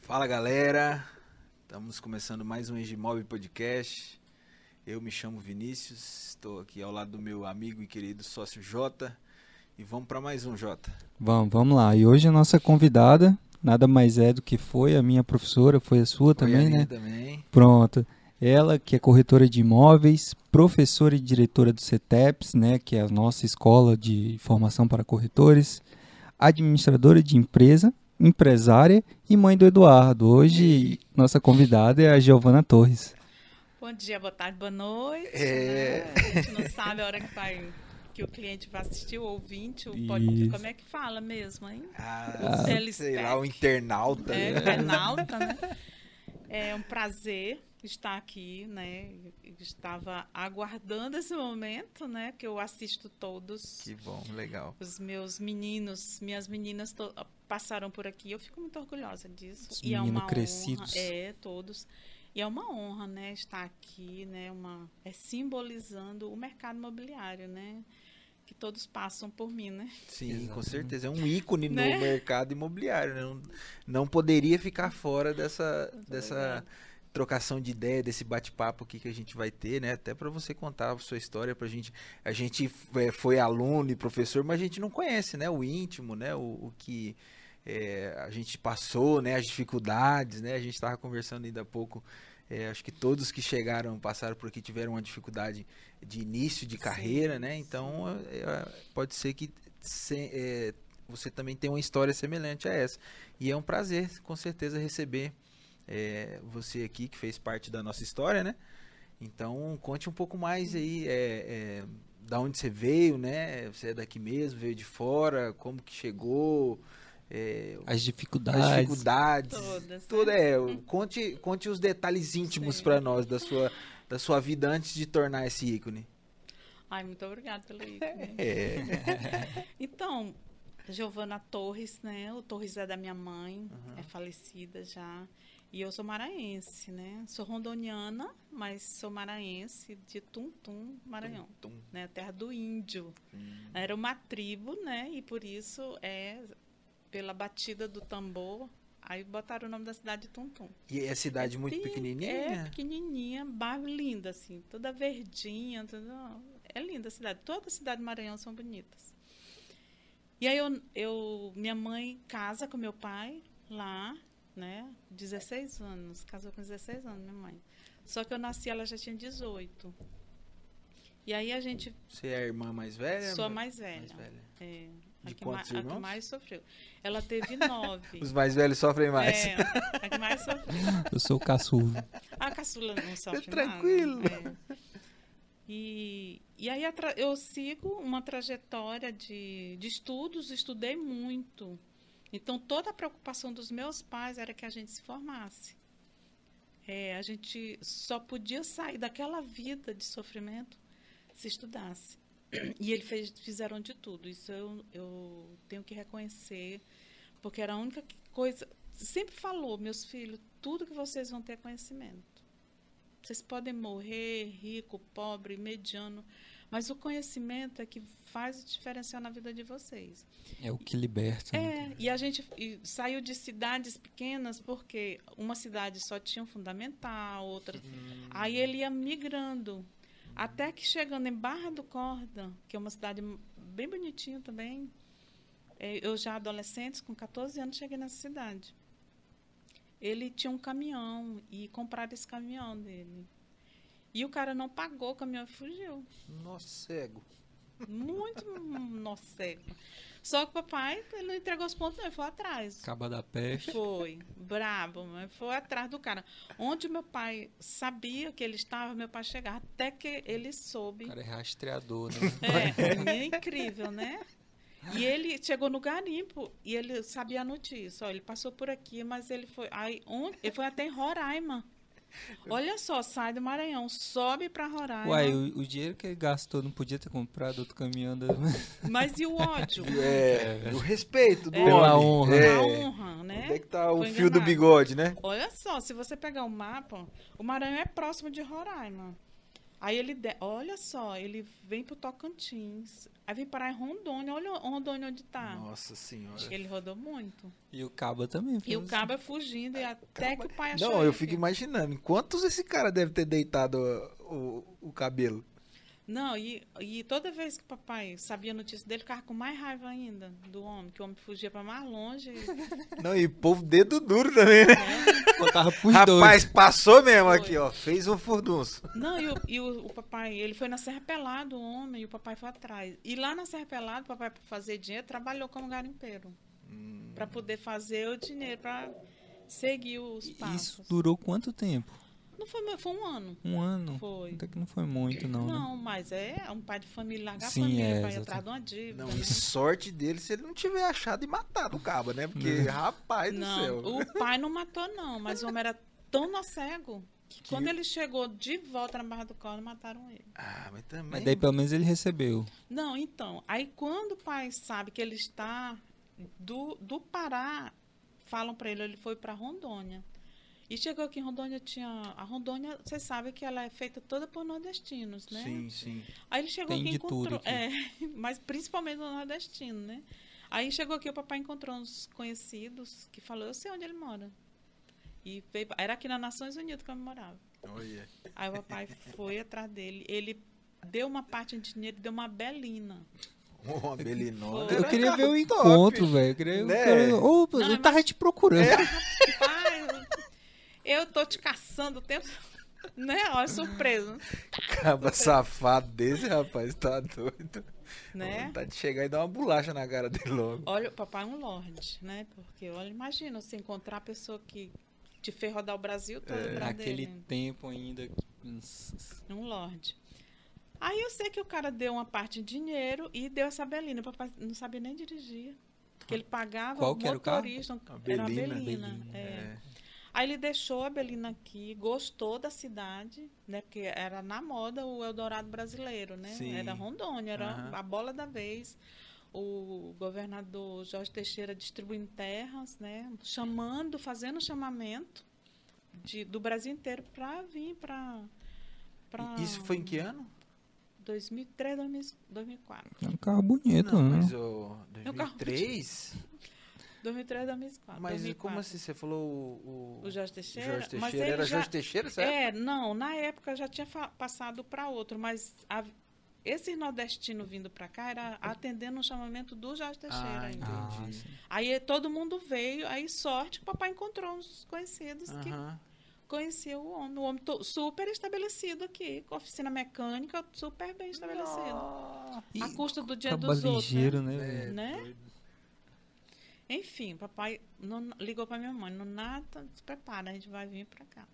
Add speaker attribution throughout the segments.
Speaker 1: Fala galera, estamos começando mais um Engimob Podcast. Eu me chamo Vinícius, estou aqui ao lado do meu amigo e querido sócio Jota e vamos para mais um Jota.
Speaker 2: Vamos, vamos lá. E hoje a nossa convidada nada mais é do que foi a minha professora, foi a sua também,
Speaker 1: Goianinha
Speaker 2: né?
Speaker 1: Também.
Speaker 2: Pronto. Ela que é corretora de imóveis, professora e diretora do CETEPS, né, que é a nossa escola de formação para corretores, administradora de empresa, empresária e mãe do Eduardo. Hoje nossa convidada é a Giovana Torres.
Speaker 3: Bom dia, boa tarde, boa noite.
Speaker 1: É.
Speaker 3: né? A gente não sabe a hora que vai que o cliente vai assistir, o ouvinte, o podcast,
Speaker 2: Isso.
Speaker 3: como é que fala mesmo, hein?
Speaker 1: Ah, sei
Speaker 3: Ela Speck.
Speaker 1: lá, o internauta.
Speaker 3: É,
Speaker 1: né?
Speaker 3: internauta, né? É um prazer estar aqui, né? Eu Estava aguardando esse momento, né? Que eu assisto todos.
Speaker 1: Que bom, legal.
Speaker 3: Os meus meninos, minhas meninas to- passaram por aqui. Eu fico muito orgulhosa disso.
Speaker 2: Os
Speaker 3: e é uma
Speaker 2: meninos crescidos.
Speaker 3: honra. É, todos. E é uma honra, né, estar aqui, né, uma, é simbolizando o mercado imobiliário, né, que todos passam por mim, né.
Speaker 1: Sim, com
Speaker 2: Exatamente.
Speaker 1: certeza. É um ícone
Speaker 3: Né?
Speaker 1: no mercado imobiliário. né? Não, não poderia ficar fora dessa, dessa trocação de ideia, desse bate-papo aqui que a gente vai ter, né? Até para você contar a sua história pra gente. A gente é, foi aluno e professor, mas a gente não conhece, né? O íntimo, né? O, o que é, a gente passou, né? As dificuldades, né? A gente estava conversando ainda há pouco. é, acho que todos que chegaram, passaram por aqui, tiveram uma dificuldade de início de
Speaker 3: Sim,
Speaker 1: carreira, né? Então, é, é, pode ser que se- é, você também tem uma história semelhante a essa. E é um prazer, com certeza, receber é, você aqui, que fez parte da nossa história, né? Então, conte um pouco mais aí, é, é, da onde você veio, né? Você é daqui mesmo, veio de fora, como que chegou, é,
Speaker 2: As dificuldades.
Speaker 1: as dificuldades.
Speaker 3: Todas, né.
Speaker 1: Tudo é, o- conte, conte os detalhes íntimos
Speaker 3: Sim.
Speaker 1: pra nós da sua, da sua vida antes de tornar esse ícone.
Speaker 3: Ai, muito obrigada pelo isso. né?
Speaker 1: É.
Speaker 3: Então, Giovana Torres, né? O Torres é da minha mãe,
Speaker 1: Aham.
Speaker 3: é falecida já. E eu sou maranhense, né? Sou rondoniana, mas sou maranhense de Tum Tum, Maranhão,
Speaker 1: Tum.
Speaker 3: né? Terra do índio. Era uma tribo, né? E por isso é pela batida do tambor, aí botaram o nome da cidade de Tum Tum.
Speaker 1: E é cidade muito
Speaker 3: Tem- É
Speaker 1: pequenininha?
Speaker 3: pequenininha, bairro linda assim, toda verdinha, tudo. É linda a cidade. Todas as cidades do Maranhão são bonitas. E aí eu, eu- minha mãe casa com meu pai lá, né? 16 anos, casou com 16 anos minha mãe. Só que eu nasci ela já tinha 18. E aí a gente
Speaker 1: Você é a irmã mais velha?
Speaker 3: sou a
Speaker 1: Ma-
Speaker 3: mais velha. É, a
Speaker 1: De
Speaker 3: que, ma-
Speaker 1: quantos
Speaker 3: a que
Speaker 1: irmãos?
Speaker 3: mais sofreu. Ela teve nove.
Speaker 1: Os mais velhos sofrem mais.
Speaker 3: É, a que mais sofreu.
Speaker 2: Eu sou o caçulo.
Speaker 3: A caçula não sofre nada.
Speaker 1: tranquilo.
Speaker 3: é. E, e aí a tra- eu sigo uma trajetória de, de estudos, estudei muito. Então, toda a preocupação dos meus pais era que a gente se formasse. É, a gente só podia sair daquela vida de sofrimento se estudasse. E eles fez- fizeram de tudo. Isso eu, eu tenho que reconhecer, porque era a única que- coisa sempre falou, meus filhos, tudo que vocês vão ter é conhecimento. Vocês podem morrer rico, pobre, mediano, mas o conhecimento é que faz o diferencial na vida de vocês.
Speaker 2: É o que liberta. né?
Speaker 3: É, e a gente e saiu de cidades pequenas porque uma cidade só tinha um fundamental, outra. Aí ele ia migrando. Até que chegando em Barra do Corda, que é uma cidade bem bonitinha também, eh, eu já adolescente, com 14 anos, cheguei nessa cidade. Ele tinha um caminhão e compraram esse caminhão dele. E o cara não pagou o caminhão e fugiu.
Speaker 1: Nossa, cego.
Speaker 3: Muito nocego. Só que o papai ele não entregou os pontos, não, ele foi atrás.
Speaker 2: Caba da peste.
Speaker 3: Foi, brabo, mas foi atrás do cara. Onde meu pai sabia que ele estava, meu pai chegava, até que ele soube.
Speaker 2: O cara é rastreador, né?
Speaker 3: É, é incrível, né? E ele chegou no garimpo e ele sabia a notícia. Ó, ele passou por aqui, mas ele foi. Aí, onde, ele foi até em Roraima. Olha só, sai do Maranhão, sobe para Roraima.
Speaker 2: Uai, o, o dinheiro que ele gastou não podia ter comprado outro caminhão da...
Speaker 3: Mas e o ódio?
Speaker 1: É, o respeito do
Speaker 3: É.
Speaker 2: Pela
Speaker 1: homem.
Speaker 2: honra.
Speaker 1: É.
Speaker 3: A honra, né?
Speaker 1: Onde é que tá o
Speaker 3: Foi
Speaker 1: fio do
Speaker 3: enganado.
Speaker 1: bigode, né?
Speaker 3: Olha só, se você pegar o mapa, o Maranhão é próximo de Roraima. Aí ele, de- olha só, ele vem pro Tocantins, aí vem parar em Rondônia, olha o- Rondônia onde tá.
Speaker 1: Nossa senhora.
Speaker 3: Ele rodou muito.
Speaker 2: E o Caba também.
Speaker 3: E o
Speaker 2: fez-
Speaker 3: Caba fugindo, e até que o pai achou
Speaker 1: Não, eu
Speaker 3: ele, né?
Speaker 1: fico
Speaker 3: filho.
Speaker 1: imaginando. Quantos esse cara deve ter deitado ó, o, o cabelo?
Speaker 3: Não, e, e toda vez que o papai sabia a notícia dele, ficava com mais raiva ainda do homem, que o homem fugia para mais longe. e-
Speaker 1: Não, e povo dedo duro também, né?
Speaker 2: Contava pros dois.
Speaker 1: Rapaz, passou mesmo
Speaker 3: Foi.
Speaker 1: aqui, ó. Fez um furdunço.
Speaker 3: Não, e, o, e o- o papai, ele foi na Serra Pelada, o homem, e o papai foi atrás. E lá na Serra Pelada, o papai, para fazer dinheiro, trabalhou como garimpeiro.
Speaker 2: Hum.
Speaker 3: Para poder fazer o dinheiro, para seguir os
Speaker 2: E
Speaker 3: passos.
Speaker 2: Isso durou quanto tempo?
Speaker 3: Não foi, meu- foi um ano.
Speaker 2: Um ano?
Speaker 3: Foi.
Speaker 2: Até que não foi muito, não, né?
Speaker 3: Não, mas é um pai de família largar
Speaker 2: Sim,
Speaker 3: a família
Speaker 2: é,
Speaker 3: para ir
Speaker 2: exato.
Speaker 3: atrás de uma dívida.
Speaker 1: Não,
Speaker 3: né?
Speaker 1: e sorte dele se ele não tiver achado e matado o cabo, né? Porque, rapaz
Speaker 2: é
Speaker 1: do
Speaker 3: Não,
Speaker 1: céu.
Speaker 3: o pai não matou, não, mas o homem era tão nocego que, quando ele chegou de volta na Barra do Corno, mataram ele.
Speaker 1: Ah, mas também.
Speaker 3: né?
Speaker 2: Mas daí pelo menos ele recebeu.
Speaker 3: Não, então, aí quando o pai sabe que ele está do, do Pará, falam para ele, ele foi para Rondônia. E chegou aqui em Rondônia, tinha. A Rondônia, você sabe que ela é feita toda por nordestinos, né?
Speaker 1: Sim, sim.
Speaker 3: Aí ele chegou
Speaker 2: Tem
Speaker 3: aqui e
Speaker 2: de tudo
Speaker 3: encontrou.
Speaker 2: aqui.
Speaker 3: É, mas principalmente no nordestino, né? Aí chegou aqui, o papai encontrou uns conhecidos que falou, eu sei onde ele mora. E veio, pra- era aqui nas Nações Unidas que eu morava.
Speaker 1: Olha.
Speaker 3: Aí o papai foi atrás dele. Ele deu uma parte de dinheiro, deu uma belina.
Speaker 1: Uma belinona.
Speaker 3: Foi.
Speaker 2: Eu
Speaker 1: Era
Speaker 2: queria ver o
Speaker 1: carro top.
Speaker 2: encontro, velho. Eu queria.
Speaker 1: Né? É.
Speaker 2: Eu, quero... Ô, eu
Speaker 3: Não, é
Speaker 2: tava
Speaker 3: mais-
Speaker 2: te procurando.
Speaker 3: Pai, eu tô te caçando o tempo. Né? Olha, surpresa.
Speaker 1: Caba safado desse, rapaz, tá doido.
Speaker 3: Né?
Speaker 1: Vontade de chegar e dar uma bolacha na cara dele logo.
Speaker 3: Olha, o papai é um lorde, né? Porque, olha, imagina você encontrar a pessoa que te fez rodar o Brasil todo
Speaker 2: É,
Speaker 3: pra né?
Speaker 2: Naquele
Speaker 3: dele.
Speaker 2: tempo ainda. que-
Speaker 3: Um lorde. Aí eu sei que o cara deu uma parte de dinheiro e deu essa belina. O papai não sabia nem dirigir. Que ele pagava
Speaker 2: Qual
Speaker 3: o
Speaker 2: que era o carro?
Speaker 3: motorista. um-
Speaker 1: A
Speaker 3: era a
Speaker 1: Belina,
Speaker 3: Belina.
Speaker 2: Belina,
Speaker 3: é. Aí ele deixou a Belina aqui, gostou da cidade, né? Porque era na moda o Eldorado brasileiro, né?
Speaker 1: Sim.
Speaker 3: Era Rondônia, era
Speaker 1: Aham.
Speaker 3: a bola da vez. O governador Jorge Teixeira distribuindo terras, né? Chamando, fazendo chamamento de- do Brasil inteiro para vir para
Speaker 1: E Isso foi em que ano?
Speaker 3: 2003, 2000, 2004.
Speaker 2: É um carro bonito,
Speaker 1: não,
Speaker 2: né?
Speaker 1: mas o
Speaker 3: É um carro
Speaker 1: 2003?
Speaker 3: 2003, 2004.
Speaker 1: Mas
Speaker 3: 2004.
Speaker 1: como assim? Você falou o...
Speaker 3: O Jorge Teixeira?
Speaker 1: Jorge
Speaker 3: mas
Speaker 1: Teixeira
Speaker 3: ele
Speaker 1: era
Speaker 3: já,
Speaker 1: Jorge Teixeira, certo?
Speaker 3: É, não, na época já tinha fa- passado para outro, mas a, esse nordestino vindo para cá era atendendo um chamamento do Jorge Teixeira.
Speaker 1: Ah,
Speaker 3: ainda.
Speaker 2: Ah,
Speaker 1: Entendi.
Speaker 2: sim.
Speaker 3: Aí todo mundo veio, aí sorte, o papai encontrou uns conhecidos que
Speaker 1: Aham.
Speaker 3: conheciam o homem. O homem to- super estabelecido aqui, com oficina mecânica, super bem estabelecido.
Speaker 2: E
Speaker 3: A custa do dia
Speaker 2: acaba
Speaker 3: dos outros. né?
Speaker 2: ligeiro, né?
Speaker 1: É.
Speaker 2: velho?
Speaker 3: né? Enfim, papai não- ligou para minha mãe, não nada, se prepara, a gente vai vir para cá.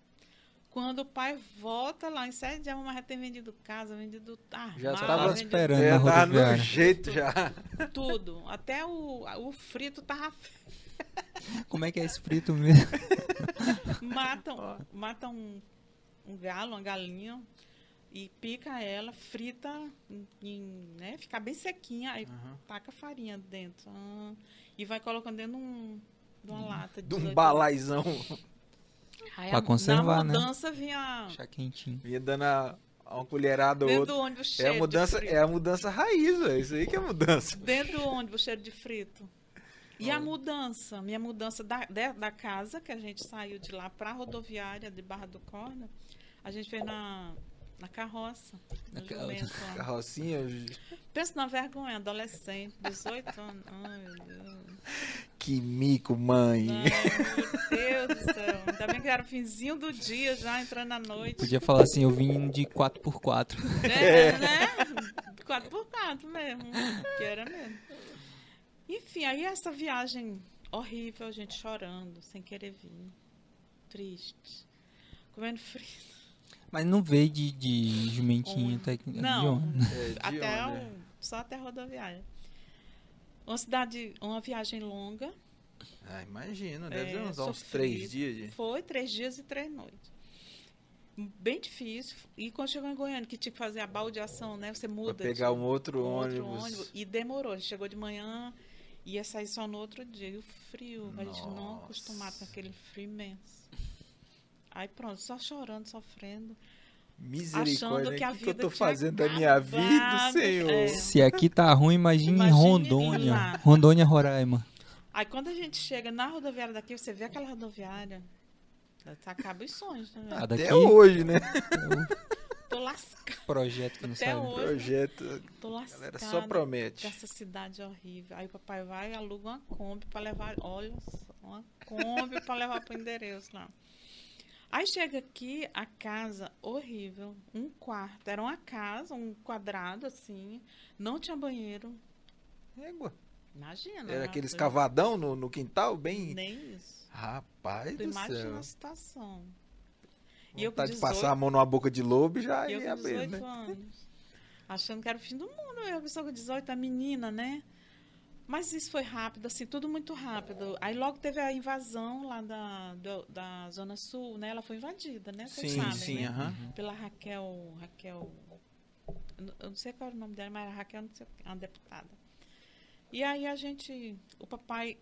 Speaker 3: Quando o pai volta lá em sete dias, a mamãe já tem vendido casa, vendido armado,
Speaker 1: Já
Speaker 2: Só
Speaker 1: tava
Speaker 2: tava
Speaker 3: vendido
Speaker 2: esperando
Speaker 1: É,
Speaker 2: na
Speaker 1: tá no
Speaker 2: rodoviária.
Speaker 1: jeito já.
Speaker 3: tudo. Até o, o frito tava
Speaker 2: Como é que é esse frito mesmo?
Speaker 3: matam, matam um, um galo, uma galinha e pica ela, frita, em- em, né, fica bem sequinha, aí
Speaker 1: Aham.
Speaker 3: taca farinha dentro ah, e vai colocando dentro de um- de uma lata.
Speaker 1: De um
Speaker 3: 18.
Speaker 1: balaizão.
Speaker 3: Aí
Speaker 2: Pra
Speaker 3: a-
Speaker 2: conservar,
Speaker 3: na
Speaker 2: né?
Speaker 3: mudança vinha
Speaker 2: Chá quentinho.
Speaker 1: Vinha dando a, a uma colherada ou
Speaker 3: dentro
Speaker 1: outra.
Speaker 3: do ônibus
Speaker 1: É
Speaker 3: cheiro
Speaker 1: a mudança,
Speaker 3: de
Speaker 1: é
Speaker 3: frito.
Speaker 1: a mudança raiz, velho. Isso aí que é mudança.
Speaker 3: Dentro do ônibus cheiro de frito. E a mudança, minha mudança da, de- da casa, que a gente saiu de lá para a rodoviária de Barra do Corno, a gente fez na, na carroça.
Speaker 2: Na
Speaker 3: No
Speaker 2: ca-
Speaker 3: jumento, lá.
Speaker 1: Carrocinha.
Speaker 3: Pensa na vergonha, adolescente, 18 anos. Ai, meu Deus.
Speaker 1: Que mico, mãe.
Speaker 3: Ai, meu Deus do céu. Ainda bem que era finzinho do dia, já entrando na noite.
Speaker 2: Podia falar assim, eu vim de 4x4.
Speaker 3: É, né? 4 por 4 mesmo. Que era mesmo. Enfim, aí essa viagem horrível, a gente chorando, sem querer vir. Triste. Comendo frito.
Speaker 2: Mas não veio de, de jumentinho até que. de
Speaker 3: Não,
Speaker 2: ônibus.
Speaker 1: É, de
Speaker 3: até
Speaker 1: onde?
Speaker 3: o, só até a rodoviária. Uma cidade, uma viagem longa.
Speaker 1: Ah, imagino. Deve
Speaker 3: É,
Speaker 1: ser uns, uns
Speaker 3: sofrido.
Speaker 1: três dias. De...
Speaker 3: Foi três dias e três noites. Bem difícil. E quando chegou em Goiânia, que tinha que fazer a baldeação, né? Você
Speaker 1: Pra
Speaker 3: muda.
Speaker 1: pegar
Speaker 3: de-
Speaker 1: um outro
Speaker 3: um outro
Speaker 1: ônibus.
Speaker 3: ônibus, E demorou. A gente chegou de manhã, ia sair só no outro dia. E o frio, a gente não
Speaker 1: Nossa.
Speaker 3: acostumado com aquele frio imenso. Aí pronto, só chorando, sofrendo.
Speaker 1: Misericórdia, né?
Speaker 3: Achando que a
Speaker 1: o que, que eu
Speaker 3: vida
Speaker 1: tô
Speaker 3: tinha
Speaker 1: fazendo da minha vida,
Speaker 3: acabado,
Speaker 1: Senhor?
Speaker 3: é.
Speaker 2: Se aqui tá ruim, imagine, em
Speaker 3: Imagine
Speaker 2: Rondônia.
Speaker 3: lá.
Speaker 2: Rondônia, Roraima.
Speaker 3: Aí quando a gente chega na rodoviária daqui, você vê aquela rodoviária. tá- Acaba os sonhos, né? velho?
Speaker 2: Ah, daqui
Speaker 1: Até hoje, né? Ah.
Speaker 3: Tô lascada.
Speaker 2: projeto que não
Speaker 3: Até
Speaker 2: sai.
Speaker 3: hoje. Tá.
Speaker 1: Projeto,
Speaker 3: Tô
Speaker 1: galera,
Speaker 3: lascada.
Speaker 1: só
Speaker 3: que
Speaker 1: promete.
Speaker 3: essa cidade é horrível. Aí o papai vai e aluga uma Kombi pra levar. Olha só, uma Kombi pra levar pro endereço lá. Aí chega aqui a casa horrível, um quarto. Era uma casa, um quadrado assim, não tinha banheiro.
Speaker 1: Égua.
Speaker 3: Imagina.
Speaker 1: Era
Speaker 3: né?
Speaker 1: aqueles
Speaker 3: Tu-
Speaker 1: cavadão no, no quintal, bem.
Speaker 3: Nem isso.
Speaker 1: Rapaz
Speaker 3: Tu
Speaker 1: do
Speaker 3: imagina
Speaker 1: céu.
Speaker 3: a situação. E eu com
Speaker 1: Vontade de
Speaker 3: 18
Speaker 1: passar a mão numa boca de lobo já
Speaker 3: E eu
Speaker 1: ia
Speaker 3: com 18
Speaker 1: abrir, né?
Speaker 3: anos. Achando que era o fim do mundo. Eu, a pessoa com 18, a menina, né? Mas isso foi rápido, assim, tudo muito rápido. Aí logo teve a invasão lá da, do- da Zona Sul, né? Ela foi invadida, né? Vocês
Speaker 1: Sim,
Speaker 3: sabem,
Speaker 1: sim, é.
Speaker 3: né?
Speaker 1: aham.
Speaker 2: Uhum.
Speaker 3: Pela Raquel... Raquel... eu não- Eu não sei qual era o nome dela, mas era Raquel, não sei o quê, uma deputada. E aí a gente... O papai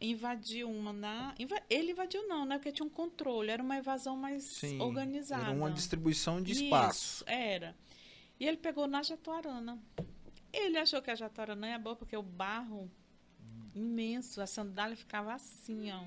Speaker 3: invadiu uma na... inva- ele invadiu não, né? Porque tinha um controle. Era uma invasão mais
Speaker 1: Sim.
Speaker 3: organizada.
Speaker 1: Era um uma distribuição de
Speaker 3: Isso,
Speaker 1: espaço.
Speaker 3: era. E ele pegou na Jatuarana. Ele achou que a Jatuarana é boa porque o barro imenso, a sandália ficava assim, ó.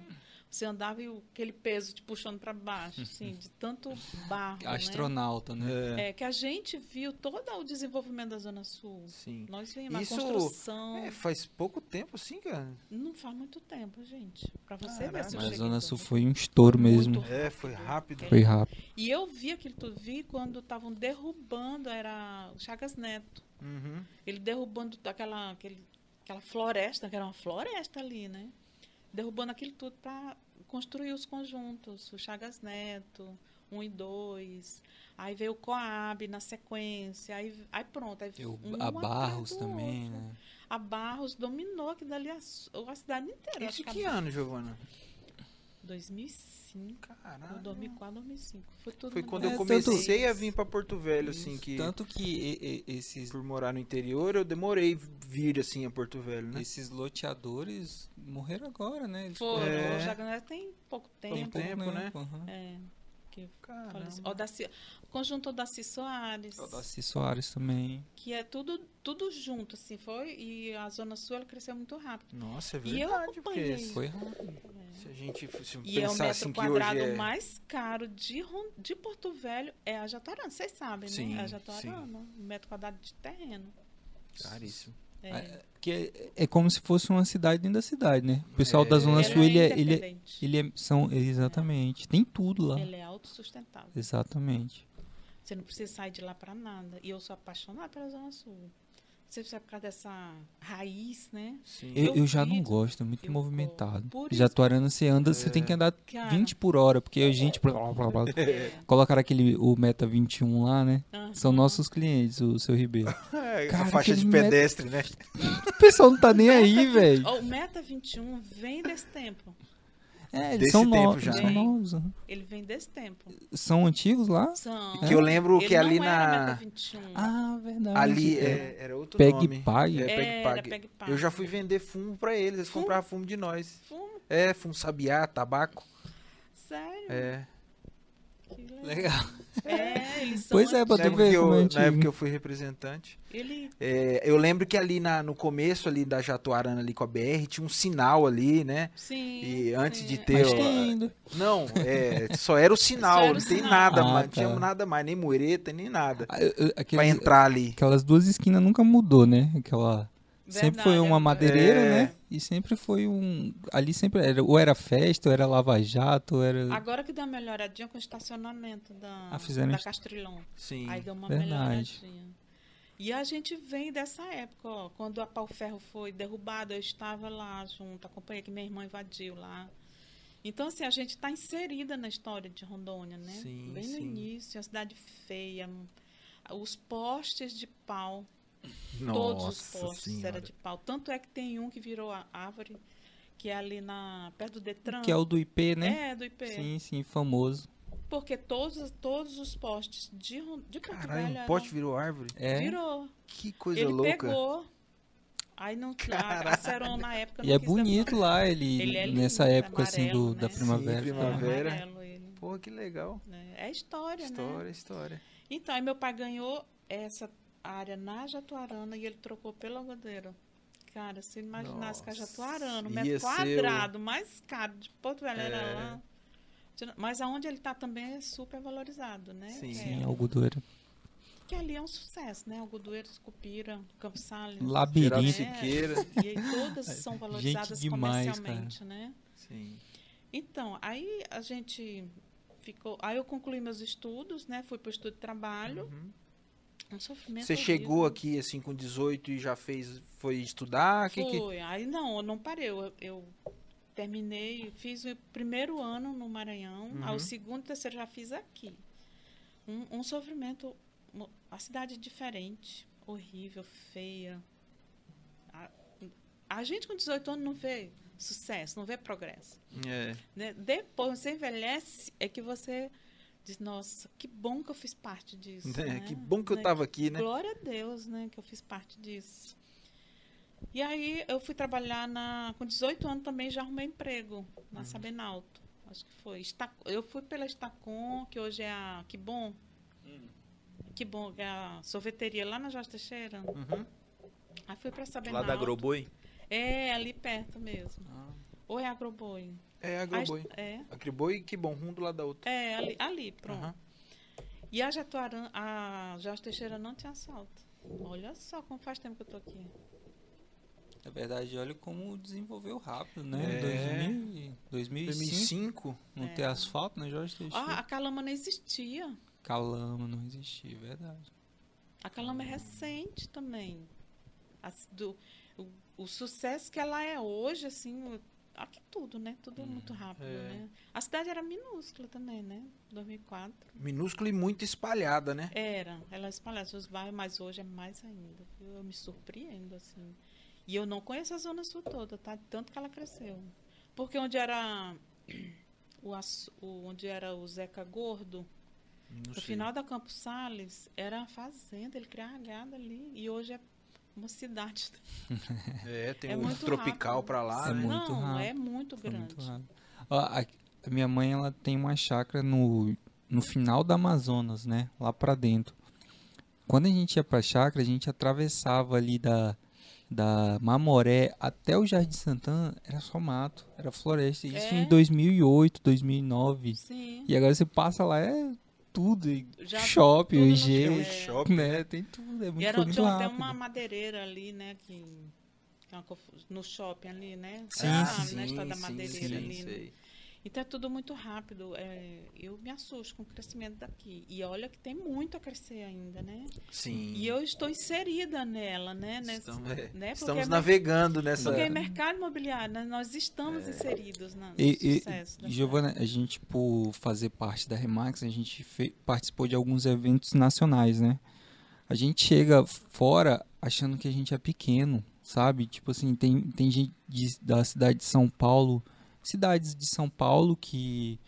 Speaker 3: Você andava e o- aquele peso te puxando para baixo, assim, de tanto barro, né?
Speaker 2: Astronauta, né?
Speaker 1: É,
Speaker 3: É, que a gente viu todo o desenvolvimento da Zona Sul.
Speaker 1: sim.
Speaker 3: Nós vimos
Speaker 1: Isso-
Speaker 3: a construção.
Speaker 1: É, faz pouco tempo, sim, cara.
Speaker 3: Não faz muito tempo, gente. Para você
Speaker 1: Caraca.
Speaker 3: ver
Speaker 2: Mas
Speaker 3: se eu
Speaker 2: a
Speaker 3: cheguei
Speaker 2: Zona
Speaker 3: tão-
Speaker 2: Sul foi um estouro
Speaker 3: Muito
Speaker 2: mesmo.
Speaker 1: É, foi rápido.
Speaker 2: Foi rápido.
Speaker 3: E eu vi aquilo tudo, vi quando estavam derrubando, era o Chagas Neto.
Speaker 1: Uhum.
Speaker 3: Ele derrubando t- aquela, aquele, aquela floresta, que era uma floresta ali, né? Derrubando aquilo tudo para construir os conjuntos, o Chagas Neto, 1 e 2. Aí veio o Coab na sequência, aí, aí pronto. Aí
Speaker 2: Eu,
Speaker 3: um
Speaker 2: a
Speaker 3: atrás
Speaker 2: Barros
Speaker 3: do
Speaker 2: também,
Speaker 3: outro.
Speaker 2: né?
Speaker 3: A Barros dominou aqui dali a, s- a cidade inteira.
Speaker 1: Isso
Speaker 3: acho
Speaker 1: que
Speaker 3: a-
Speaker 1: ano, Giovana?
Speaker 3: 2005, ou
Speaker 1: Caralho.
Speaker 3: 2004, 2005. Foi tudo
Speaker 1: Ah. Foi
Speaker 3: muito
Speaker 1: quando
Speaker 2: É,
Speaker 1: eu
Speaker 3: rápido.
Speaker 2: tanto-
Speaker 1: comecei a vir pra Porto Velho, assim,
Speaker 2: Isso,
Speaker 1: que
Speaker 2: Tanto que e- e- esses,
Speaker 1: por morar no interior, eu demorei vir, assim, a Porto Velho, né?
Speaker 2: esses loteadores morreram agora, né? Eles um
Speaker 3: Foram,
Speaker 1: É.
Speaker 3: o Chagas Neto tem pouco tempo.
Speaker 1: Tem
Speaker 2: pouco
Speaker 1: tempo, né?
Speaker 2: aham.
Speaker 3: É, que
Speaker 1: Caramba.
Speaker 3: Olha só, Odaci- Conjunto Odaci Soares,
Speaker 2: O Daci Soares também.
Speaker 3: que é tudo, tudo junto, assim, foi. E a Zona Sul ela cresceu muito rápido.
Speaker 1: Nossa, é
Speaker 3: E eu
Speaker 1: verdade, porque
Speaker 3: acompanhei.
Speaker 1: se,
Speaker 2: Foi rápido.
Speaker 1: se a gente fosse
Speaker 3: E é o
Speaker 1: pensar
Speaker 3: metro
Speaker 1: assim que hoje
Speaker 3: quadrado
Speaker 1: é...
Speaker 3: mais caro de, Ron- de Porto Velho é a Jatorana, vocês sabem,
Speaker 1: Sim,
Speaker 3: né? É a Jatorana, um metro quadrado de terreno.
Speaker 1: Caríssimo.
Speaker 3: É.
Speaker 2: Ah, Que é, é como se fosse uma cidade dentro da cidade, né? O pessoal da Zona
Speaker 3: Ela
Speaker 2: Sul, ele é, ele é-
Speaker 3: independente,
Speaker 2: ele é- são, exatamente, tem tudo lá.
Speaker 3: ela é autossustentável.
Speaker 2: Exatamente.
Speaker 3: Você não precisa sair de lá para nada. E eu sou apaixonada pela Zona Sul. Você precisa por causa dessa raiz, né?
Speaker 1: Sim.
Speaker 2: Eu,
Speaker 3: Eu
Speaker 2: eu já não
Speaker 3: fiz,
Speaker 2: gosto, é muito
Speaker 3: eu
Speaker 2: movimentado.
Speaker 3: gosto. Por isso-
Speaker 2: Jatuarana, você anda, você
Speaker 1: É.
Speaker 2: tem que andar
Speaker 3: Cara.
Speaker 2: 20 por hora, porque a gente. Blá, blá, blá,
Speaker 3: É.
Speaker 2: colocaram aquele o Meta 21 lá, né? São
Speaker 3: Aham.
Speaker 2: nossos clientes, o seu Ribeiro.
Speaker 1: É,
Speaker 2: Cara,
Speaker 1: a faixa de
Speaker 2: aquele metro-
Speaker 1: pedestre, né?
Speaker 2: O pessoal não tá nem aí, velho.
Speaker 3: Ó, O Meta 21 vem desse tempo.
Speaker 2: É, eles
Speaker 1: Desse
Speaker 2: são,
Speaker 1: tempo
Speaker 2: novos,
Speaker 1: já,
Speaker 2: são
Speaker 3: né?
Speaker 2: novos. aham.
Speaker 3: Ele vem desse tempo.
Speaker 2: São antigos lá?
Speaker 3: São.
Speaker 1: Que eu lembro
Speaker 3: Ele
Speaker 1: que
Speaker 3: não é
Speaker 1: ali
Speaker 3: era Meta
Speaker 1: na...
Speaker 3: 21.
Speaker 2: Ah, verdade.
Speaker 1: Ali
Speaker 2: é.
Speaker 1: é, era outro
Speaker 2: Peg
Speaker 1: nome.
Speaker 2: Pag?
Speaker 1: É,
Speaker 3: Era
Speaker 1: Peg Pag.
Speaker 3: Peg Pag.
Speaker 1: Eu já fui vender fumo pra eles, eles
Speaker 3: Fumo?
Speaker 1: compravam fumo de nós.
Speaker 3: Fumo,
Speaker 1: É, fumo sabiá, tabaco.
Speaker 3: sério.
Speaker 1: É.
Speaker 3: que legal.
Speaker 2: Legal.
Speaker 3: É, eles são
Speaker 2: Pois é, pra
Speaker 1: Na
Speaker 2: tu
Speaker 1: época,
Speaker 3: antigos.
Speaker 2: ver
Speaker 1: que eu,
Speaker 2: como é
Speaker 1: na época que
Speaker 2: antigo.
Speaker 1: eu fui representante.
Speaker 3: Ele
Speaker 1: É, eu lembro que ali na- no começo ali da Jatuarana ali com a BR tinha um sinal ali, né?
Speaker 3: sim.
Speaker 1: E antes de
Speaker 3: sim.
Speaker 1: ter
Speaker 2: Mas
Speaker 1: eu-
Speaker 2: tem ainda.
Speaker 1: Não, é, só era o sinal,
Speaker 3: Só era o
Speaker 1: não tem
Speaker 3: sinal.
Speaker 1: nada,
Speaker 2: Ah,
Speaker 1: mais, não
Speaker 2: tá.
Speaker 1: tinha nada mais, nem mureta, nem nada.
Speaker 2: Ah, eu- eu-
Speaker 1: Pra
Speaker 2: aqueles-
Speaker 1: entrar ali.
Speaker 2: Aquelas duas esquinas nunca mudou, né? Aquela. sempre
Speaker 3: Verdade,
Speaker 2: foi uma
Speaker 3: é-
Speaker 2: madeireira,
Speaker 1: é.
Speaker 2: né? E sempre foi um. Ali sempre era. Ou era festa, ou era lava-jato, ou era.
Speaker 3: Agora que deu uma melhoradinha com o estacionamento da,
Speaker 2: Ah, fizeram
Speaker 3: da
Speaker 2: est-
Speaker 3: Castrilão.
Speaker 1: Sim.
Speaker 3: Aí deu uma
Speaker 2: Verdade.
Speaker 3: melhoradinha. E a gente vem dessa época, ó, quando a Pau Ferro foi derrubada, eu estava lá junto, acompanhei que minha irmã invadiu lá. Então, assim, a gente está inserida na história de Rondônia, né?
Speaker 1: Sim,
Speaker 3: Bem no
Speaker 1: sim.
Speaker 3: início, uma cidade feia. um- Os postes de pau, todos os
Speaker 1: Nossa
Speaker 3: postes
Speaker 1: senhora.
Speaker 3: eram de pau. Tanto é que tem um que virou a árvore, que é ali na, perto do Detran.
Speaker 2: Que é o do IP, né?
Speaker 3: Ah, É, do IP.
Speaker 2: Sim, sim, famoso.
Speaker 3: Porque todos, todos os postes de, Ron- de Porto Velho
Speaker 1: Caralho,
Speaker 3: eram-
Speaker 1: um pote virou árvore?
Speaker 2: É.
Speaker 3: virou.
Speaker 1: Que coisa
Speaker 3: ele
Speaker 1: louca.
Speaker 3: pegou. Aí não a, a Seron na época
Speaker 2: E
Speaker 3: não
Speaker 2: é
Speaker 3: quis
Speaker 2: bonito lá, ele,
Speaker 3: Ele é lindo,
Speaker 2: nessa época assim do,
Speaker 3: amarelo,
Speaker 2: da
Speaker 3: né?
Speaker 2: primavela.
Speaker 1: Sim,
Speaker 3: levantar.
Speaker 1: primavera.
Speaker 3: Amarelo ele.
Speaker 1: Pô, que legal.
Speaker 3: né? É história, né?
Speaker 1: História, história.
Speaker 3: Então, aí meu pai ganhou essa área na Jatuarana e ele trocou pelo Algodeiro. Cara, se imaginasse que a
Speaker 1: Nossa,
Speaker 3: Jatuarana, o
Speaker 1: ia
Speaker 3: metro
Speaker 1: ser o-
Speaker 3: quadrado, mais caro de Porto Velho era
Speaker 1: É.
Speaker 3: lá. De- Mas aonde ele está também é super valorizado, né?
Speaker 1: Sim.
Speaker 3: É,
Speaker 2: Sim, algodoeira.
Speaker 3: Que ali é um sucesso, né? Algodoeiros, Cupira, Campos Salles.
Speaker 2: Labirinto.
Speaker 1: Geraldo
Speaker 2: Mirim.
Speaker 3: É.
Speaker 1: Siqueira.
Speaker 3: E aí todas são valorizadas
Speaker 2: demais, cara.
Speaker 3: comercialmente, né?
Speaker 1: Sim.
Speaker 3: Então, aí a gente ficou. Aí eu concluí meus estudos, né? Fui para o estudo de trabalho.
Speaker 1: Uhum.
Speaker 3: Um sofrimento.
Speaker 1: Você chegou
Speaker 3: horrível.
Speaker 1: aqui assim com 18 e já fez, foi estudar? Que, que...
Speaker 3: Foi. Aí não, eu não parei. Eu, eu terminei, fiz o primeiro ano no Maranhão.
Speaker 1: Uhum.
Speaker 3: Aí o segundo e terceiro já fiz aqui. Um, um sofrimento. uma- A cidade é diferente, horrível, feia. A, a gente com 18 anos não vê sucesso, não vê progresso.
Speaker 1: É.
Speaker 3: né? Depois você envelhece, é que você diz, nossa, que bom que eu fiz parte disso.
Speaker 1: Né?
Speaker 3: né?
Speaker 1: Que bom que eu
Speaker 3: Né?
Speaker 1: tava aqui, né?
Speaker 3: Glória a Deus, né, que eu fiz parte disso. E aí eu fui trabalhar na com 18 anos também já arrumei emprego
Speaker 1: Uhum.
Speaker 3: na Sabenalto. Acho que foi. Esta- Eu fui pela Estacom, que hoje é a Que Bom.
Speaker 1: Hum.
Speaker 3: Que Bom, é a sorveteria lá na Jorge Teixeira.
Speaker 1: Uhum.
Speaker 3: Aí fui para
Speaker 4: Lá
Speaker 3: Sabenalto.
Speaker 4: da Groboi?
Speaker 3: É, ali perto mesmo. Ou é Agroboi?
Speaker 1: É,
Speaker 3: A-
Speaker 1: Agriboi.
Speaker 3: É,
Speaker 1: Agriboi, que bom, um do lado da outra.
Speaker 3: é ali, ali pronto.
Speaker 1: Aham.
Speaker 3: E a Jatuarã, a Jorge Teixeira não tinha assalto. Olha só como faz tempo que eu tô aqui.
Speaker 2: Na É verdade, olha como desenvolveu rápido, né?
Speaker 1: É.
Speaker 2: 2000 e- 2005,
Speaker 1: 2005?
Speaker 2: não ter asfalto, né? Jorge Teixeira.
Speaker 3: É. Ah, a Calama não existia.
Speaker 2: Calama não existia, é verdade.
Speaker 3: A Calama é recente também. As- do- o, o sucesso que ela é hoje, assim, o- aqui tudo, né? Tudo é muito rápido,
Speaker 1: é.
Speaker 3: né? A cidade era minúscula também, né? 2004.
Speaker 1: Minúscula e muito espalhada, né?
Speaker 3: Era, ela espalhava os bairros, mas hoje é mais ainda. viu? Eu me surpreendo, assim. E eu não conheço a Zona Sul toda, tá? Tanto que ela cresceu. Porque onde era o, açu- o- onde era o Zeca Gordo,
Speaker 1: Não
Speaker 3: no
Speaker 1: sei.
Speaker 3: final da Campos Salles, era a fazenda, ele criava gado ali. E hoje é uma cidade.
Speaker 1: É, tem
Speaker 3: É
Speaker 1: o
Speaker 3: muito
Speaker 1: tropical
Speaker 3: rápido.
Speaker 1: pra lá,
Speaker 2: É
Speaker 1: né?
Speaker 2: muito
Speaker 3: não, é
Speaker 2: rápido,
Speaker 3: muito
Speaker 2: Foi Tá
Speaker 3: grande.
Speaker 2: muito rápido. Ó, a, a minha mãe, ela tem uma chácara no, no final da Amazonas, né? Lá pra dentro. Quando a gente ia pra chácara, a gente atravessava ali da, da Mamoré até o Jardim Santana, era só mato, era floresta. Isso
Speaker 3: É?
Speaker 2: em 2008, 2009.
Speaker 3: Sim.
Speaker 2: E agora você passa lá, é tudo. e
Speaker 3: Já
Speaker 2: shopping,
Speaker 3: tudo no
Speaker 2: engenho,
Speaker 1: um
Speaker 3: É.
Speaker 1: shopping.
Speaker 2: né? Tem tudo, é muito,
Speaker 3: E era,
Speaker 2: foi muito
Speaker 3: tinha até
Speaker 2: rápido.
Speaker 3: uma madeireira ali, né? Que, que é uma confu- no shopping ali, né?
Speaker 2: Sim,
Speaker 3: Ah,
Speaker 2: sim,
Speaker 3: na estrada da
Speaker 1: sim,
Speaker 3: madeireira
Speaker 1: sim,
Speaker 3: ali. né?
Speaker 1: sei.
Speaker 3: Então é tudo muito rápido. é, eu me assusto com o crescimento daqui. E olha que tem muito a crescer ainda, né?
Speaker 1: Sim.
Speaker 3: E eu estou inserida nela, né? Nesse-
Speaker 1: Estamos, é,
Speaker 3: né? Porque
Speaker 1: estamos
Speaker 3: é mer-
Speaker 1: navegando nessa.
Speaker 3: Porque é mercado imobiliário, né? nós estamos inseridos na, no
Speaker 2: É. E, e,
Speaker 3: sucesso. da
Speaker 2: Giovana, a gente, por fazer parte da Remax, a gente fe- participou de alguns eventos nacionais, né? A gente chega fora achando que a gente é pequeno, sabe? Tipo assim, tem, tem gente de- da cidade de São Paulo, cidades de São Paulo que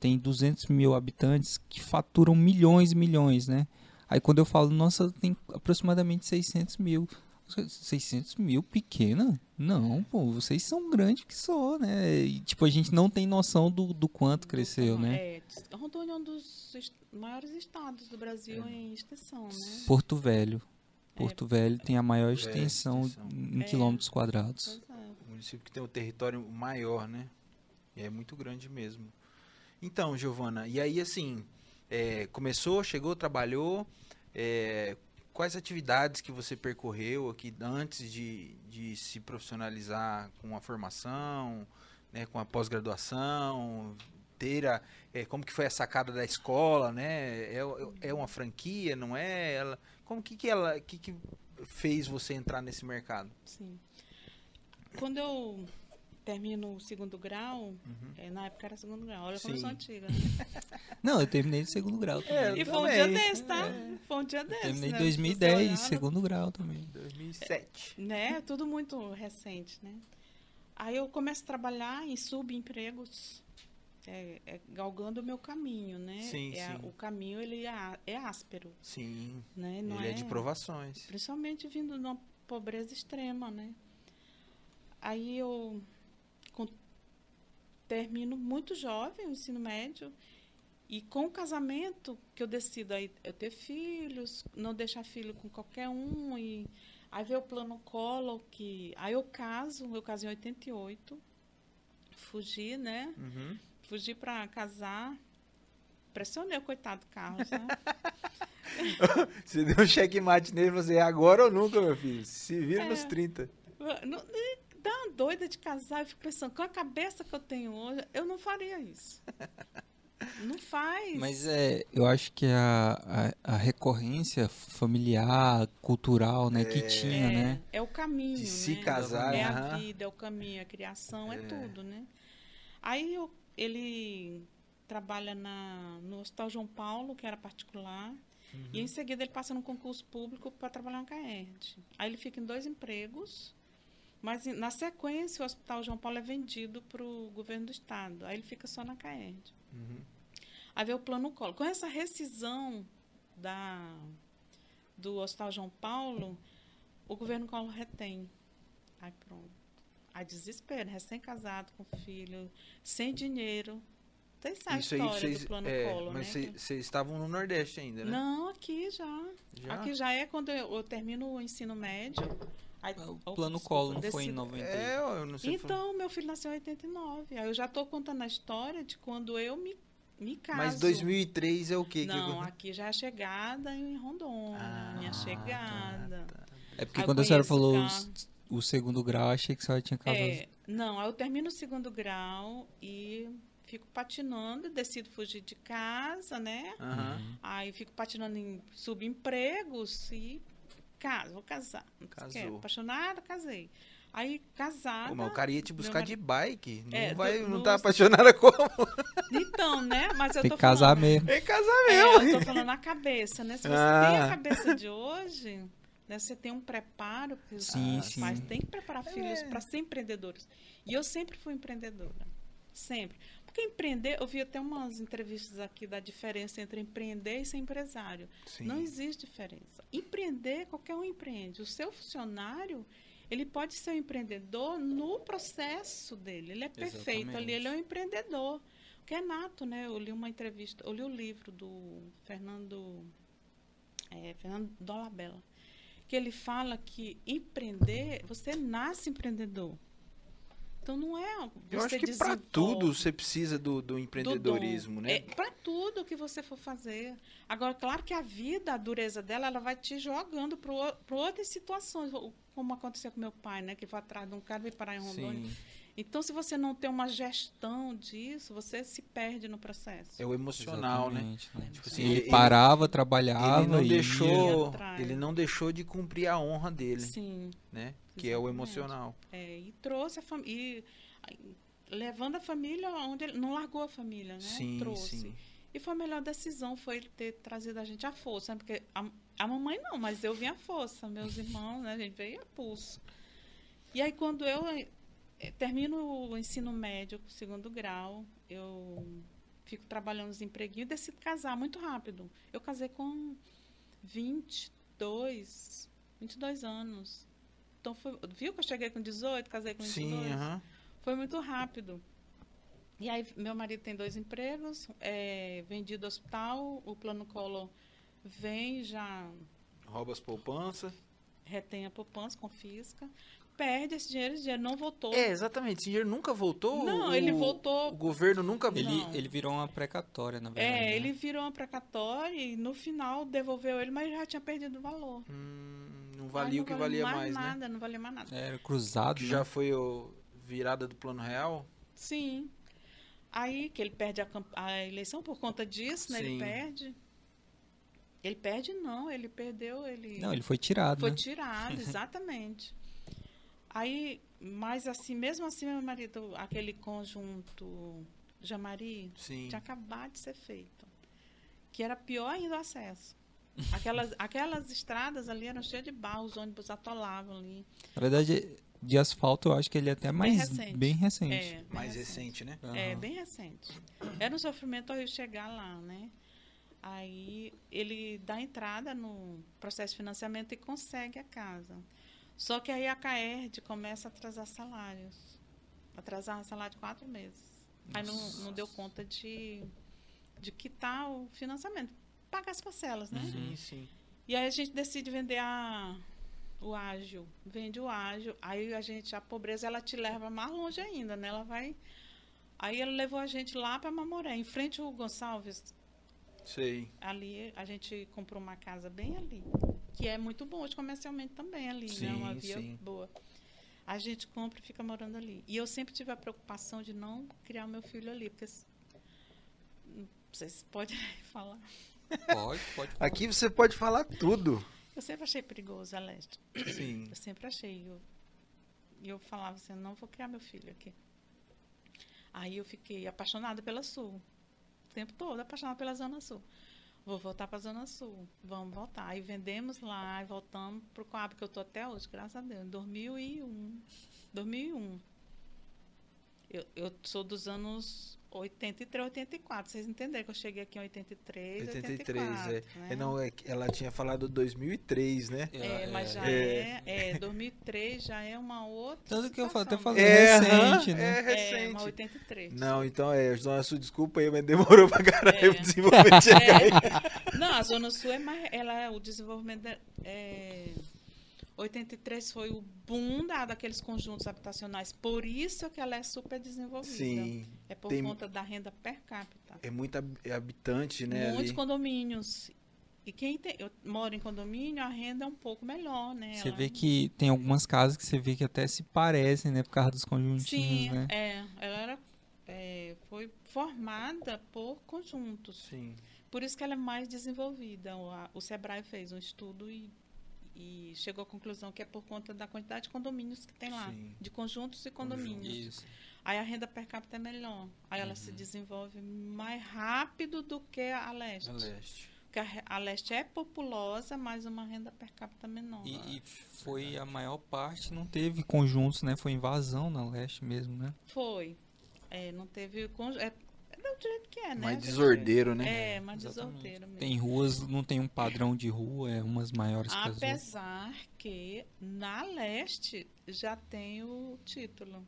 Speaker 2: tem 200 mil habitantes que faturam milhões e milhões, né? Aí quando eu falo, nossa, tem aproximadamente 600 mil. 600 mil pequena? Não, pô, vocês são grandes que só, né? E, tipo, a gente não tem noção do, do quanto cresceu, né?
Speaker 3: É, Rondônia é um dos est- maiores estados do Brasil
Speaker 2: É.
Speaker 3: em extensão, né?
Speaker 2: Porto Velho. Porto Velho tem a maior
Speaker 1: Velho,
Speaker 2: extensão
Speaker 1: extensão.
Speaker 2: em
Speaker 3: É.
Speaker 2: quilômetros quadrados.
Speaker 3: Pois é.
Speaker 1: O município que tem o território maior, né? E é muito grande mesmo. Então, Giovana, e aí assim, é, começou, chegou, trabalhou. é, quais atividades que você percorreu aqui antes de, de se profissionalizar com a formação, né, com a pós-graduação? Ter a, é, como que foi a sacada da escola, né? É, é uma franquia, não é? Ela, como que, que ela que, que fez você entrar nesse mercado?
Speaker 3: Sim. Quando eu termino o segundo grau, eh, na época era segundo grau, olha como eu sou
Speaker 1: Uhum. Sim.
Speaker 3: antiga. né?
Speaker 2: Não, eu terminei de segundo grau também. É.
Speaker 1: É, Eu
Speaker 3: E foi um dia
Speaker 1: também. É.
Speaker 3: desse, tá? Foi um dia desse.
Speaker 2: terminei em
Speaker 3: né?
Speaker 2: 2010,
Speaker 3: Você olhava,
Speaker 2: segundo grau também.
Speaker 1: 2007.
Speaker 3: Né? Tudo muito recente, né? Aí eu começo a trabalhar em subempregos, é, é, galgando o meu caminho, né?
Speaker 1: Sim,
Speaker 3: É a-
Speaker 1: sim.
Speaker 3: O caminho, ele é, á- é áspero,
Speaker 1: Sim,
Speaker 3: né? Não
Speaker 1: ele é... de provações.
Speaker 3: Principalmente vindo de uma pobreza extrema, né? Aí eu com- termino muito jovem o ensino médio E com o casamento, que eu decido aí eu ter filhos, não deixar filho com qualquer um. E aí veio o plano Collor, que. Aí eu caso, eu casei em 88. Fugi, né?
Speaker 1: Uhum.
Speaker 3: Fugi para casar. Pressionei o coitado do Carlos, né?
Speaker 1: Você deu um checkmate nele e falou assim, é agora ou nunca, meu filho. Se vira
Speaker 3: É.
Speaker 1: nos 30.
Speaker 3: Não- nem- Dá uma doida de casar, eu fico pensando, com a cabeça que eu tenho hoje, eu não faria isso. Não faz.
Speaker 2: Mas é, eu acho que a, a, a recorrência familiar, cultural, né, que tinha,
Speaker 3: é,
Speaker 2: né?
Speaker 3: é o caminho.
Speaker 1: De se
Speaker 3: né?
Speaker 1: casar,
Speaker 3: É
Speaker 1: aham.
Speaker 3: a vida, é o caminho, é a criação, é, tudo, né? Aí eu- ele trabalha na, no Hospital João Paulo, que era particular, e
Speaker 1: Uhum.
Speaker 3: em seguida ele passa num concurso público para trabalhar na CAERD. Aí ele fica em dois empregos, mas em- na sequência o Hospital João Paulo é vendido para o governo do estado. Aí ele fica só na CAERD.
Speaker 1: Uhum.
Speaker 3: Aí veio o plano colo. Com essa rescisão da, do Hospital João Paulo, o governo Collor retém. Aí pronto. Aí desespero, né? recém-casado, com filho, sem dinheiro. Tem essa
Speaker 1: Isso aí
Speaker 3: É história
Speaker 1: vocês.
Speaker 3: do plano
Speaker 1: é,
Speaker 3: colo,
Speaker 1: mas
Speaker 3: né?
Speaker 1: vocês vocês estavam no Nordeste ainda, né?
Speaker 3: Não, aqui já.
Speaker 1: Já?
Speaker 3: Aqui já é quando eu, eu termino o ensino médio. Aí-
Speaker 2: O
Speaker 3: opa,
Speaker 2: plano
Speaker 3: É, desculpa,
Speaker 2: Collor não foi em
Speaker 3: decido-
Speaker 2: 90.
Speaker 1: É, ó, eu não sei. falar.
Speaker 3: Então, meu filho nasceu em 89. Aí eu já estou contando a história de quando eu me, me caso.
Speaker 1: Mas 2003 é o quê? que?
Speaker 3: Não,
Speaker 1: eu-
Speaker 3: aqui já é a chegada em Rondônia,
Speaker 1: Ah, tá,
Speaker 3: minha chegada.
Speaker 2: É porque
Speaker 3: Ah, eu
Speaker 2: quando a senhora
Speaker 3: conheço
Speaker 2: falou
Speaker 3: já.
Speaker 2: os- o segundo grau, eu achei que a senhora tinha casado.
Speaker 3: É, não, aí eu termino o segundo grau e fico patinando, decido fugir de casa, né?
Speaker 1: Aham.
Speaker 2: Uhum.
Speaker 3: Aí fico patinando em subempregos e caso, vou casar. Não sei o quê.
Speaker 1: Casou.
Speaker 3: Apaixonada, casei. Aí casada.
Speaker 1: Pô, mas o cara ia te buscar
Speaker 3: marido-
Speaker 1: de bike. Não,
Speaker 3: tá. É,
Speaker 1: vai,
Speaker 3: do-
Speaker 1: não
Speaker 3: no-
Speaker 1: tá apaixonada como?
Speaker 3: Então, né? Mas eu
Speaker 2: Tem
Speaker 3: tô
Speaker 2: que casar
Speaker 3: falando,
Speaker 2: mesmo.
Speaker 1: É casamento.
Speaker 3: É, eu tô falando na cabeça, né? Se você tem
Speaker 1: Ah.
Speaker 3: a cabeça de hoje, né, você tem um preparo, porque os
Speaker 2: Sim,
Speaker 3: os pais
Speaker 2: sim. É.
Speaker 3: têm que preparar filhos para ser empreendedores. E eu sempre fui empreendedora. Sempre. Porque empreender, eu vi até umas entrevistas aqui da diferença entre empreender e ser empresário.
Speaker 1: Sim.
Speaker 3: Não existe diferença. Empreender, qualquer um empreende. O seu funcionário, ele pode ser um empreendedor no processo dele. Ele é perfeito
Speaker 2: Exatamente.
Speaker 3: ali, ele é um empreendedor. Que é nato, né? Eu li uma entrevista, eu li o livro do Fernando, é, Fernando Dolabella, que ele fala que empreender, você nasce empreendedor. Então não é.
Speaker 1: eu
Speaker 3: você
Speaker 1: acho que pra tudo
Speaker 3: desenvolve
Speaker 1: você precisa do, do empreendedorismo, né?
Speaker 3: para é tudo que você for fazer. Agora, claro que a vida, a dureza dela, ela vai te jogando para outras situações, o- como aconteceu com meu pai, né, que foi atrás de um cara e parar em Rondônia.
Speaker 2: Sim.
Speaker 3: Então, se você não tem uma gestão disso, você se perde no processo.
Speaker 1: É o emocional, né?
Speaker 2: Exatamente, né?
Speaker 1: Tipo assim,
Speaker 2: ele,
Speaker 1: ele-
Speaker 2: parava, trabalhava
Speaker 1: Ele não,
Speaker 2: e
Speaker 1: deixou,
Speaker 3: atrás.
Speaker 1: ele não deixou de cumprir a honra dele,
Speaker 3: Sim.
Speaker 1: né? Que é o
Speaker 3: Exatamente.
Speaker 1: emocional.
Speaker 3: é, e trouxe a família. Levando a família onde ele. Não largou a família, né?
Speaker 1: Sim,
Speaker 3: trouxe.
Speaker 1: sim.
Speaker 3: E foi a melhor decisão, foi ele ter trazido a gente à força, né? porque a, a mamãe não, mas eu vim à força, meus irmãos, né? A gente veio a pulso. E aí quando eu eh, termino o ensino médio, segundo grau, eu fico trabalhando nos empreguinhos e decido casar muito rápido. Eu casei com 22, 22 anos. Então foi, viu que eu cheguei com 18, casei com 22?
Speaker 1: Sim, aham.
Speaker 3: Foi muito rápido. E aí, meu marido tem dois empregos, é vendido ao hospital, o plano Collor vem, já
Speaker 1: Rouba as poupanças.
Speaker 3: retém a poupança, confisca, perde esse dinheiro, esse dinheiro não voltou.
Speaker 1: É, exatamente. Esse dinheiro nunca voltou?
Speaker 3: Não,
Speaker 1: o-
Speaker 3: ele
Speaker 1: O
Speaker 3: voltou.
Speaker 1: governo nunca
Speaker 2: Ele,
Speaker 3: Não.
Speaker 2: ele virou uma precatória, na verdade.
Speaker 3: É,
Speaker 2: né?
Speaker 3: ele virou uma precatória e no final devolveu ele, mas já tinha perdido o valor.
Speaker 1: Hum, não
Speaker 3: Aí
Speaker 1: valia
Speaker 3: não
Speaker 1: o que valia mais, né?
Speaker 3: nada, Não valia mais nada.
Speaker 2: Era cruzado,
Speaker 1: Que
Speaker 2: né?
Speaker 1: já foi o virada do plano real?
Speaker 3: Sim. Aí que ele perde a, camp- a eleição por conta disso, né?
Speaker 1: Sim.
Speaker 3: Ele perde. Ele perde, não, ele perdeu, ele.
Speaker 2: Não, ele foi tirado,
Speaker 3: Foi
Speaker 2: né?
Speaker 3: tirado, exatamente. Aí, mas assim, mesmo assim, meu marido, aquele conjunto Jamari,
Speaker 1: Sim.
Speaker 3: tinha acabado de ser feito. Que era pior ainda o acesso. Aquelas, aquelas estradas ali eram cheias de barro, os ônibus atolavam ali.
Speaker 2: Na verdade, de asfalto eu acho que ele é até mais
Speaker 3: recente.
Speaker 2: bem
Speaker 3: É,
Speaker 2: recente.
Speaker 3: bem
Speaker 1: Mais recente, né?
Speaker 2: Aham.
Speaker 3: É, bem recente. Era um sofrimento ao eu chegar lá, né? Aí ele dá entrada no processo de financiamento e consegue a casa. Só que aí a CAERD começa a atrasar salários. Atrasar salário de quatro meses. Aí não, não deu conta de de quitar o financiamento, pagar as parcelas, né?
Speaker 1: Sim, sim.
Speaker 3: E aí a gente decide vender a, o ágil, vende o ágil, aí a gente, a pobreza, ela te leva mais longe ainda, né? Ela vai... Aí ela levou a gente lá para Mamoré, em frente ao Gonçalves,
Speaker 1: Sei.
Speaker 3: ali a gente comprou uma casa bem ali, que é muito bom hoje comercialmente também ali,
Speaker 1: Sim,
Speaker 3: né? Uma via
Speaker 1: sim.
Speaker 3: boa. A gente compra e fica morando ali. E eu sempre tive a preocupação de não criar o meu filho ali, porque se- não sei se pode falar.
Speaker 2: Pode, pode.
Speaker 1: Aqui você pode falar tudo.
Speaker 3: Eu sempre achei perigoso, Aleste.
Speaker 1: Sim.
Speaker 3: Eu sempre achei. E eu, e eu falava assim, não vou criar meu filho aqui. Aí eu fiquei apaixonada pela Sul. O tempo todo apaixonada pela Zona Sul. Vou voltar para a Zona Sul. Vamos voltar. Aí vendemos lá e voltamos para o Coab, que eu estou até hoje, graças a Deus. Em 2001. 2001. Eu, eu sou dos anos 83, 84. Vocês entenderam que eu cheguei aqui em 83,
Speaker 1: 83,
Speaker 3: 84,
Speaker 1: é.
Speaker 3: né?
Speaker 1: É, Não, é, que ela tinha falado 2003, né?
Speaker 3: É, mas já é. é, 2003 já é uma outra.
Speaker 2: Tanto que eu fa- até
Speaker 3: situação,
Speaker 2: falei
Speaker 3: né?
Speaker 2: É,
Speaker 1: aham,
Speaker 2: recente, né?
Speaker 1: é
Speaker 3: É, uma
Speaker 1: recente.
Speaker 3: 83.
Speaker 1: Não, então é, Zona Sul, desculpa aí, mas demorou pra caralho
Speaker 3: É.
Speaker 1: o desenvolvimento chegar aí.
Speaker 3: É. Não, a Zona Sul é mais. Ela, o desenvolvimento. da- É, 83 foi o boom da, daqueles conjuntos habitacionais. Por isso que ela é super desenvolvida.
Speaker 1: Sim,
Speaker 3: É por
Speaker 1: tem-
Speaker 3: conta da renda per capita.
Speaker 1: é muito hab- é habitante, né?
Speaker 3: Muitos
Speaker 1: ali.
Speaker 3: condomínios. E quem tem, eu moro em condomínio, a renda é um pouco melhor, né?
Speaker 2: Você
Speaker 3: Ela-
Speaker 2: vê que tem algumas casas que você vê que até se parecem, né? Por causa dos conjuntinhos,
Speaker 3: Sim,
Speaker 2: né?
Speaker 3: é. Ela era, é, foi formada por conjuntos.
Speaker 1: Sim.
Speaker 3: Por isso que ela é mais desenvolvida. O, a- o Sebrae fez um estudo e, e chegou à conclusão que é por conta da quantidade de condomínios que tem lá.
Speaker 1: Sim.
Speaker 3: De conjuntos e condomínios.
Speaker 2: Isso.
Speaker 3: Aí a renda per capita é melhor. Aí ela se desenvolve mais rápido do que a leste.
Speaker 1: a leste.
Speaker 3: Porque a, re- a leste é populosa, mas uma renda per capita menor.
Speaker 2: E, e foi a maior parte, não teve conjuntos, né? Foi invasão na leste mesmo, né?
Speaker 3: Foi. É, não teve. conju- É, é do jeito que é, né?
Speaker 1: Mais
Speaker 3: gente?
Speaker 1: desordeiro, né?
Speaker 3: É, mais
Speaker 2: Exatamente.
Speaker 3: desordeiro mesmo.
Speaker 2: Tem ruas, não tem um padrão de rua, é umas maiores
Speaker 3: Ah,
Speaker 2: que as outras.
Speaker 3: Apesar que na leste já tem o título.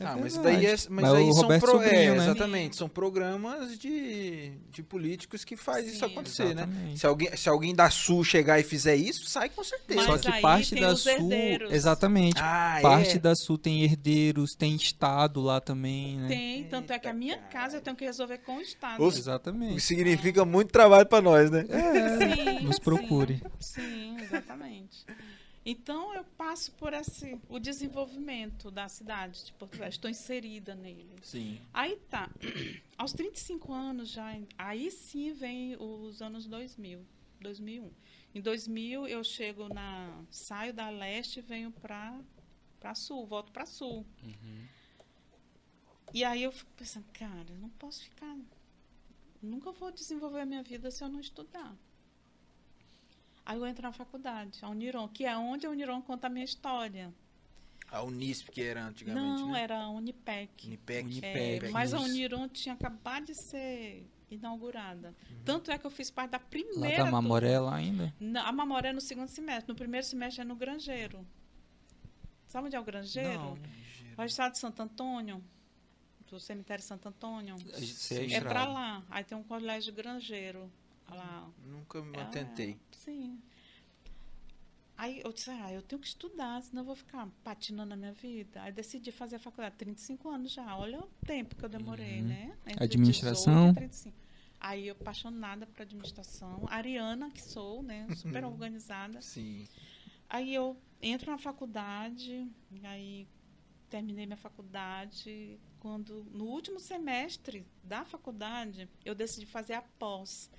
Speaker 1: Ah,
Speaker 2: É
Speaker 1: mas
Speaker 2: verdade.
Speaker 1: daí é, mas,
Speaker 2: Mas
Speaker 1: aí
Speaker 2: o
Speaker 1: são
Speaker 2: Roberto
Speaker 1: pro- é,
Speaker 2: Sobrinho, né?
Speaker 1: exatamente, são programas de, de políticos que faz isso
Speaker 3: Sim.
Speaker 1: acontecer, né?
Speaker 2: Exatamente.
Speaker 1: Se alguém, se alguém da Sul chegar e fizer isso, sai com certeza.
Speaker 3: Mas
Speaker 2: Só que
Speaker 3: aí
Speaker 2: parte
Speaker 3: tem
Speaker 2: da
Speaker 3: os
Speaker 2: Sul.
Speaker 3: herdeiros.
Speaker 2: Exatamente.
Speaker 1: ah, é?
Speaker 2: parte da Sul tem herdeiros, tem estado lá também, né?
Speaker 3: Tem, tanto é que a
Speaker 1: Eita,
Speaker 3: minha casa eu
Speaker 1: caralho.
Speaker 3: tenho que resolver com o Estado.
Speaker 1: Os-
Speaker 2: Exatamente.
Speaker 1: Isso significa muito trabalho pra nós, né?
Speaker 2: É.
Speaker 3: Sim,
Speaker 2: nos
Speaker 3: sim.
Speaker 2: procure.
Speaker 3: Sim, exatamente. Então eu passo por esse o desenvolvimento da cidade de Porto Velho, estou inserida nele.
Speaker 1: Sim.
Speaker 3: Aí tá. Aos 35 anos já, aí sim vem os anos 2000, 2001. Em 2000 eu chego na saio da leste, e venho para para sul, volto para sul.
Speaker 1: Uhum.
Speaker 3: E aí eu fico pensando, cara, eu não posso ficar nunca vou desenvolver a minha vida se eu não estudar. Aí eu entro na faculdade, a Uniron, que é onde a Uniron conta a minha história.
Speaker 1: A Unisp que era antigamente,
Speaker 3: Não,
Speaker 1: né?
Speaker 3: era a Unipec.
Speaker 1: Unipec.
Speaker 3: É,
Speaker 2: Unipec.
Speaker 3: mas a
Speaker 2: isso.
Speaker 3: Uniron tinha acabado de ser inaugurada. Tanto é que eu fiz parte da
Speaker 2: Uhum. Lá
Speaker 3: primeira.
Speaker 2: da Mamoré lá ainda?
Speaker 3: turma. Na- a Mamoré é no segundo semestre. No primeiro semestre é no Grangeiro. Sabe onde é o Grangeiro?
Speaker 2: Não.
Speaker 3: É o estado de Santo Antônio. Do cemitério de Santo Antônio.
Speaker 2: Você é
Speaker 1: Sim.
Speaker 3: É
Speaker 2: estrada.
Speaker 3: pra lá. Aí tem um colégio Grangeiro. Lá.
Speaker 1: Nunca me
Speaker 3: Ah,
Speaker 1: atentei.
Speaker 3: Sim. Aí eu disse, ah, eu tenho que estudar, senão eu vou ficar patinando a minha vida. Aí decidi fazer a faculdade, 35 anos já. Olha o tempo que eu demorei,
Speaker 2: Uhum.
Speaker 3: né?
Speaker 2: Administração.
Speaker 3: 18 e 35. Aí eu apaixonada por administração, ariana que sou, né? Super organizada.
Speaker 1: Sim.
Speaker 3: Aí eu entro na faculdade, e aí terminei minha faculdade. Quando, no último semestre da faculdade, eu decidi fazer a pós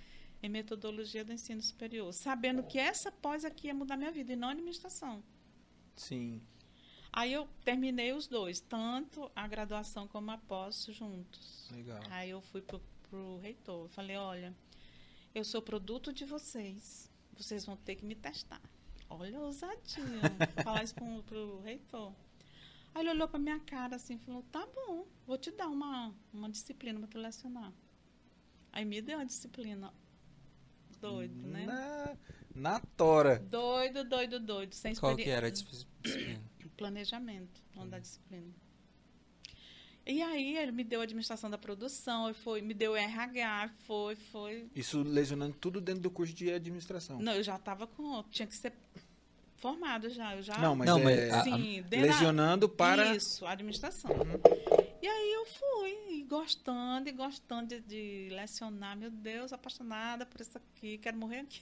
Speaker 3: em metodologia do ensino superior, sabendo que essa pós aqui ia mudar minha vida e não a administração.
Speaker 1: Sim.
Speaker 3: Aí eu terminei os dois, tanto a graduação como a pós juntos.
Speaker 1: Legal.
Speaker 3: Aí eu fui pro, pro reitor, eu falei, olha, eu sou produto de vocês, vocês vão ter que me testar. Olha a ousadia, falar isso pro, pro reitor. Aí ele olhou pra minha cara assim, e falou, tá bom, vou te dar uma, uma disciplina pra tu lecionar. Aí me deu a disciplina. Doido, né?
Speaker 1: Na, na tora.
Speaker 3: Doido, doido, doido. Sem
Speaker 2: Qual
Speaker 3: experi-
Speaker 2: que era a disciplina?
Speaker 1: Hum.
Speaker 3: Planejamento, não da disciplina. E aí ele me deu a administração da produção, e foi, me deu RH, foi, foi.
Speaker 1: Isso lesionando tudo dentro do curso de administração.
Speaker 3: Não, eu já estava com. Tinha que ser formado já. Eu já
Speaker 1: Não, mas,
Speaker 2: Não,
Speaker 1: é,
Speaker 2: mas a-
Speaker 3: tá. sim, dentro da-
Speaker 1: lesionando para.
Speaker 3: Isso, administração. né? E aí eu fui, e gostando, e gostando de, de lecionar. Meu Deus, apaixonada por isso aqui, quero morrer aqui.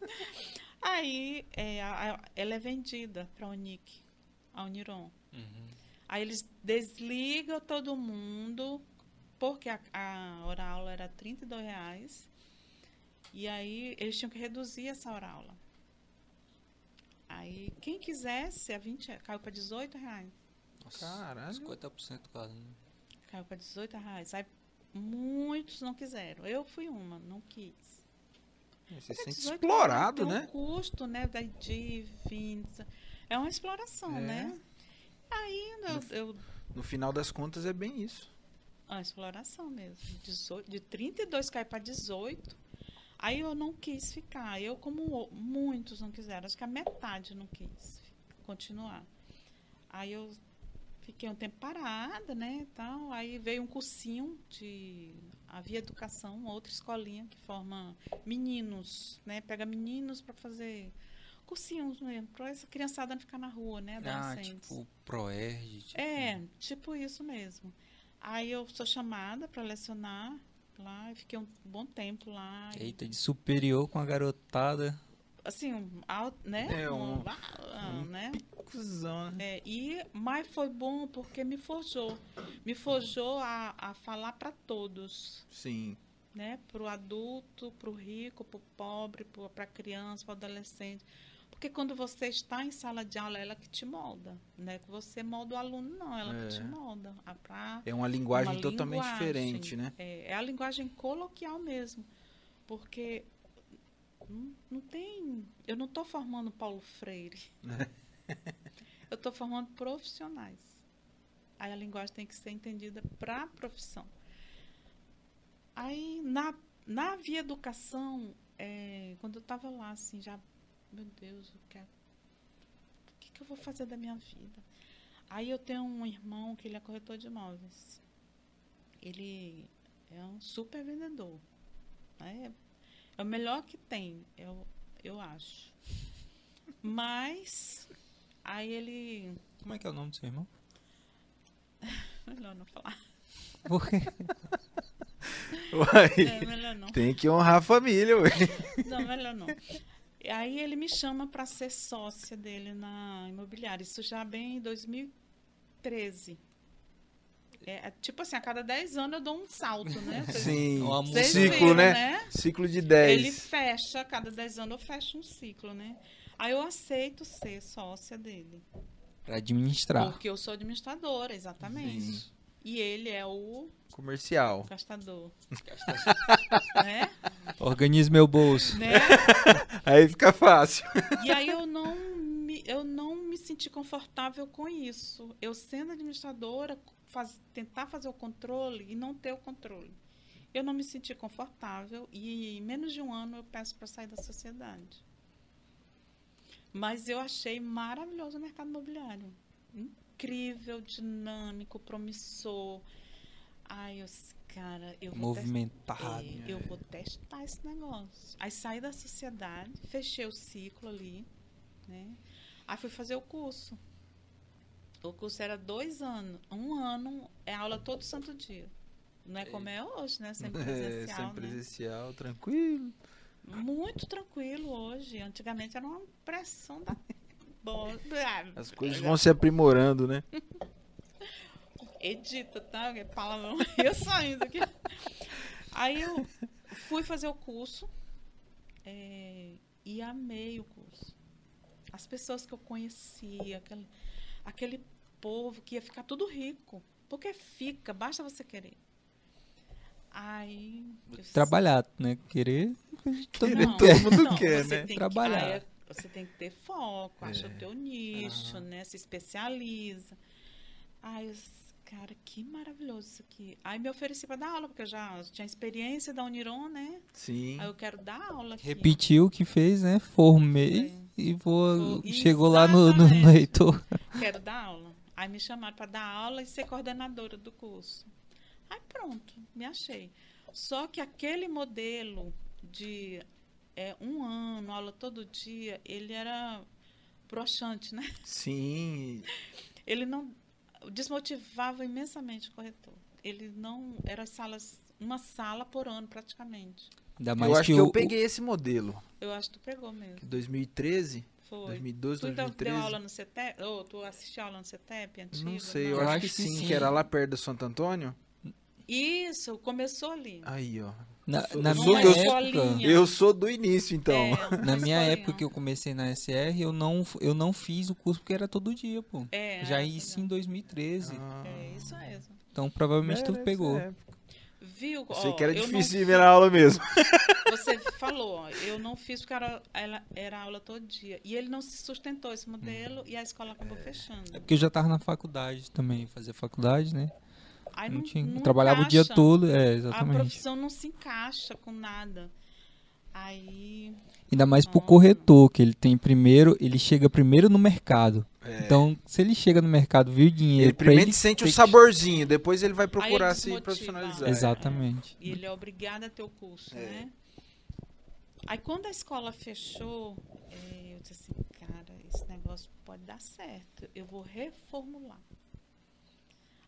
Speaker 3: aí é, a- a- ela é vendida para a Unic, a Uniron. Aí eles desligam todo mundo, porque a, a hora aula era R$ 32 reais. E aí eles tinham que reduzir essa hora aula. Aí quem quisesse, a 20, re- caiu para 18 reais.
Speaker 1: Caralho.
Speaker 4: 50% quase. Né?
Speaker 3: Caiu para 18 reais. Aí muitos não quiseram. Eu fui uma, não quis.
Speaker 1: Você se
Speaker 3: Pra
Speaker 1: sente
Speaker 3: 18
Speaker 1: explorado,
Speaker 3: tem um
Speaker 1: né?
Speaker 3: custo, né? Da divisa. É uma exploração,
Speaker 1: É.
Speaker 3: né? Aí eu, eu
Speaker 1: No final das contas é bem isso.
Speaker 3: A Ah, exploração mesmo. 18 de 32 cai para 18. Aí eu não quis ficar. Eu, como o- muitos não quiseram, acho que a metade não quis fi- continuar. Aí eu fiquei um tempo parada, né? e Tal. Aí veio um cursinho de. Havia educação, uma outra escolinha que forma meninos, né? Pega meninos para fazer cursinhos mesmo, para essa criançada não ficar na rua, né?
Speaker 4: Ah,
Speaker 3: adolescentes.
Speaker 4: tipo, Proerd. Tipo,
Speaker 3: É,
Speaker 1: Hum.
Speaker 3: tipo isso mesmo. Aí eu sou chamada para lecionar lá e fiquei um bom tempo lá. e,
Speaker 4: Eita, de superior com a garotada.
Speaker 3: assim, um alto, né?
Speaker 1: É, um-
Speaker 3: Um- ah,
Speaker 1: um
Speaker 3: né?
Speaker 1: Cusão, né?
Speaker 3: É, e, mas foi bom porque me forjou. Me forjou a, a falar para todos,
Speaker 1: Sim.
Speaker 3: né? Para o adulto, para o rico, para o pobre, para a criança, para o adolescente. Porque quando você está em sala de aula, ela que te molda, né? Que você molda o aluno, não, ela que
Speaker 1: É.
Speaker 3: te molda. A pra
Speaker 1: É uma linguagem
Speaker 3: Uma
Speaker 1: totalmente
Speaker 3: linguagem,
Speaker 1: diferente, né?
Speaker 3: É, é a linguagem coloquial mesmo, porque não, não tem. Eu não estou formando Paulo Freire. eu estou formando profissionais. Aí a linguagem tem que ser entendida para a profissão. Aí na, na via educação, é, quando eu estava lá, assim, já, meu Deus, eu quero. O que, que eu vou fazer da minha vida? Aí eu tenho um irmão que ele é corretor de imóveis ele é um super vendedor. né? É, o melhor que tem, eu, eu acho. Mas aí ele.
Speaker 4: Como é que é o nome do seu irmão?
Speaker 3: Melhor não falar.
Speaker 4: Por quê?
Speaker 1: Uai,
Speaker 3: É, melhor não.
Speaker 1: tem que honrar a família, ué.
Speaker 3: Não, melhor não. E Aí ele me chama para ser sócia dele na imobiliária. Isso já bem em 2013. É, é tipo assim, a cada 10 anos eu dou um salto, né? Vocês-
Speaker 1: Sim.
Speaker 4: Uma
Speaker 1: Um
Speaker 4: Vocês
Speaker 1: ciclo,
Speaker 3: viram,
Speaker 1: né? Ciclo de 10.
Speaker 3: Ele fecha, a cada 10 anos eu fecho um ciclo, né? Aí eu aceito ser sócia dele.
Speaker 2: Pra administrar.
Speaker 3: Porque eu sou administradora, exatamente.
Speaker 1: Sim.
Speaker 3: E ele é o
Speaker 1: Comercial.
Speaker 3: gastador. né?
Speaker 2: Organize meu bolso.
Speaker 3: né?
Speaker 1: Aí fica fácil.
Speaker 3: E aí eu não, me, eu não me senti confortável com isso. Eu sendo administradora, faz- tentar fazer o controle e não ter o controle. Eu não me senti confortável e em menos de um ano eu peço para sair da sociedade. Mas eu achei maravilhoso o mercado imobiliário. Incrível, dinâmico, promissor. Ai, eu, disse, cara, eu vou testar
Speaker 2: Movimentado.
Speaker 3: Ei, eu vou testar esse negócio. Aí saí da sociedade, fechei o ciclo ali, né? Aí fui fazer o curso. O curso era dois anos. Um ano é aula todo santo dia. Não é como é hoje, né? Sempre
Speaker 1: É,
Speaker 3: presencial,
Speaker 1: sem
Speaker 3: né?
Speaker 1: presencial, tranquilo.
Speaker 3: Muito tranquilo hoje. Antigamente era uma pressão da... Ah, bo-
Speaker 1: As coisas
Speaker 3: é
Speaker 1: vão se aprimorando, né?
Speaker 3: Edita, tá? É palavrão. Eu saindo aqui. Aí eu fui fazer o curso eh, e amei o curso. As pessoas que eu conhecia, aquele, aquele povo que ia ficar tudo rico. Porque fica, basta você querer. Aí. eu-
Speaker 2: Trabalhado, né? Querer. Todo
Speaker 1: Querer
Speaker 2: mundo
Speaker 3: Não,
Speaker 2: quer.
Speaker 1: todo mundo
Speaker 3: não,
Speaker 1: quer,
Speaker 3: você
Speaker 1: né? É.
Speaker 3: tem que-
Speaker 2: Trabalhar.
Speaker 3: aí é- você tem que ter foco, acha o teu
Speaker 1: Ah.
Speaker 3: nicho, né? Se especializa. Ai, eu s- cara, que maravilhoso isso aqui. Aí me ofereci para dar aula, porque eu já tinha experiência da Uniron, né?
Speaker 1: Sim.
Speaker 3: Aí eu quero dar aula aqui.
Speaker 2: Repetiu o que fez, né? Formei. E vou,
Speaker 3: Foi-
Speaker 2: chegou lá no, no, no
Speaker 3: É. Exatamente.
Speaker 2: reitor.
Speaker 3: Quero dar aula. Aí me chamaram para dar aula e ser coordenadora do curso. Aí pronto, me achei. Só que aquele modelo de é, um ano, aula todo dia, ele era broxante, né?
Speaker 1: Sim.
Speaker 3: Ele não desmotivava imensamente o corretor. Ele não era salas, uma sala por ano praticamente.
Speaker 2: Ainda
Speaker 1: eu
Speaker 2: mais
Speaker 1: acho que,
Speaker 2: o-
Speaker 1: eu
Speaker 2: o-
Speaker 1: peguei esse modelo.
Speaker 3: Eu acho que tu pegou mesmo.
Speaker 1: 2013,
Speaker 3: Foi.
Speaker 1: 2012,
Speaker 3: Tu então deu
Speaker 1: 2013.
Speaker 3: aula né? no CETEP? Ou tu assistiu aula no CETEP antigo?
Speaker 1: Não sei, eu,
Speaker 2: Eu
Speaker 1: acho,
Speaker 2: acho
Speaker 1: que,
Speaker 2: que
Speaker 1: sim,
Speaker 2: sim.
Speaker 1: que era lá perto do Santo Antônio.
Speaker 3: Isso, começou
Speaker 4: Ah,
Speaker 3: ali.
Speaker 1: Aí, ó.
Speaker 4: Na,
Speaker 1: Eu
Speaker 3: é
Speaker 4: na
Speaker 1: sou-
Speaker 4: minha
Speaker 1: eu
Speaker 3: sou-
Speaker 4: época,
Speaker 3: Minha.
Speaker 1: Eu sou do início, então.
Speaker 3: É,
Speaker 4: na minha
Speaker 3: uma escolinha.
Speaker 4: época que eu comecei na SR, eu não, f- eu não fiz o curso porque era todo dia, pô.
Speaker 3: É,
Speaker 4: Já
Speaker 3: era
Speaker 4: isso em 2013.
Speaker 1: Ah.
Speaker 3: É isso mesmo.
Speaker 4: Então provavelmente tu
Speaker 1: Era
Speaker 4: pegou.
Speaker 1: essa época.
Speaker 3: Viu?
Speaker 1: Eu É, sei
Speaker 3: ó,
Speaker 1: que era
Speaker 3: eu não
Speaker 1: difícil de
Speaker 3: fiz-
Speaker 1: ver na aula mesmo.
Speaker 3: Você falou, ó, eu não fiz porque era, ela- era aula todo dia. E ele não se sustentou esse modelo e a escola acabou
Speaker 4: Hum. É
Speaker 3: fechando.
Speaker 4: porque eu já tava na faculdade também, fazia faculdade, né?
Speaker 3: Aí
Speaker 4: não
Speaker 3: É, não,
Speaker 4: tinha,
Speaker 3: não
Speaker 4: eu trabalhava o dia
Speaker 3: encaixa. Ah,
Speaker 4: todo, é,
Speaker 3: A
Speaker 4: exatamente.
Speaker 3: profissão não se encaixa com nada. Aí,
Speaker 2: Ainda mais pro
Speaker 3: Ah.
Speaker 2: corretor, que ele tem primeiro, ele chega primeiro no mercado. Então, se ele chega no mercado, viu o dinheiro
Speaker 1: É. Ele
Speaker 2: pra ele
Speaker 1: primeiro sente o
Speaker 2: ter que-
Speaker 1: saborzinho, depois ele vai
Speaker 3: Aí é
Speaker 1: procurar
Speaker 3: ele
Speaker 1: se
Speaker 3: desmotiva.
Speaker 1: profissionalizar.
Speaker 2: Exatamente.
Speaker 3: e ele é obrigado a ter o curso,
Speaker 1: É.
Speaker 3: né? Aí quando a escola fechou, eh, eu disse assim, cara, esse negócio pode dar certo. Eu vou reformular.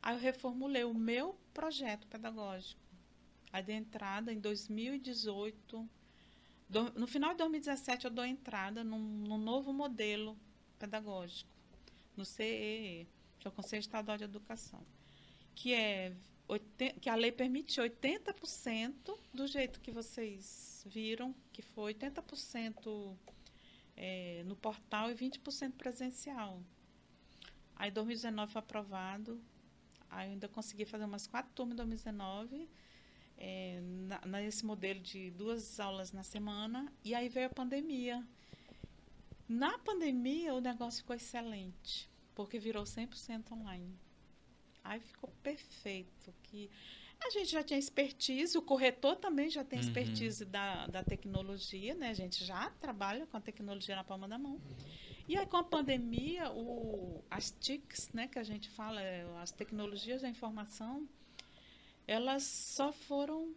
Speaker 3: Aí eu reformulei o meu projeto pedagógico. Aí dei entrada em 2018. Do- no final de 2017 eu dou entrada num, num novo modelo pedagógico, no CEE, que é o Conselho Estadual de Educação, que é oiten- que a lei permite 80% do jeito que vocês viram, que foi 80% eh, no portal e 20% presencial. Aí 2019 foi aprovado. Aí eu ainda consegui fazer umas quatro turmas em 2019, eh, na, nesse modelo de duas aulas na semana. E aí veio a pandemia. Na pandemia o negócio ficou excelente, porque virou 100% online. Aí ficou perfeito. Que a gente já tinha expertise, o corretor também já tem
Speaker 4: Uhum.
Speaker 3: expertise da, da tecnologia, né? A gente já trabalha com a tecnologia na palma da mão. E aí com a pandemia, o, as TICs, né, que a gente fala, é, as tecnologias da informação, elas só foram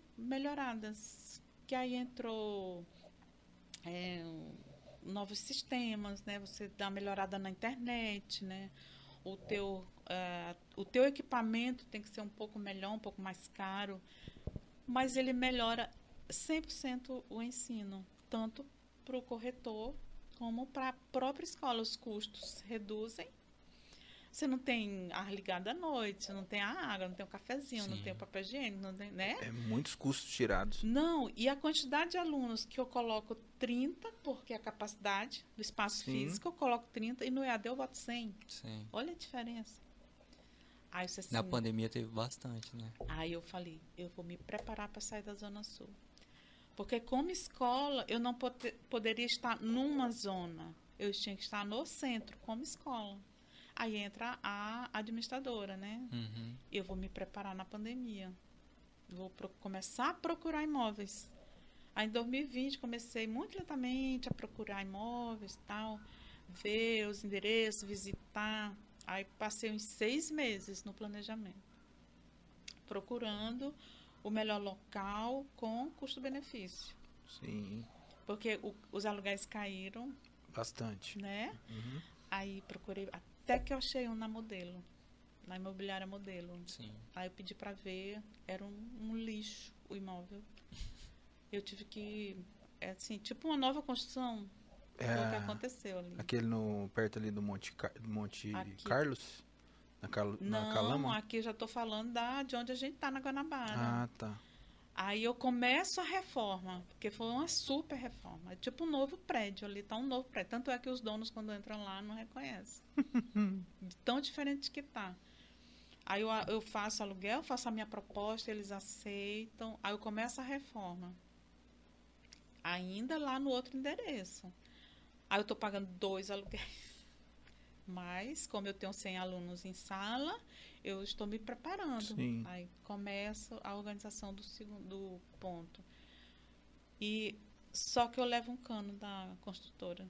Speaker 3: melhoradas. Que aí entrou é, o- novos sistemas, né? Você dá uma melhorada na internet, né? O teu, ah, o teu equipamento tem que ser um pouco melhor, um pouco mais caro, mas ele melhora 100% o ensino, tanto para o corretor como para a própria escola. Os custos reduzem. Você não tem ar ligado à noite, não tem a água, não tem o cafezinho, não
Speaker 4: Sim.
Speaker 3: tem o papel higiênico, não tem, né?
Speaker 1: É muitos custos tirados.
Speaker 3: Não, e a quantidade de alunos que eu coloco 30, porque é a capacidade do espaço
Speaker 1: Sim.
Speaker 3: físico, eu coloco 30 e no EAD eu boto 100.
Speaker 4: Sim.
Speaker 3: Olha a diferença. Aí você assim,
Speaker 4: Na pandemia teve bastante, né?
Speaker 3: Aí eu falei, eu vou me preparar para sair da Zona Sul. Porque como escola, eu não pote- poderia estar numa zona. Eu tinha que estar no centro, como escola. Aí entra a administradora, né?
Speaker 4: Uhum.
Speaker 3: eu vou me preparar na pandemia. Vou pro- começar a procurar imóveis. Aí em 2020 comecei muito lentamente a procurar imóveis e tal, ver os endereços, visitar. Aí passei uns seis meses no planejamento, procurando o melhor local com custo-benefício.
Speaker 1: Sim,
Speaker 3: Porque o- os aluguéis caíram,
Speaker 1: bastante.
Speaker 3: né?
Speaker 1: Uhum.
Speaker 3: Aí procurei, até que eu achei um na modelo, na imobiliária modelo.
Speaker 4: Sim.
Speaker 3: Aí eu pedi para ver, era um, um lixo o imóvel. Eu tive que, é assim, tipo uma nova construção, foi o que
Speaker 1: É,
Speaker 3: aconteceu ali.
Speaker 1: aquele no, perto ali do Monte, Ca- do Monte
Speaker 3: Aqui.
Speaker 1: Carlos? Na, Cal- na
Speaker 3: Não,
Speaker 1: Calama?
Speaker 3: aqui eu já estou falando da, de onde a gente está na Guanabara.
Speaker 1: Ah, tá.
Speaker 3: Aí eu começo a reforma, porque foi uma super reforma. É tipo um novo prédio, ali tá um novo prédio. Tanto é que os donos, quando entram lá, não reconhecem. De Tão diferente que tá. Aí eu, a- eu faço aluguel, faço a minha proposta, eles aceitam. Aí eu começo a reforma. Ainda lá no outro endereço. Aí eu tô pagando dois aluguéis. Mas, como eu tenho 100 alunos em sala, eu estou me preparando.
Speaker 1: Sim.
Speaker 3: Aí começa a organização do segundo ponto. E só que eu levo um cano da construtora.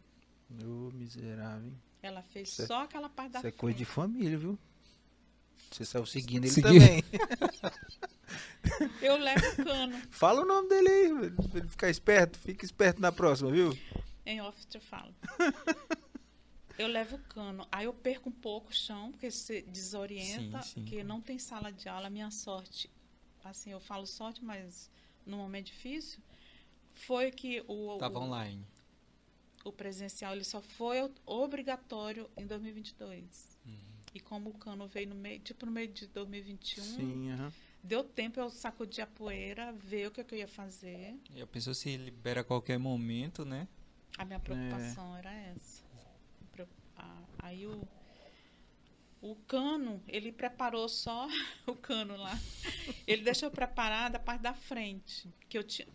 Speaker 1: Ô, miserável. hein?
Speaker 3: Ela fez
Speaker 1: Isso é-
Speaker 3: só aquela parte da
Speaker 1: Isso é coisa de
Speaker 3: frente.
Speaker 1: família, viu? Você saiu seguindo ele
Speaker 2: Segui-
Speaker 1: também.
Speaker 3: Eu levo o cano.
Speaker 1: Fala o nome dele aí, velho, pra ele ficar esperto. Fica esperto na próxima, viu?
Speaker 3: Em off eu te falo. Eu levo o cano. Aí eu perco um pouco o chão, porque se desorienta,
Speaker 4: Sim, sim.
Speaker 3: porque não tem sala de aula. A minha sorte, assim, eu falo sorte, mas num momento difícil, foi que o,
Speaker 4: Tava
Speaker 3: o,
Speaker 4: online.
Speaker 3: o presencial ele só foi o- obrigatório em 2022.
Speaker 4: Uhum.
Speaker 3: E como o cano veio no meio, tipo no meio de 2021,
Speaker 1: Sim, aham.
Speaker 3: deu tempo eu sacudir a poeira, ver o que, que eu ia fazer.
Speaker 4: E a pessoa se libera a qualquer momento, né?
Speaker 3: A minha preocupação era essa. Preo- a- Aí o, o cano, ele preparou só o cano lá. Ele deixou preparada a parte da frente, que eu tinha,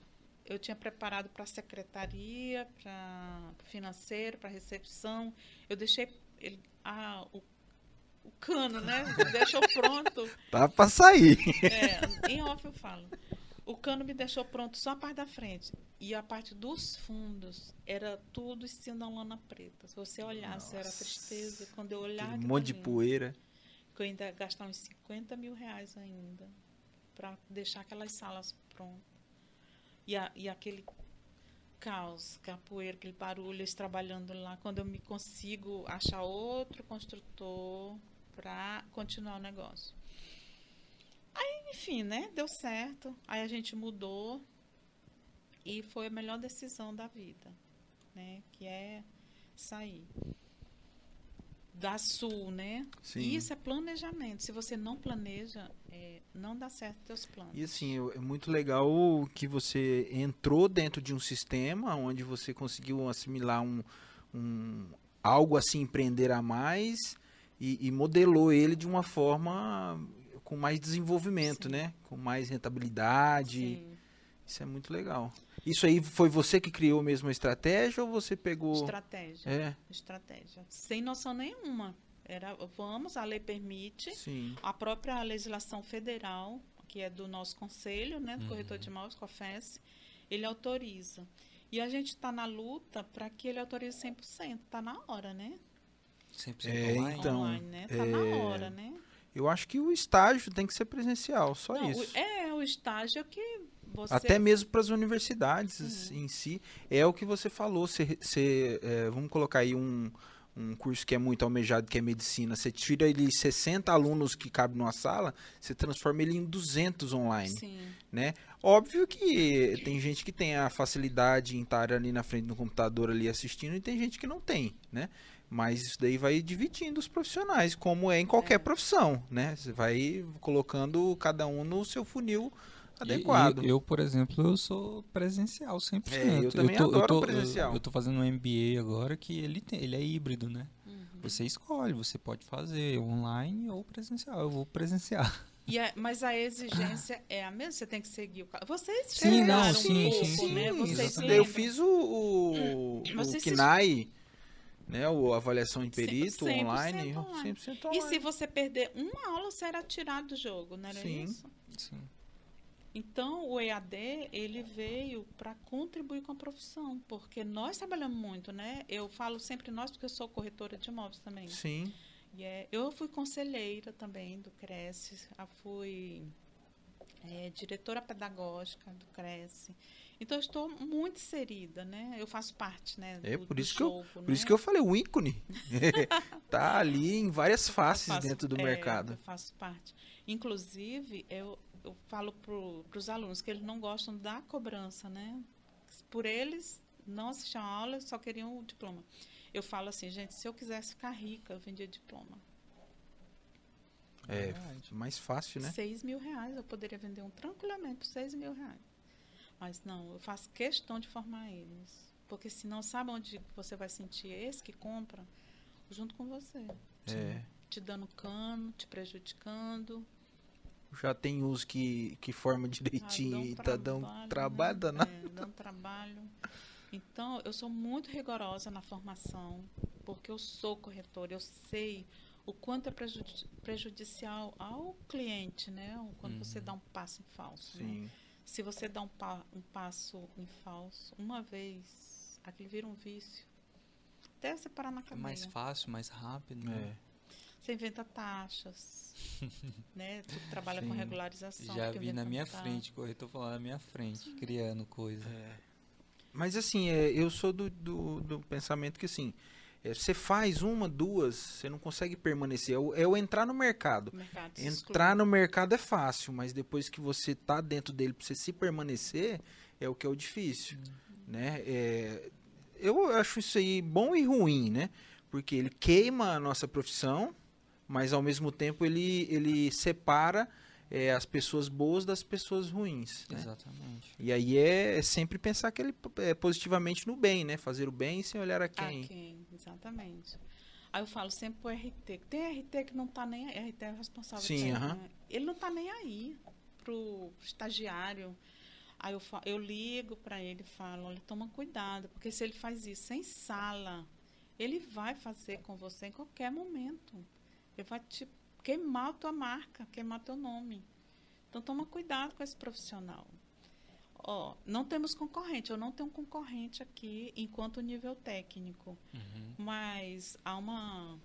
Speaker 3: eu tinha preparado para a secretaria, para financeiro, para recepção. Eu deixei ele, a, o, o cano, né? Deixou pronto.
Speaker 1: Tá pra sair.
Speaker 3: É, em off eu falo. O cano me deixou pronto só a parte da frente. E a parte dos fundos era tudo lana preta. Se você olhasse, era
Speaker 1: Nossa.
Speaker 3: tristeza. Quando eu olhava.
Speaker 1: Aquele Um monte de poeira.
Speaker 3: Que eu ainda ia gastar uns 50 mil reais ainda. Para deixar aquelas salas prontas. E, a- e aquele caos, aquela poeira, aquele barulho, eles trabalhando lá. Quando eu me consigo achar outro construtor para continuar o negócio. Enfim, né? Deu certo. Aí a gente mudou e foi a melhor decisão da vida, né? Que é sair da Sul, né?
Speaker 1: Sim.
Speaker 3: Isso é planejamento. Se você não planeja, é, não dá certo teus planos.
Speaker 1: E assim, eu- é muito legal o que você entrou dentro de um sistema onde você conseguiu assimilar um, um- algo a se empreender a mais e, e modelou ele de uma forma com mais desenvolvimento,
Speaker 3: Sim.
Speaker 1: né? Com mais rentabilidade.
Speaker 3: Sim.
Speaker 1: Isso é muito legal. Isso aí foi você que criou mesmo a estratégia ou você pegou.
Speaker 3: Estratégia,
Speaker 1: É,
Speaker 3: estratégia. Sem noção nenhuma. Era, vamos, a lei permite.
Speaker 1: sim.
Speaker 3: A própria legislação federal, que é do nosso conselho, né, do
Speaker 4: Uhum.
Speaker 3: corretor de imóveis, COFES, ele autoriza. E a gente está na luta para que ele autorize 100%. Está na hora, né?
Speaker 4: 100%
Speaker 1: É,
Speaker 4: online.
Speaker 1: então.
Speaker 3: Online, né? Está na
Speaker 1: é,
Speaker 3: hora, né?
Speaker 1: Eu acho que o estágio tem que ser presencial, só
Speaker 3: Não, o-
Speaker 1: isso.
Speaker 3: é o estágio que você... Hum.
Speaker 1: Até mesmo para as universidades em si, é o que você falou. Você, você, é, vamos colocar aí um, um curso que é muito almejado, que é medicina. Você tira ele 60 alunos que cabem numa sala, você transforma ele em 200 online.
Speaker 3: Sim,
Speaker 1: Óbvio que tem gente que tem a facilidade em estar ali na frente do computador ali assistindo e tem gente que não tem, né? Mas isso daí vai dividindo os profissionais, como é em qualquer
Speaker 3: É.
Speaker 1: profissão, né? Você vai colocando cada um no seu funil
Speaker 4: E- e
Speaker 1: adequado.
Speaker 4: eu, por exemplo, eu sou presencial 100%.
Speaker 1: É, eu também
Speaker 4: tô,
Speaker 1: adoro
Speaker 4: tô-
Speaker 1: presencial.
Speaker 4: Eu, eu tô fazendo um MBA agora que ele, tem- ele é híbrido, né? Você escolhe, você pode fazer online ou presencial. Eu vou presenciar.
Speaker 3: E a- mas a exigência é a mesma, você tem que seguir o... ca- Vocês
Speaker 4: Sim, não,
Speaker 3: chegaram
Speaker 4: sim,
Speaker 3: um pouco,
Speaker 4: sim,
Speaker 3: né?
Speaker 4: sim,
Speaker 3: Vocês
Speaker 1: isso daí
Speaker 3: lembram?
Speaker 1: eu fiz o, o, o
Speaker 3: Mas vocês-
Speaker 1: KNAI, né? O avaliação de
Speaker 3: Cem-
Speaker 1: perito
Speaker 3: 100%
Speaker 1: online.
Speaker 3: online.
Speaker 1: 100%
Speaker 3: E
Speaker 1: online.
Speaker 3: se você perder uma aula, você era tirado do jogo, não era
Speaker 1: Sim.
Speaker 3: isso?
Speaker 4: Sim.
Speaker 3: Então, o EAD, ele veio para contribuir com a profissão, porque nós trabalhamos muito, né? Eu falo sempre nós, porque eu sou corretora de imóveis também. né?
Speaker 1: Sim,
Speaker 3: E é- eu fui conselheira também do Cresce, a- fui é, diretora pedagógica do Cresce. Então, eu estou muito inserida, né? Eu faço parte, né,
Speaker 1: É,
Speaker 3: do,
Speaker 1: por
Speaker 3: do
Speaker 1: isso que eu-
Speaker 3: jogo, né?
Speaker 1: por isso que eu falei, o ícone tá ali em várias faces
Speaker 3: faço-
Speaker 1: dentro do
Speaker 3: é,
Speaker 1: mercado.
Speaker 3: Eu faço parte. Inclusive, eu, eu falo para os alunos que eles não gostam da cobrança, né? Por eles, não assistiam a aula, só queriam o diploma. Eu falo assim, gente, se eu quisesse ficar rica, eu vendia diploma.
Speaker 1: É,
Speaker 4: Verdade.
Speaker 1: mais fácil, né?
Speaker 3: Seis mil reais, eu poderia vender um tranquilamente por seis mil reais. Mas não, eu faço questão de formar eles. Porque senão, sabe onde você vai sentir esse que compra? Junto com você.
Speaker 1: É.
Speaker 3: Te dando cano, te prejudicando.
Speaker 1: Já tem uns que, que forma direitinho
Speaker 3: Ah,
Speaker 1: e
Speaker 3: dá
Speaker 1: tá
Speaker 3: um
Speaker 1: dando
Speaker 3: né?
Speaker 1: trabalho danado.
Speaker 3: É, dá um trabalho. Então, eu sou muito rigorosa na formação, porque eu sou corretora, eu sei o quanto é prejudi- prejudicial ao cliente, né? Quando você dá um passo em falso. né?
Speaker 1: Uhum. Sim.
Speaker 3: Se você dá um, pa- um passo em falso uma vez, aquilo vira um vício. Até você parar na
Speaker 4: É
Speaker 3: cadeia.
Speaker 4: mais fácil, mais rápido.
Speaker 1: É.
Speaker 4: né?
Speaker 3: Você inventa taxas, né? Tu trabalha com
Speaker 4: Sim.
Speaker 3: regularização.
Speaker 4: Já
Speaker 3: tu
Speaker 4: vi na
Speaker 3: inventa um
Speaker 4: minha
Speaker 3: taxa.
Speaker 4: frente, corretor falando na minha frente, criando coisa.
Speaker 1: É. Mas assim, é, eu sou do, do, do pensamento que assim, é, você faz uma, duas, você não consegue permanecer. É o, é o entrar no mercado.
Speaker 3: O mercado se exclui.
Speaker 1: Entrar no mercado é fácil, mas depois que você tá dentro dele pra você se permanecer, é o que é o difícil.
Speaker 3: Uhum.
Speaker 1: Né? É, eu acho isso aí bom e ruim, né? Porque ele queima a nossa profissão, mas ao mesmo tempo ele, ele separa é, as pessoas boas das pessoas ruins. né?
Speaker 4: Exatamente.
Speaker 1: E aí é, é sempre pensar que ele é positivamente no bem, né? Fazer o bem sem olhar a
Speaker 3: Ah,
Speaker 1: quem.
Speaker 3: quem? Exatamente. Aí eu falo sempre pro RT. que Tem RT que não tá nem aí. RT é o responsável
Speaker 1: Sim,
Speaker 3: pela-
Speaker 1: aham.
Speaker 3: né? Ele não tá nem aí pro estagiário. Aí eu, fa- eu ligo para ele e falo, olha, toma cuidado, porque se ele faz isso em sala, ele vai fazer com você em qualquer momento. Ele vai te queimar a tua marca, queimar teu nome. Então toma cuidado com esse profissional. Ó, não temos concorrente, eu não tenho concorrente aqui enquanto nível técnico,
Speaker 1: Uhum.
Speaker 3: mas há uma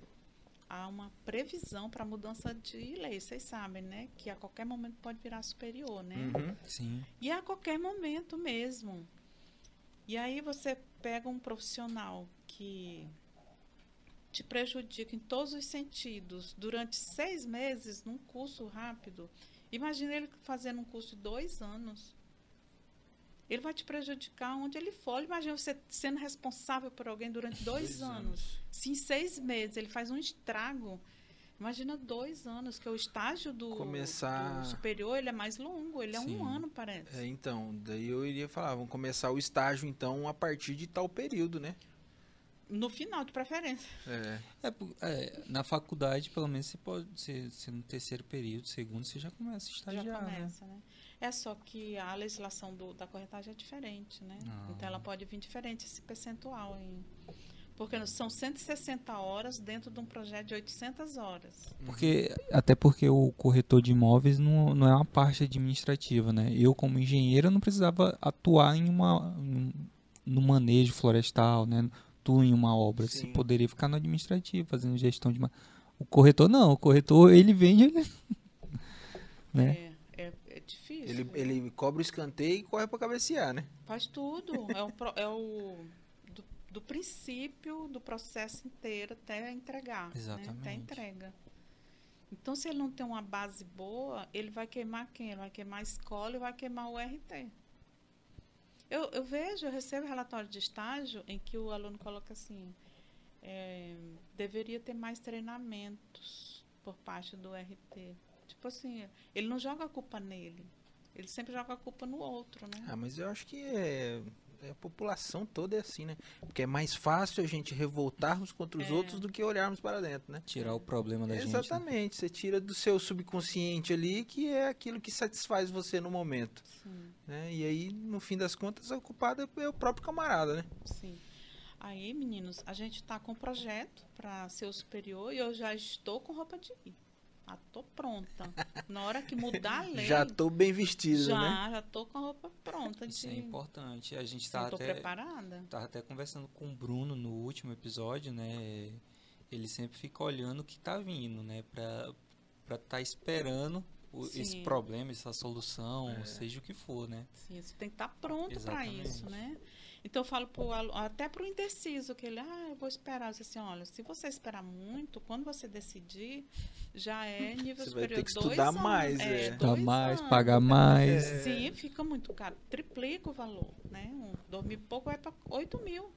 Speaker 3: há uma previsão para mudança de lei, vocês sabem, né, que a qualquer momento pode virar superior, né?
Speaker 1: Uhum.
Speaker 4: Sim.
Speaker 3: E a qualquer momento mesmo. E aí você pega um profissional que te prejudica em todos os sentidos durante seis meses num curso rápido. Imagina ele fazendo um curso de dois anos. Ele vai te prejudicar onde ele for. Imagina você sendo responsável por alguém durante dois anos. Se em seis meses ele faz um estrago, imagina dois anos, que o estágio do,
Speaker 1: Começar-
Speaker 3: do superior ele é mais longo, ele é
Speaker 4: Sim.
Speaker 3: um ano, parece.
Speaker 1: É, então, daí eu iria falar, vamos começar o estágio então a partir de tal período, né?
Speaker 3: No final, de preferência.
Speaker 1: É.
Speaker 4: É, po- é, na faculdade, pelo menos, você pode ser, ser no terceiro período, segundo, você já começa a estagiar,
Speaker 3: já
Speaker 4: né?
Speaker 3: começa, né? É só que a legislação do- da corretagem é diferente, né?
Speaker 4: Ah.
Speaker 3: Então ela pode vir diferente esse percentual aí. Porque são 160 horas dentro de um projeto de 800 horas.
Speaker 4: Porque
Speaker 2: Até porque o corretor de imóveis não, não é uma parte administrativa, né? Eu, como engenheiro, não precisava atuar em uma, em- um, no manejo florestal, né? Tu em uma obra. Você
Speaker 1: Sim.
Speaker 2: poderia ficar no administrativo, fazendo gestão de... ma- O corretor não. O corretor, ele vende... Ele... Né?
Speaker 3: É, é, é difícil.
Speaker 1: Ele, ele cobra o escanteio e corre pra cabecear, né?
Speaker 3: Faz tudo. É o, pro- é o do, do princípio do processo inteiro até entregar. né? Até a
Speaker 4: Exatamente.
Speaker 3: entrega. Então, se ele não tem uma base boa, ele vai queimar quem? Ele vai queimar a escola e vai queimar o RT. Eu, eu vejo, eu recebo relatório de estágio em que o aluno coloca assim: é, deveria ter mais treinamentos por parte do RT. Tipo assim, ele não joga a culpa nele. Ele sempre joga a culpa no outro, né?
Speaker 1: Ah, mas eu acho que é, é a população toda é assim, né? Porque é mais fácil a gente revoltarmos contra os
Speaker 3: É.
Speaker 1: outros do que olharmos para dentro, né?
Speaker 4: tirar o problema da gente. né?
Speaker 1: Exatamente, você tira do seu subconsciente ali, que é aquilo que satisfaz você no momento.
Speaker 3: Sim.
Speaker 1: né? E aí, no fim das contas, o culpado é o próprio camarada, né?
Speaker 3: Sim. Aí, meninos, a gente está com um projeto para ser o superior e eu já estou com roupa de ir. Já tô pronta. Na hora que mudar a lei,
Speaker 1: Já tô bem vestido, né?
Speaker 3: já, já tô com a roupa pronta de
Speaker 4: Isso é importante. A gente
Speaker 3: Sim,
Speaker 4: tá
Speaker 3: tô
Speaker 4: até,
Speaker 3: preparada.
Speaker 4: tava até conversando com o Bruno no último episódio, né? Ele sempre fica olhando o que tá vindo, né? Pra estar tá esperando o- esse
Speaker 3: Sim.
Speaker 4: problema, essa solução, seja o que for, né?
Speaker 3: Sim, você tem que estar pronto para
Speaker 4: Exatamente.
Speaker 3: isso, né? Então eu falo pro alu- até pro indeciso que ele, ah, eu vou esperar, eu disse assim, olha, se você esperar muito, quando você decidir, já é nível
Speaker 1: Você vai
Speaker 3: superior
Speaker 1: ter que
Speaker 3: dois
Speaker 1: estudar
Speaker 3: anos,
Speaker 1: mais, é.
Speaker 2: Pagar
Speaker 3: dois
Speaker 2: Tá mais,
Speaker 3: anos.
Speaker 2: pagar mais.
Speaker 4: É.
Speaker 3: Sim, fica muito caro. Triplica o valor, né? Um, dois mil e pouco vai para 8 mil.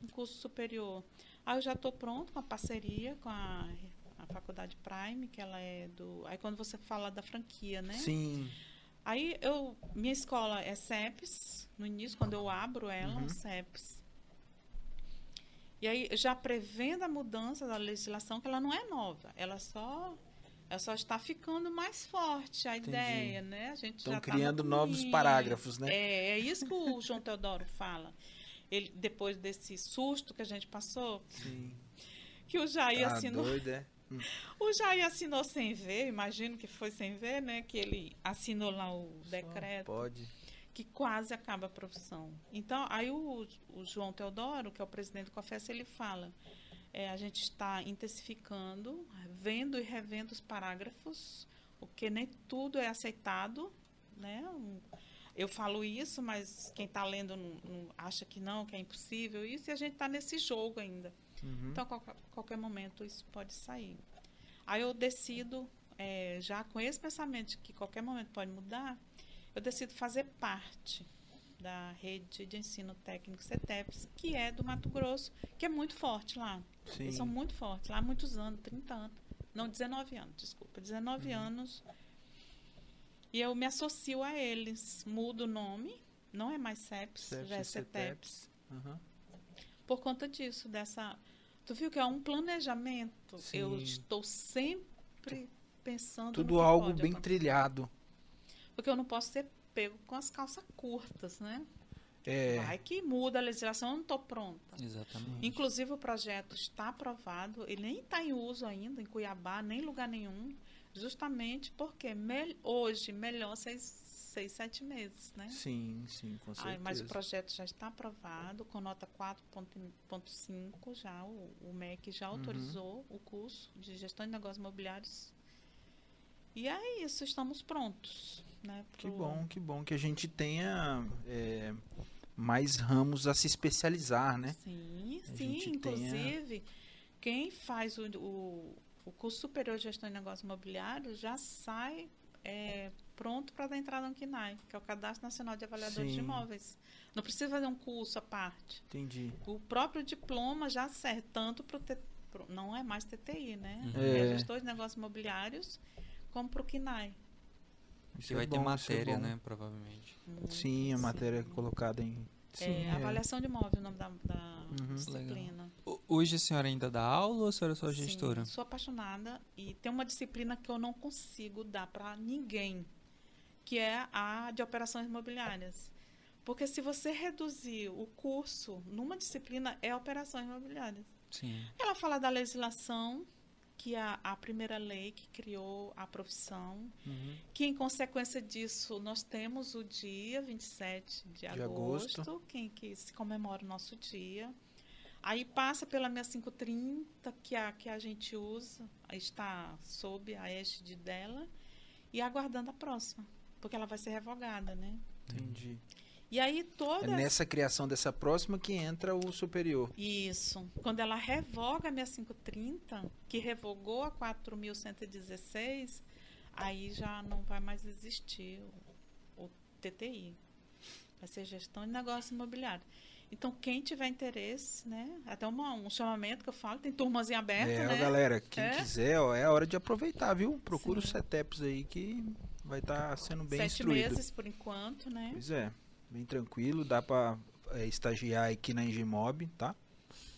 Speaker 3: Um curso superior. Aí eu já estou pronto com a parceria com a, a faculdade Prime, que ela é do. Aí quando você fala da franquia, né?
Speaker 1: Sim.
Speaker 3: Aí eu. Minha escola é CEPES, no início, quando eu abro ela,
Speaker 1: Uhum.
Speaker 3: CEPES. E aí, já prevendo a mudança da legislação, que ela não é nova, ela só. Ela só está ficando mais forte a ideia, né? A gente já
Speaker 1: Estão
Speaker 3: tá no
Speaker 1: criando novos
Speaker 3: caminho.
Speaker 1: parágrafos, né?
Speaker 3: É, é isso que o João Teodoro fala. Ele, depois desse susto que a gente passou,
Speaker 1: Sim.
Speaker 3: que o Jair
Speaker 1: Tá
Speaker 3: assinou.
Speaker 1: doido, é?
Speaker 3: O Jair assinou sem ver, imagino que foi sem ver, né? Que ele assinou lá o decreto
Speaker 1: Pode.
Speaker 3: que quase acaba a profissão. Então, aí o, o João Teodoro, que é o presidente do COFES, ele fala: É, a gente está intensificando, vendo e revendo os parágrafos, porque nem tudo é aceitado. Né? Um- Eu falo isso, mas quem está lendo não, não acha que não, que é impossível isso, e a gente está nesse jogo ainda.
Speaker 1: Uhum.
Speaker 3: Então, a qualquer, qualquer momento isso pode sair. Aí eu decido, eh, já com esse pensamento de que qualquer momento pode mudar, eu decido fazer parte da rede de ensino técnico CETEPS, que é do Mato Grosso, que é muito forte lá.
Speaker 1: Sim.
Speaker 3: Eles Então, são muito fortes lá há muitos anos, 30 anos. Não, 19 anos, desculpa. 19 anos. E eu me associo a eles. Mudo o nome. Não é mais CEPS,
Speaker 1: CEPS,
Speaker 3: já é
Speaker 1: CETEPS.
Speaker 3: CETEPS
Speaker 1: Aham.
Speaker 3: por conta disso, dessa. Tu viu que é um planejamento. Eu
Speaker 1: Sim.
Speaker 3: estou sempre pensando. no
Speaker 1: Tudo
Speaker 3: que
Speaker 1: algo
Speaker 3: pode
Speaker 1: bem
Speaker 3: acontecer.
Speaker 1: trilhado.
Speaker 3: Porque eu não posso ser pego com as calças curtas, né?
Speaker 1: É,
Speaker 3: Vai que muda a legislação, eu não estou pronta.
Speaker 4: Exatamente.
Speaker 3: Inclusive, o projeto está aprovado, ele nem está em uso ainda em Cuiabá, nem em lugar nenhum, justamente porque mel- hoje, melhor seis, seis, sete meses, né?
Speaker 1: sim, sim, com certeza.
Speaker 3: Ai, mas o projeto já está aprovado, com nota 4.5 já, o, o MEC já
Speaker 1: Uhum.
Speaker 3: autorizou o curso de gestão de negócios imobiliários. E é isso, estamos prontos. Né,
Speaker 1: Que
Speaker 3: pro-
Speaker 1: bom, que bom que a gente tenha é, mais ramos a se especializar, né?
Speaker 3: Sim,
Speaker 1: A
Speaker 3: sim,
Speaker 1: gente tem a-
Speaker 3: inclusive, quem faz o, o, o curso superior de gestão de negócios imobiliários já sai é, pronto para dar entrada no KINAI, que é o Cadastro Nacional de Avaliadores de
Speaker 1: Sim.
Speaker 3: Imóveis. Não precisa fazer um curso à parte.
Speaker 1: Entendi.
Speaker 3: O próprio diploma já serve tanto para o não é mais TTI, né?
Speaker 4: Uhum.
Speaker 1: É.
Speaker 3: É gestor de negócios imobiliários, como para o KINAI.
Speaker 1: Isso
Speaker 4: Que
Speaker 1: é
Speaker 4: vai ter
Speaker 1: bom, isso é
Speaker 4: matéria,
Speaker 1: bom.
Speaker 4: né? Provavelmente.
Speaker 1: Sim, a
Speaker 3: Sim.
Speaker 1: matéria colocada em. Sim,
Speaker 3: é,
Speaker 1: é.
Speaker 3: Avaliação de imóvel, o nome da, da
Speaker 1: Uhum.
Speaker 3: disciplina.
Speaker 4: O- Hoje a senhora ainda dá aula ou a senhora é só
Speaker 3: Sim,
Speaker 4: gestora?
Speaker 3: sou apaixonada e tem uma disciplina que eu não consigo dar para ninguém, que é a de operações imobiliárias. Porque se você reduzir o curso numa disciplina, é operações imobiliárias.
Speaker 4: Sim.
Speaker 3: Ela fala da legislação, que é a, a primeira lei que criou a profissão,
Speaker 1: Uhum.
Speaker 3: que em consequência disso nós temos o dia 27 de,
Speaker 1: agosto.
Speaker 3: agosto, Quem, que se comemora o nosso dia. Aí passa pela 6530, que a, que a gente usa, está sob a égide dela, e aguardando a próxima, porque ela vai ser revogada, né?
Speaker 1: Entendi.
Speaker 3: E aí toda
Speaker 1: É nessa criação dessa próxima que entra o superior.
Speaker 3: Isso. Quando ela revoga a 6530, que revogou a 4116, aí já não vai mais existir o, o TTI. Vai ser gestão de negócio imobiliário. Então, quem tiver interesse, né? Até uma- um chamamento que eu falo, tem turmas em aberto,
Speaker 1: é, ó,
Speaker 3: né?
Speaker 1: galera, quem
Speaker 3: É?
Speaker 1: quiser, ó, é a hora de aproveitar, viu? Procura
Speaker 3: Sim.
Speaker 1: os CETEPs aí que vai estar sendo bem
Speaker 3: Sete
Speaker 1: instruído.
Speaker 3: meses por enquanto, né?
Speaker 1: Pois é, bem tranquilo, dá pra é, estagiar aqui na Engimob, tá?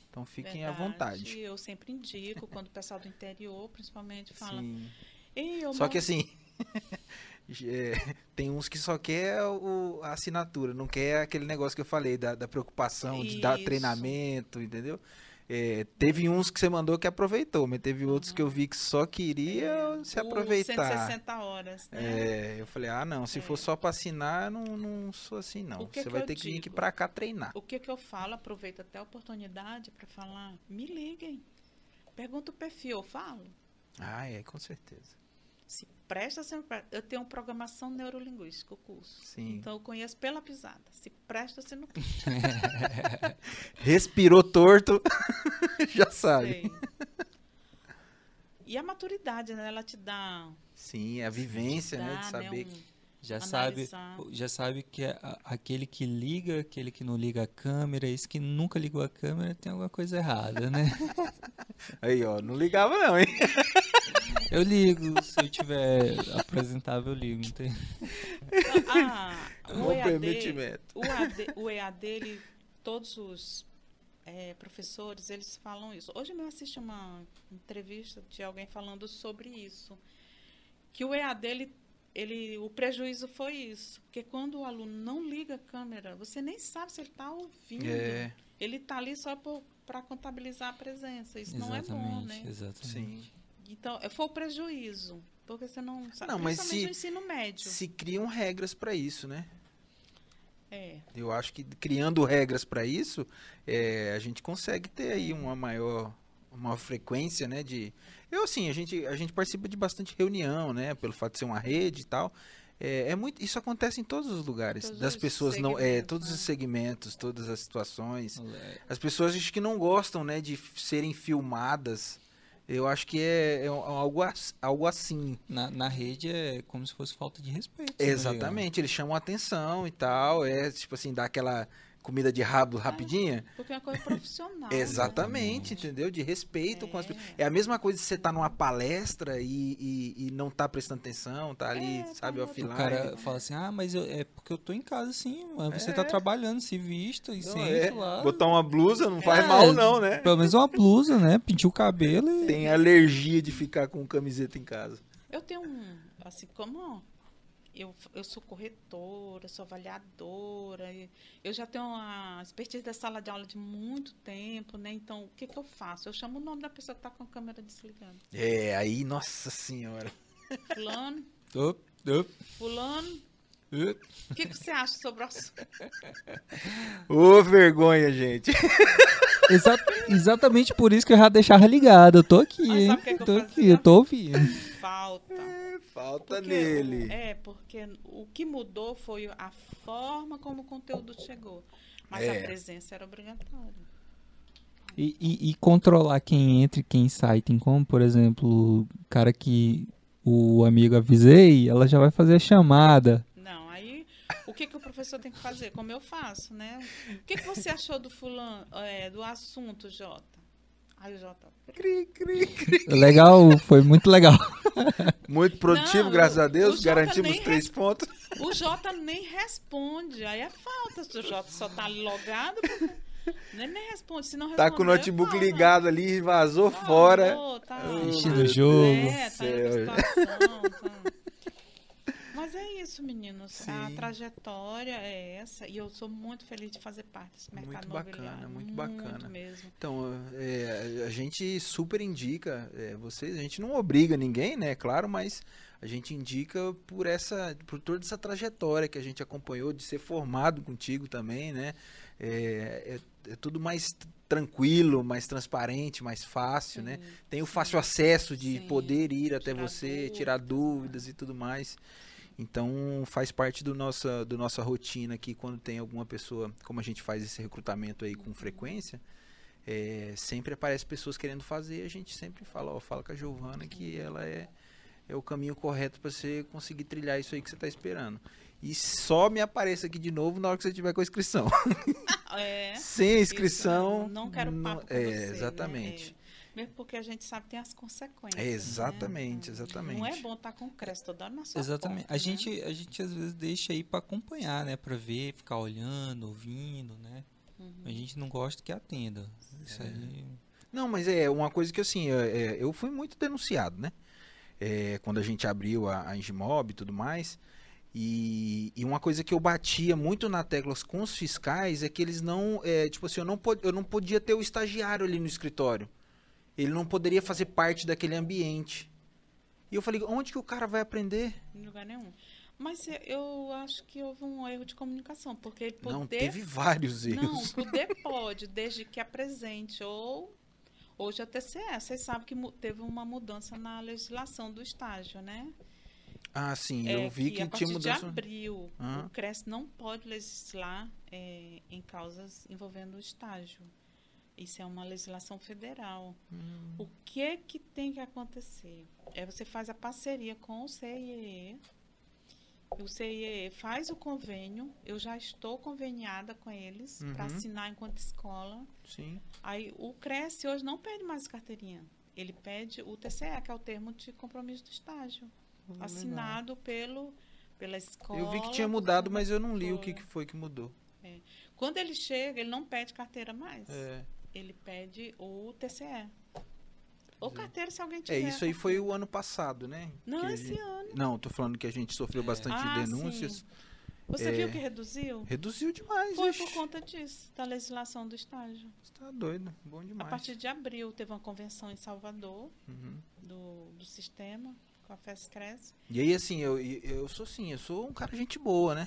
Speaker 1: Então fiquem à
Speaker 3: Verdade.
Speaker 1: vontade.
Speaker 3: Eu sempre indico, quando o pessoal do interior, principalmente, fala.
Speaker 1: Sim.
Speaker 3: "Ei, eu
Speaker 1: Só
Speaker 3: moro
Speaker 1: que assim, é, tem uns que só quer o, a assinatura, não quer aquele negócio que eu falei, da, da preocupação de dar
Speaker 3: Isso.
Speaker 1: treinamento, entendeu? É, teve uns que você mandou que aproveitou, mas teve outros
Speaker 3: Uhum.
Speaker 1: que eu vi que só queria é se
Speaker 3: por
Speaker 1: aproveitar.
Speaker 3: 160 horas, né?
Speaker 1: É, eu falei, ah não, se
Speaker 3: É.
Speaker 1: for só pra assinar, eu não, não sou assim não.
Speaker 3: O que é
Speaker 1: você
Speaker 3: que
Speaker 1: vai
Speaker 3: eu
Speaker 1: ter que vir aqui
Speaker 3: digo?
Speaker 1: pra cá treinar.
Speaker 3: O que, que eu falo, aproveito até a oportunidade para falar, me liguem. Pergunta o perfil, eu falo.
Speaker 1: Ah, é, com certeza.
Speaker 3: Se presta, se não presta. Eu tenho programação neurolinguística, o curso.
Speaker 1: Sim.
Speaker 3: Então eu conheço pela pisada. Se presta, se não
Speaker 1: Respirou torto, já sabe.
Speaker 3: sei. E a maturidade, né? Ela te dá.
Speaker 1: Sim, é a vivência,
Speaker 3: te dá,
Speaker 1: né? De saber que.
Speaker 3: um-
Speaker 2: É,
Speaker 4: Já
Speaker 3: Analisar.
Speaker 4: sabe, já sabe que a- a- aquele que liga, aquele que não liga a câmera, esse que nunca ligou a câmera tem alguma coisa errada, né?
Speaker 1: Aí, ó, não ligava não, hein?
Speaker 4: Eu ligo, se eu tiver apresentável, eu ligo. Não tem...
Speaker 3: Ah, o EAD,
Speaker 1: comprometimento.
Speaker 3: o, AD, o EAD, ele, todos os eh, professores, eles falam isso. Hoje mesmo eu assisti uma entrevista de alguém falando sobre isso. Que o EAD, ele, ele, o prejuízo foi isso. Porque quando o aluno não liga a câmera, você nem sabe se ele está ouvindo.
Speaker 1: É,
Speaker 3: Ele está ali só para contabilizar a presença. Isso não é bom, né?
Speaker 4: exatamente.
Speaker 1: sim.
Speaker 3: Então, eh, foi o prejuízo. Porque você não sabe.
Speaker 1: Não, mas
Speaker 3: principalmente
Speaker 1: se-
Speaker 3: no ensino médio.
Speaker 1: Se criam regras pra isso, né?
Speaker 3: É.
Speaker 1: Eu acho que criando regras pra isso, é, a gente consegue ter aí uma maior uma frequência, né, de eu assim, a gente a gente participa de bastante reunião, né, pelo fato de ser uma rede e tal. É, é muito, isso acontece em todos os lugares,
Speaker 3: Todos
Speaker 1: das
Speaker 3: os
Speaker 1: pessoas não, é,
Speaker 3: segmentos,
Speaker 1: todos
Speaker 3: né?
Speaker 1: os segmentos, todas as situações.
Speaker 4: É,
Speaker 1: As pessoas acho que não gostam, né, de f- serem filmadas. Eu acho que é, é um- algo, as- algo assim.
Speaker 4: Na, na rede é como se fosse falta de respeito. né,
Speaker 1: Exatamente, eles chamam a atenção e tal, é tipo assim, dá aquela comida de rabo rapidinha.
Speaker 3: Porque é uma coisa profissional. né?
Speaker 1: Exatamente, entendeu? De respeito com as
Speaker 3: É.
Speaker 1: pessoas. É a mesma coisa de você estar numa palestra e, e, e não tá prestando atenção, tá ali,
Speaker 3: É,
Speaker 1: sabe,
Speaker 3: tá
Speaker 4: Diego?
Speaker 1: offline.
Speaker 4: O
Speaker 3: Lá,
Speaker 4: cara
Speaker 3: é.
Speaker 4: fala assim, ah, mas eu- é porque eu tô em casa, sim. Mas você
Speaker 1: É.
Speaker 4: tá trabalhando, se vista e
Speaker 1: Não,
Speaker 4: sente
Speaker 1: é.
Speaker 4: lá.
Speaker 1: Botar uma blusa não faz
Speaker 4: É.
Speaker 1: mal, não, né?
Speaker 2: Pelo menos uma blusa, né? Pintiu o cabelo e.
Speaker 1: Tem alergia de ficar com camiseta em casa.
Speaker 3: Eu tenho um, assim, como eu, eu sou corretora, sou avaliadora, e eu já tenho uma expertise da sala de aula de muito tempo, né? Então, o que que eu faço? Eu chamo o nome da pessoa que tá com a câmera desligada.
Speaker 1: É, aí, nossa senhora.
Speaker 3: Fulano,
Speaker 4: Up, up,
Speaker 3: fulano,
Speaker 4: up.
Speaker 3: o que que você acha sobre o assunto?
Speaker 1: Ô, vergonha, gente.
Speaker 2: Exa- exatamente por isso que eu já deixava ligado. Eu tô aqui,
Speaker 3: Ah,
Speaker 2: hein?
Speaker 3: sabe o que é que eu
Speaker 2: tô
Speaker 3: fazia?
Speaker 2: aqui, eu tô ouvindo.
Speaker 3: Falta.
Speaker 1: Falta
Speaker 3: Porque o-
Speaker 1: É, tá nele.
Speaker 3: É, porque o que mudou foi a forma como o conteúdo chegou. Mas
Speaker 1: É.
Speaker 3: a presença era obrigatória.
Speaker 2: E, e- e controlar quem entra e quem sai. Tem como, por exemplo, o cara que o amigo avisei, ela já vai fazer a chamada.
Speaker 3: Não, aí o que, que o professor tem que fazer? Como eu faço, né? O que, que você achou do fulano, é, do assunto, Jota? Aí o Jota.
Speaker 1: Cri, cri, cri.
Speaker 2: Legal, foi muito legal.
Speaker 1: Muito produtivo,
Speaker 3: Não,
Speaker 1: graças a
Speaker 3: o- o
Speaker 1: Deus.
Speaker 3: Jota
Speaker 1: Garantimos
Speaker 3: nem
Speaker 1: três pontos.
Speaker 3: O Jota nem responde. Aí é falta. Se o Jota só tá logado, né? nem nem responde. Se não
Speaker 1: Tá com o
Speaker 3: responder, é
Speaker 1: notebook
Speaker 3: falta.
Speaker 1: ligado ali, vazou
Speaker 3: Não,
Speaker 1: fora.
Speaker 3: não, tá.
Speaker 2: Assistindo
Speaker 1: meu
Speaker 2: o jogo.
Speaker 3: É, tá em
Speaker 1: Céu.
Speaker 3: outra situação, tá. Mas é isso, meninos. A
Speaker 1: Sim.
Speaker 3: trajetória é essa. E eu sou muito feliz de fazer parte desse
Speaker 1: Muito
Speaker 3: mercado
Speaker 1: bacana,
Speaker 3: imobiliário.
Speaker 1: muito bacana.
Speaker 3: mesmo.
Speaker 1: Então, é, a gente super indica é, vocês, a gente não obriga ninguém, né, claro, mas a gente indica por essa, por toda essa trajetória que a gente acompanhou de ser formado contigo também, né, é, é- é tudo mais t- tranquilo, mais transparente, mais fácil, né,
Speaker 3: Sim.
Speaker 1: tem o fácil acesso de
Speaker 3: Sim,
Speaker 1: poder ir até
Speaker 3: tirar
Speaker 1: você,
Speaker 3: dúvidas,
Speaker 1: tirar
Speaker 3: né?
Speaker 1: dúvidas e tudo mais. Então faz parte do nossa, do nossa rotina aqui quando tem alguma pessoa, como a gente faz esse recrutamento aí com frequência, é, sempre aparece pessoas querendo fazer, a gente sempre fala, ó, fala com a Giovana que ela é, é o caminho correto para você conseguir trilhar isso aí que você tá esperando. E só me apareça aqui de novo na hora que você tiver com a inscrição.
Speaker 3: É.
Speaker 1: Sem a
Speaker 3: Isso, né?
Speaker 1: inscrição.
Speaker 3: Não quero
Speaker 1: não-
Speaker 3: papo com
Speaker 1: é,
Speaker 3: você, né?
Speaker 1: exatamente.
Speaker 3: É. Mesmo porque a gente sabe que tem as consequências. né?
Speaker 1: Exatamente, exatamente.
Speaker 3: Não é bom estar com creche toda hora na sua
Speaker 4: Exatamente.
Speaker 3: porta,
Speaker 4: A
Speaker 3: né?
Speaker 4: gente, a gente às vezes deixa aí pra acompanhar, né? Pra ver, ficar olhando, ouvindo, né? A gente não gosta que atenda. Isso aí.
Speaker 1: Não, mas é uma coisa que assim, eu, é, eu fui muito denunciado, né? É, quando a gente abriu a, a Ingimob e tudo mais. E, e uma coisa que eu batia muito na tecla com os fiscais é que eles não. é, tipo assim, eu não, pod- eu não podia ter o estagiário ali no escritório. Ele não poderia fazer parte daquele ambiente. E eu falei, onde que o cara vai aprender?
Speaker 3: Em lugar nenhum. Mas eu- eu acho que houve um erro de comunicação, porque ele poder...
Speaker 1: Não, teve vários erros.
Speaker 3: Não, poder pode, desde que apresente ou... Hoje é a TCE, vocês sabem que mu- teve uma mudança na legislação do estágio, né?
Speaker 1: Ah, sim,
Speaker 3: É
Speaker 1: eu vi que,
Speaker 3: a partir
Speaker 1: tinha mudança.
Speaker 3: de abril,
Speaker 1: Ah.
Speaker 3: o CRES não pode legislar é, em causas envolvendo o estágio. Isso é uma legislação federal.
Speaker 1: Hum.
Speaker 3: O que é que tem que acontecer? É você faz a parceria com o CIEE. O CIEE faz o convênio. Eu já estou conveniada com eles para
Speaker 1: Uhum.
Speaker 3: assinar enquanto escola.
Speaker 1: Sim.
Speaker 3: Aí o Cresce hoje não pede mais carteirinha. Ele pede o TCE, que é o termo de compromisso do estágio, assinado pelo pelo pela escola.
Speaker 1: É Eu vi que tinha mudado, mas eu não li o
Speaker 3: foi.
Speaker 1: que, que foi que mudou.
Speaker 3: quando ele chega, ele não pede carteira mais.
Speaker 1: É.
Speaker 3: Ele pede o TCE. Ou
Speaker 1: Pois é.
Speaker 3: carteira se alguém
Speaker 1: É,
Speaker 3: tiver.
Speaker 1: isso aí foi o ano passado, né?
Speaker 3: Não, é
Speaker 1: Que a
Speaker 3: esse
Speaker 1: gente-
Speaker 3: ano.
Speaker 1: Não, tô falando que a gente sofreu bastante
Speaker 3: Ah,
Speaker 1: denúncias.
Speaker 3: sim. Você
Speaker 1: É.
Speaker 3: viu que reduziu?
Speaker 1: Reduziu demais,
Speaker 3: Foi
Speaker 1: ixi.
Speaker 3: por conta disso, da legislação do estágio.
Speaker 1: Você tá doido, bom demais.
Speaker 3: A partir de abril teve uma convenção em Salvador
Speaker 1: Uhum.
Speaker 3: do, do sistema com a FES Cresce.
Speaker 1: E aí, assim, eu, eu sou sim, eu sou um cara gente boa, né?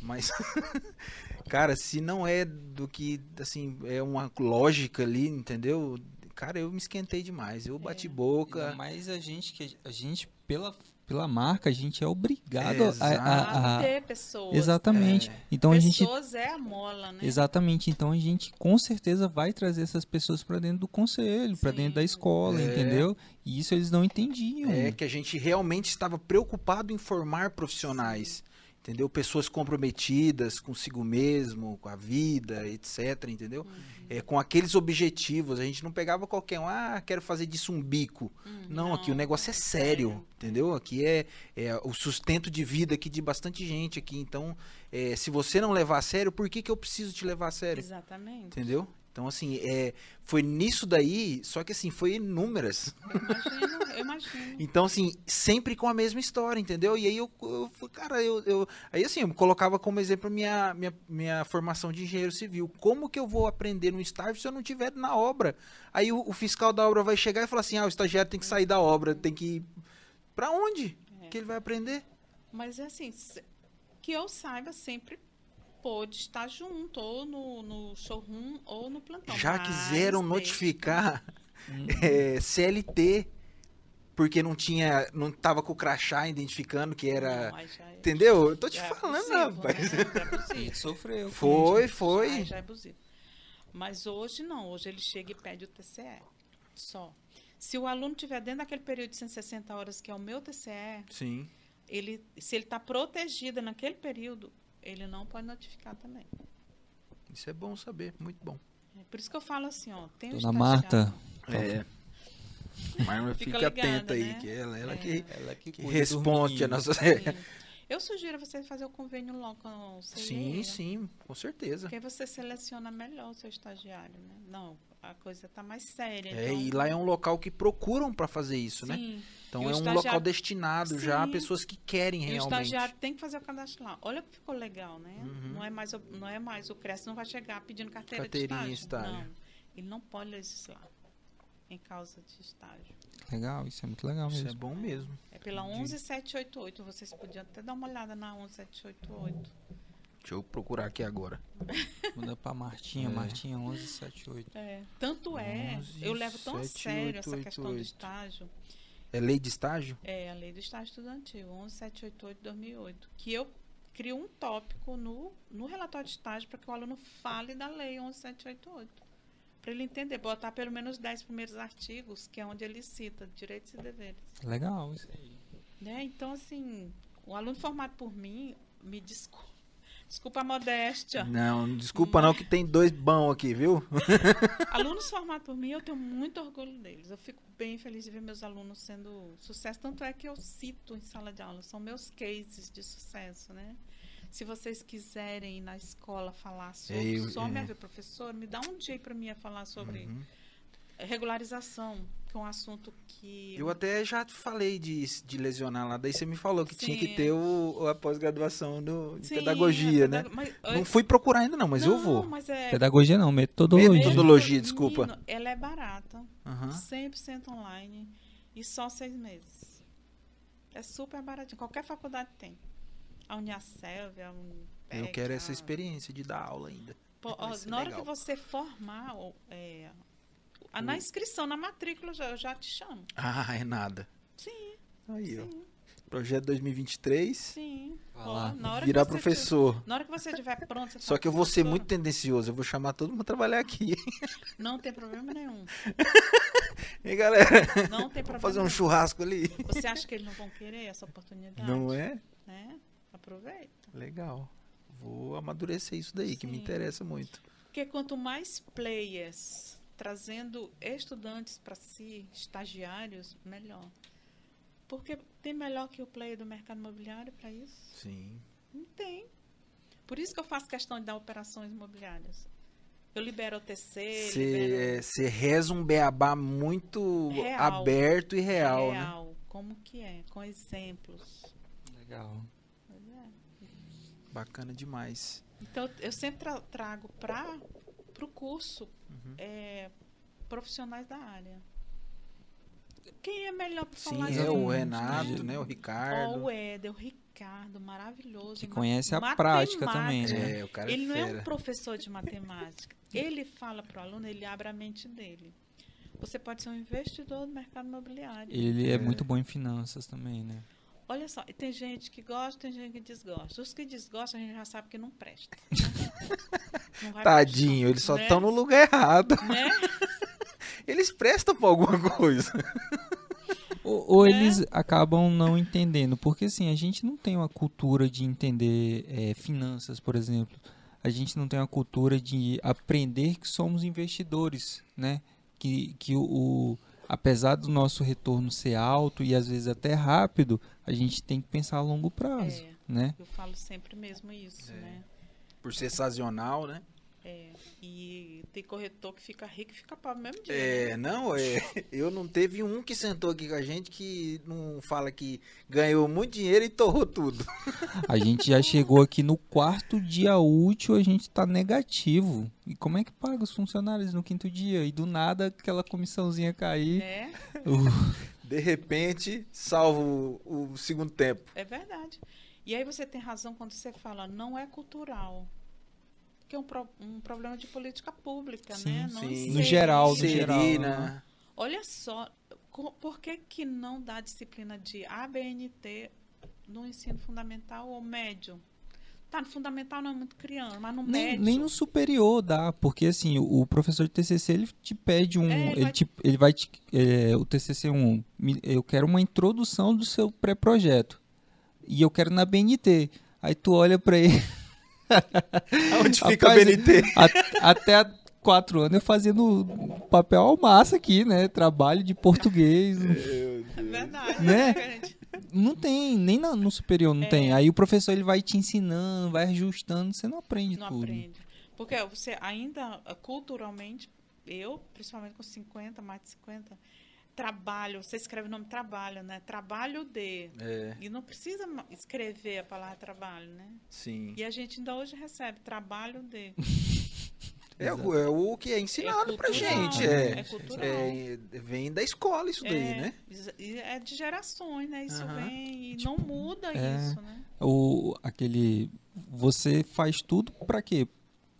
Speaker 1: Mas, cara, se não é do que, assim, é uma lógica ali, entendeu? cara, eu me esquentei demais. Eu
Speaker 3: É,
Speaker 1: bati
Speaker 4: Ainda
Speaker 1: boca.
Speaker 4: mais a gente que a gente pela pela marca a gente é obrigado a,
Speaker 1: Exato.
Speaker 4: a- a-
Speaker 3: ter pessoas.
Speaker 4: exatamente. Então a gente
Speaker 3: pessoas é a mola, né?
Speaker 4: Exatamente, então a gente com certeza vai trazer essas pessoas para dentro do conselho, para dentro da
Speaker 3: Sim.
Speaker 4: escola,
Speaker 1: É.
Speaker 4: entendeu? E isso eles não entendiam.
Speaker 1: É que a gente realmente estava preocupado em formar profissionais, entendeu? Pessoas comprometidas consigo mesmo, com a vida, etc, entendeu? É, com aqueles objetivos, a gente não pegava qualquer um, ah, quero fazer disso um bico.
Speaker 3: Hum,
Speaker 1: Não, aqui o negócio é sério, entendeu? Aqui é, é o sustento de vida aqui de bastante gente aqui, então, é, se você não levar a sério, por que que eu preciso te levar a sério?
Speaker 3: Exatamente.
Speaker 1: Entendeu? Então, assim, é, foi nisso daí, só que assim, foi inúmeras.
Speaker 3: Imagino, eu imagino.
Speaker 1: Então, assim, sempre com a mesma história, entendeu? E aí eu, eu fui, cara, eu, eu- Aí assim, eu colocava como exemplo minha, minha, minha formação de engenheiro civil. Como que eu vou aprender no estágio se eu não tiver na obra? Aí o, o fiscal da obra vai chegar e falar assim: ah, o estagiário tem que sair da obra, tem que ir. Pra onde
Speaker 3: É.
Speaker 1: que ele vai aprender?
Speaker 3: Mas é assim, se- que eu saiba, sempre pôde estar junto, ou no, no showroom, ou no plantão.
Speaker 1: Já
Speaker 3: mas
Speaker 1: quiseram
Speaker 3: tem-
Speaker 1: notificar
Speaker 4: Hum.
Speaker 1: é, CLT, porque não tinha. não tava com o crachá identificando que era.
Speaker 3: Não, aí já é-
Speaker 1: Entendeu? Eu tô te
Speaker 3: já é
Speaker 1: falando,
Speaker 3: abusivo,
Speaker 1: rapaz.
Speaker 3: né? Já é
Speaker 4: A
Speaker 3: abusivo.
Speaker 4: gente sofreu. com
Speaker 1: Foi,
Speaker 4: isso.
Speaker 1: foi.
Speaker 3: Aí já é abusivo. Mas hoje não, hoje ele chega e pede o TCE. Só. Se o aluno tiver dentro daquele período de 160 horas, que é o meu TCE,
Speaker 1: Sim.
Speaker 3: ele, se ele está protegido naquele período, ele não pode notificar também.
Speaker 1: Isso é bom saber, muito bom.
Speaker 3: É por isso que eu falo assim, ó, tem o
Speaker 2: Dona
Speaker 3: estagiário-
Speaker 2: Marta,
Speaker 1: É. Marma
Speaker 3: Fica
Speaker 1: fica,
Speaker 3: ligada,
Speaker 1: atenta aí,
Speaker 3: né?
Speaker 1: que ela, ela
Speaker 3: É.
Speaker 1: que,
Speaker 4: Ela que,
Speaker 1: que
Speaker 4: cuida dos
Speaker 1: responde a
Speaker 4: meninos.
Speaker 1: nossa.
Speaker 3: Eu sugiro você fazer o convênio logo com o
Speaker 1: sim,
Speaker 3: CIE,
Speaker 1: sim, com certeza.
Speaker 3: Porque aí você seleciona melhor o seu estagiário, né? Não, a coisa está mais séria.
Speaker 1: É,
Speaker 3: então-
Speaker 1: e lá é um local que procuram pra fazer isso, né?
Speaker 3: Sim.
Speaker 1: Então
Speaker 3: E o
Speaker 1: é um local
Speaker 3: estagiário-
Speaker 1: destinado já a
Speaker 3: Sim.
Speaker 1: pessoas que querem
Speaker 3: E o
Speaker 1: realmente.
Speaker 3: estagiário tem que fazer o cadastro lá. Olha que ficou legal, né?
Speaker 1: Uhum.
Speaker 3: Não, é mais, o- não é mais o Cresce, não vai chegar pedindo carteira de
Speaker 1: Carteirinha,
Speaker 3: estágio.
Speaker 1: estágio.
Speaker 3: Não, ele não pode legislar em causa de estágio.
Speaker 2: Legal, isso é muito legal
Speaker 1: Isso é
Speaker 2: mesmo.
Speaker 1: bom mesmo.
Speaker 3: É pela 11788, vocês podiam até dar uma olhada na 11788.
Speaker 1: Deixa eu procurar aqui agora.
Speaker 4: Manda pra Martinha, Martinha 1178.
Speaker 3: É, tanto é,
Speaker 1: 11,
Speaker 3: eu levo tão a
Speaker 1: 7,
Speaker 3: sério
Speaker 1: 8,
Speaker 3: essa questão
Speaker 1: 8.
Speaker 3: do estágio,
Speaker 1: É lei de estágio?
Speaker 3: é a lei do estágio estudantil, 11788 2008, que eu crio um tópico no, no relatório de estágio para que o aluno fale da lei 11788. Para ele entender, botar pelo menos 10 primeiros artigos, que é onde ele cita direitos e deveres.
Speaker 2: Legal, isso
Speaker 3: Né? Então, assim, o aluno formado por mim, me desculpa, desculpa a modéstia.
Speaker 1: Não, desculpa não que tem dois bons aqui, viu?
Speaker 3: Alunos formados por mim, eu tenho muito orgulho deles. Eu fico bem feliz de ver meus alunos sendo sucesso. Tanto é que eu cito em sala de aula, são meus cases de sucesso, né? Se vocês quiserem ir na escola falar sobre,
Speaker 1: Eu-
Speaker 3: só me
Speaker 1: é.
Speaker 3: haver professor, me dá um dia para mim a falar sobre
Speaker 1: Uhum.
Speaker 3: regularização, que é um assunto que
Speaker 1: Eu até já falei de, de lesionar lá, daí você me falou que tinha que
Speaker 3: Sim.
Speaker 1: ter o, a pós-graduação no- de
Speaker 3: Sim,
Speaker 1: pedagogia,
Speaker 3: é
Speaker 1: né?
Speaker 3: pedag- mas-
Speaker 1: Não fui procurar ainda não, mas eu
Speaker 3: Não,
Speaker 1: vou.
Speaker 3: mas é-
Speaker 2: Pedagogia não, metodologia.
Speaker 1: Metodologia. desculpa.
Speaker 3: Menino, Ela é barata.
Speaker 1: Aham.
Speaker 3: 100% online e só seis meses. É super baratinho. Qualquer faculdade tem. A Uniacelv, a Unipec,
Speaker 1: Eu quero essa
Speaker 3: a-
Speaker 1: experiência de dar aula ainda.
Speaker 3: Pô, ó,
Speaker 1: Vai ser
Speaker 3: na hora
Speaker 1: legal.
Speaker 3: que você formar, ó, é, a- na inscrição, na matrícula, eu já, eu já te chamo.
Speaker 1: Ah, é nada.
Speaker 3: Sim,
Speaker 1: Aí, ó.
Speaker 3: sim,
Speaker 1: Projeto 2023,
Speaker 3: sim.
Speaker 4: Vai
Speaker 3: Ó,
Speaker 4: lá.
Speaker 3: na hora que
Speaker 1: virar
Speaker 3: você
Speaker 1: professor.
Speaker 3: tiver- na hora que você estiver pronto, você
Speaker 1: Só
Speaker 3: fala,
Speaker 1: que eu vou ser muito
Speaker 3: "Professora,
Speaker 1: tendencioso, eu vou chamar todo mundo pra trabalhar aqui.
Speaker 3: Não tem problema nenhum.
Speaker 1: E galera,
Speaker 3: Não tem problema
Speaker 1: vamos fazer um
Speaker 3: nenhum.
Speaker 1: churrasco ali.
Speaker 3: Você acha que eles não vão querer essa oportunidade?
Speaker 1: Não é?
Speaker 3: Né? Aproveita.
Speaker 1: Legal. Vou amadurecer isso daí, que me
Speaker 3: Sim.
Speaker 1: interessa muito.
Speaker 3: Porque quanto mais players trazendo estudantes para si, estagiários, melhor. Porque tem melhor que o player do mercado imobiliário para isso?
Speaker 1: Sim.
Speaker 3: Não tem. Por isso que eu faço questão de dar operações imobiliárias. Eu libero o TC, libero
Speaker 1: Você reza um beabá muito
Speaker 3: né? Real.
Speaker 1: aberto e real, né?
Speaker 3: Como que é? Com exemplos.
Speaker 4: Legal.
Speaker 3: Pois é.
Speaker 1: Bacana demais.
Speaker 3: Então, eu sempre tra- trago para o curso é, profissionais da área. Quem é melhor para
Speaker 1: Sim, é
Speaker 3: falar
Speaker 1: o
Speaker 3: disso?
Speaker 4: exatamente,
Speaker 1: Renato,
Speaker 4: né?
Speaker 1: né? O
Speaker 3: Ó,
Speaker 1: Ricardo.
Speaker 3: o Éder, o Ricardo, maravilhoso.
Speaker 4: Que
Speaker 3: Ma-
Speaker 4: conhece a
Speaker 3: matemática.
Speaker 4: prática também, né?
Speaker 1: É, o cara
Speaker 3: Ele
Speaker 1: é
Speaker 3: não é um
Speaker 1: fera.
Speaker 3: professor de matemática. Ele fala para o aluno, ele abre a mente dele. Você pode ser um investidor do mercado imobiliário.
Speaker 4: Ele é,
Speaker 1: É.
Speaker 4: muito bom em finanças também, né?
Speaker 3: Olha só, e tem gente que gosta, tem gente que desgosta. Os que desgostam, a gente já sabe que não presta. Não vai
Speaker 1: Tadinho,
Speaker 3: prestar,
Speaker 1: eles só
Speaker 3: né?
Speaker 1: estão no lugar errado.
Speaker 3: Né?
Speaker 1: Eles prestam pra alguma coisa.
Speaker 2: Ou, ou
Speaker 3: Né?
Speaker 2: eles acabam não entendendo, porque assim, a gente não tem uma cultura de entender eh, finanças, por exemplo. A gente não tem uma cultura de aprender que somos investidores, né? Que, que o, o- apesar do nosso retorno ser alto e às vezes até rápido, a gente tem que pensar a longo prazo,
Speaker 3: É.
Speaker 2: né?
Speaker 3: Eu falo sempre mesmo isso,
Speaker 1: É.
Speaker 3: né?
Speaker 1: Por ser sazonal, né?
Speaker 3: E tem corretor que fica rico e fica pobre mesmo dia.
Speaker 1: É, não, é, eu não teve um que sentou aqui com a gente que não fala que ganhou muito dinheiro e torrou tudo.
Speaker 2: A gente já chegou aqui no quarto dia útil, a gente tá negativo. E como é que paga os funcionários no quinto dia? E do nada aquela comissãozinha cair.
Speaker 3: né?
Speaker 1: De repente, salvo o, o segundo tempo.
Speaker 3: É verdade. E aí você tem razão quando você fala, não é cultural. Que é um, pro- um problema de política pública,
Speaker 2: Sim,
Speaker 3: né? Não
Speaker 1: sim.
Speaker 2: No geral, no
Speaker 3: inserir.
Speaker 2: geral. né?
Speaker 1: Serina.
Speaker 3: Olha só, co- por que, que não dá disciplina de ABNT no ensino fundamental ou médio? Tá, no fundamental não é muito criança, mas no
Speaker 2: Nem,
Speaker 3: médio.
Speaker 2: nem no superior dá, porque assim, o, o professor de TCC ele te pede um,
Speaker 3: É, ele
Speaker 2: ele,
Speaker 3: vai-
Speaker 2: te- ele vai te, é, o TCC um, me- eu quero uma introdução do seu pré-projeto e eu quero na BNT. Aí tu olha pra ele,
Speaker 1: Onde fica a
Speaker 2: Rapaz,
Speaker 1: BNT?
Speaker 2: a- até há quatro anos eu fazendo papel ao massa aqui, né? Trabalho de português,
Speaker 3: É verdade.
Speaker 2: Né?
Speaker 3: gente?
Speaker 2: não tem, nem na- no superior
Speaker 3: É.
Speaker 2: não tem. Aí o professor ele vai te ensinando, vai ajustando, você não aprende
Speaker 3: Não
Speaker 2: tudo.
Speaker 3: aprende. Porque você ainda, ah, culturalmente, eu, principalmente com 50, mais de 50, trabalho, você escreve o nome trabalho, né? Trabalho de.
Speaker 1: É,
Speaker 3: E não precisa ma- escrever a palavra trabalho, né?
Speaker 1: sim.
Speaker 3: E a gente ainda hoje recebe trabalho de.
Speaker 1: É, o- é o que é ensinado pra
Speaker 3: cultural,
Speaker 1: gente.
Speaker 3: É
Speaker 1: É,
Speaker 3: cultural.
Speaker 1: é, vem da escola isso daí,
Speaker 3: É,
Speaker 1: né?
Speaker 3: exa- e é de gerações, né? Isso
Speaker 1: Aham.
Speaker 3: vem e
Speaker 2: Tipo,
Speaker 3: não muda
Speaker 2: é.
Speaker 3: isso, né?
Speaker 2: o aquele você faz tudo pra quê?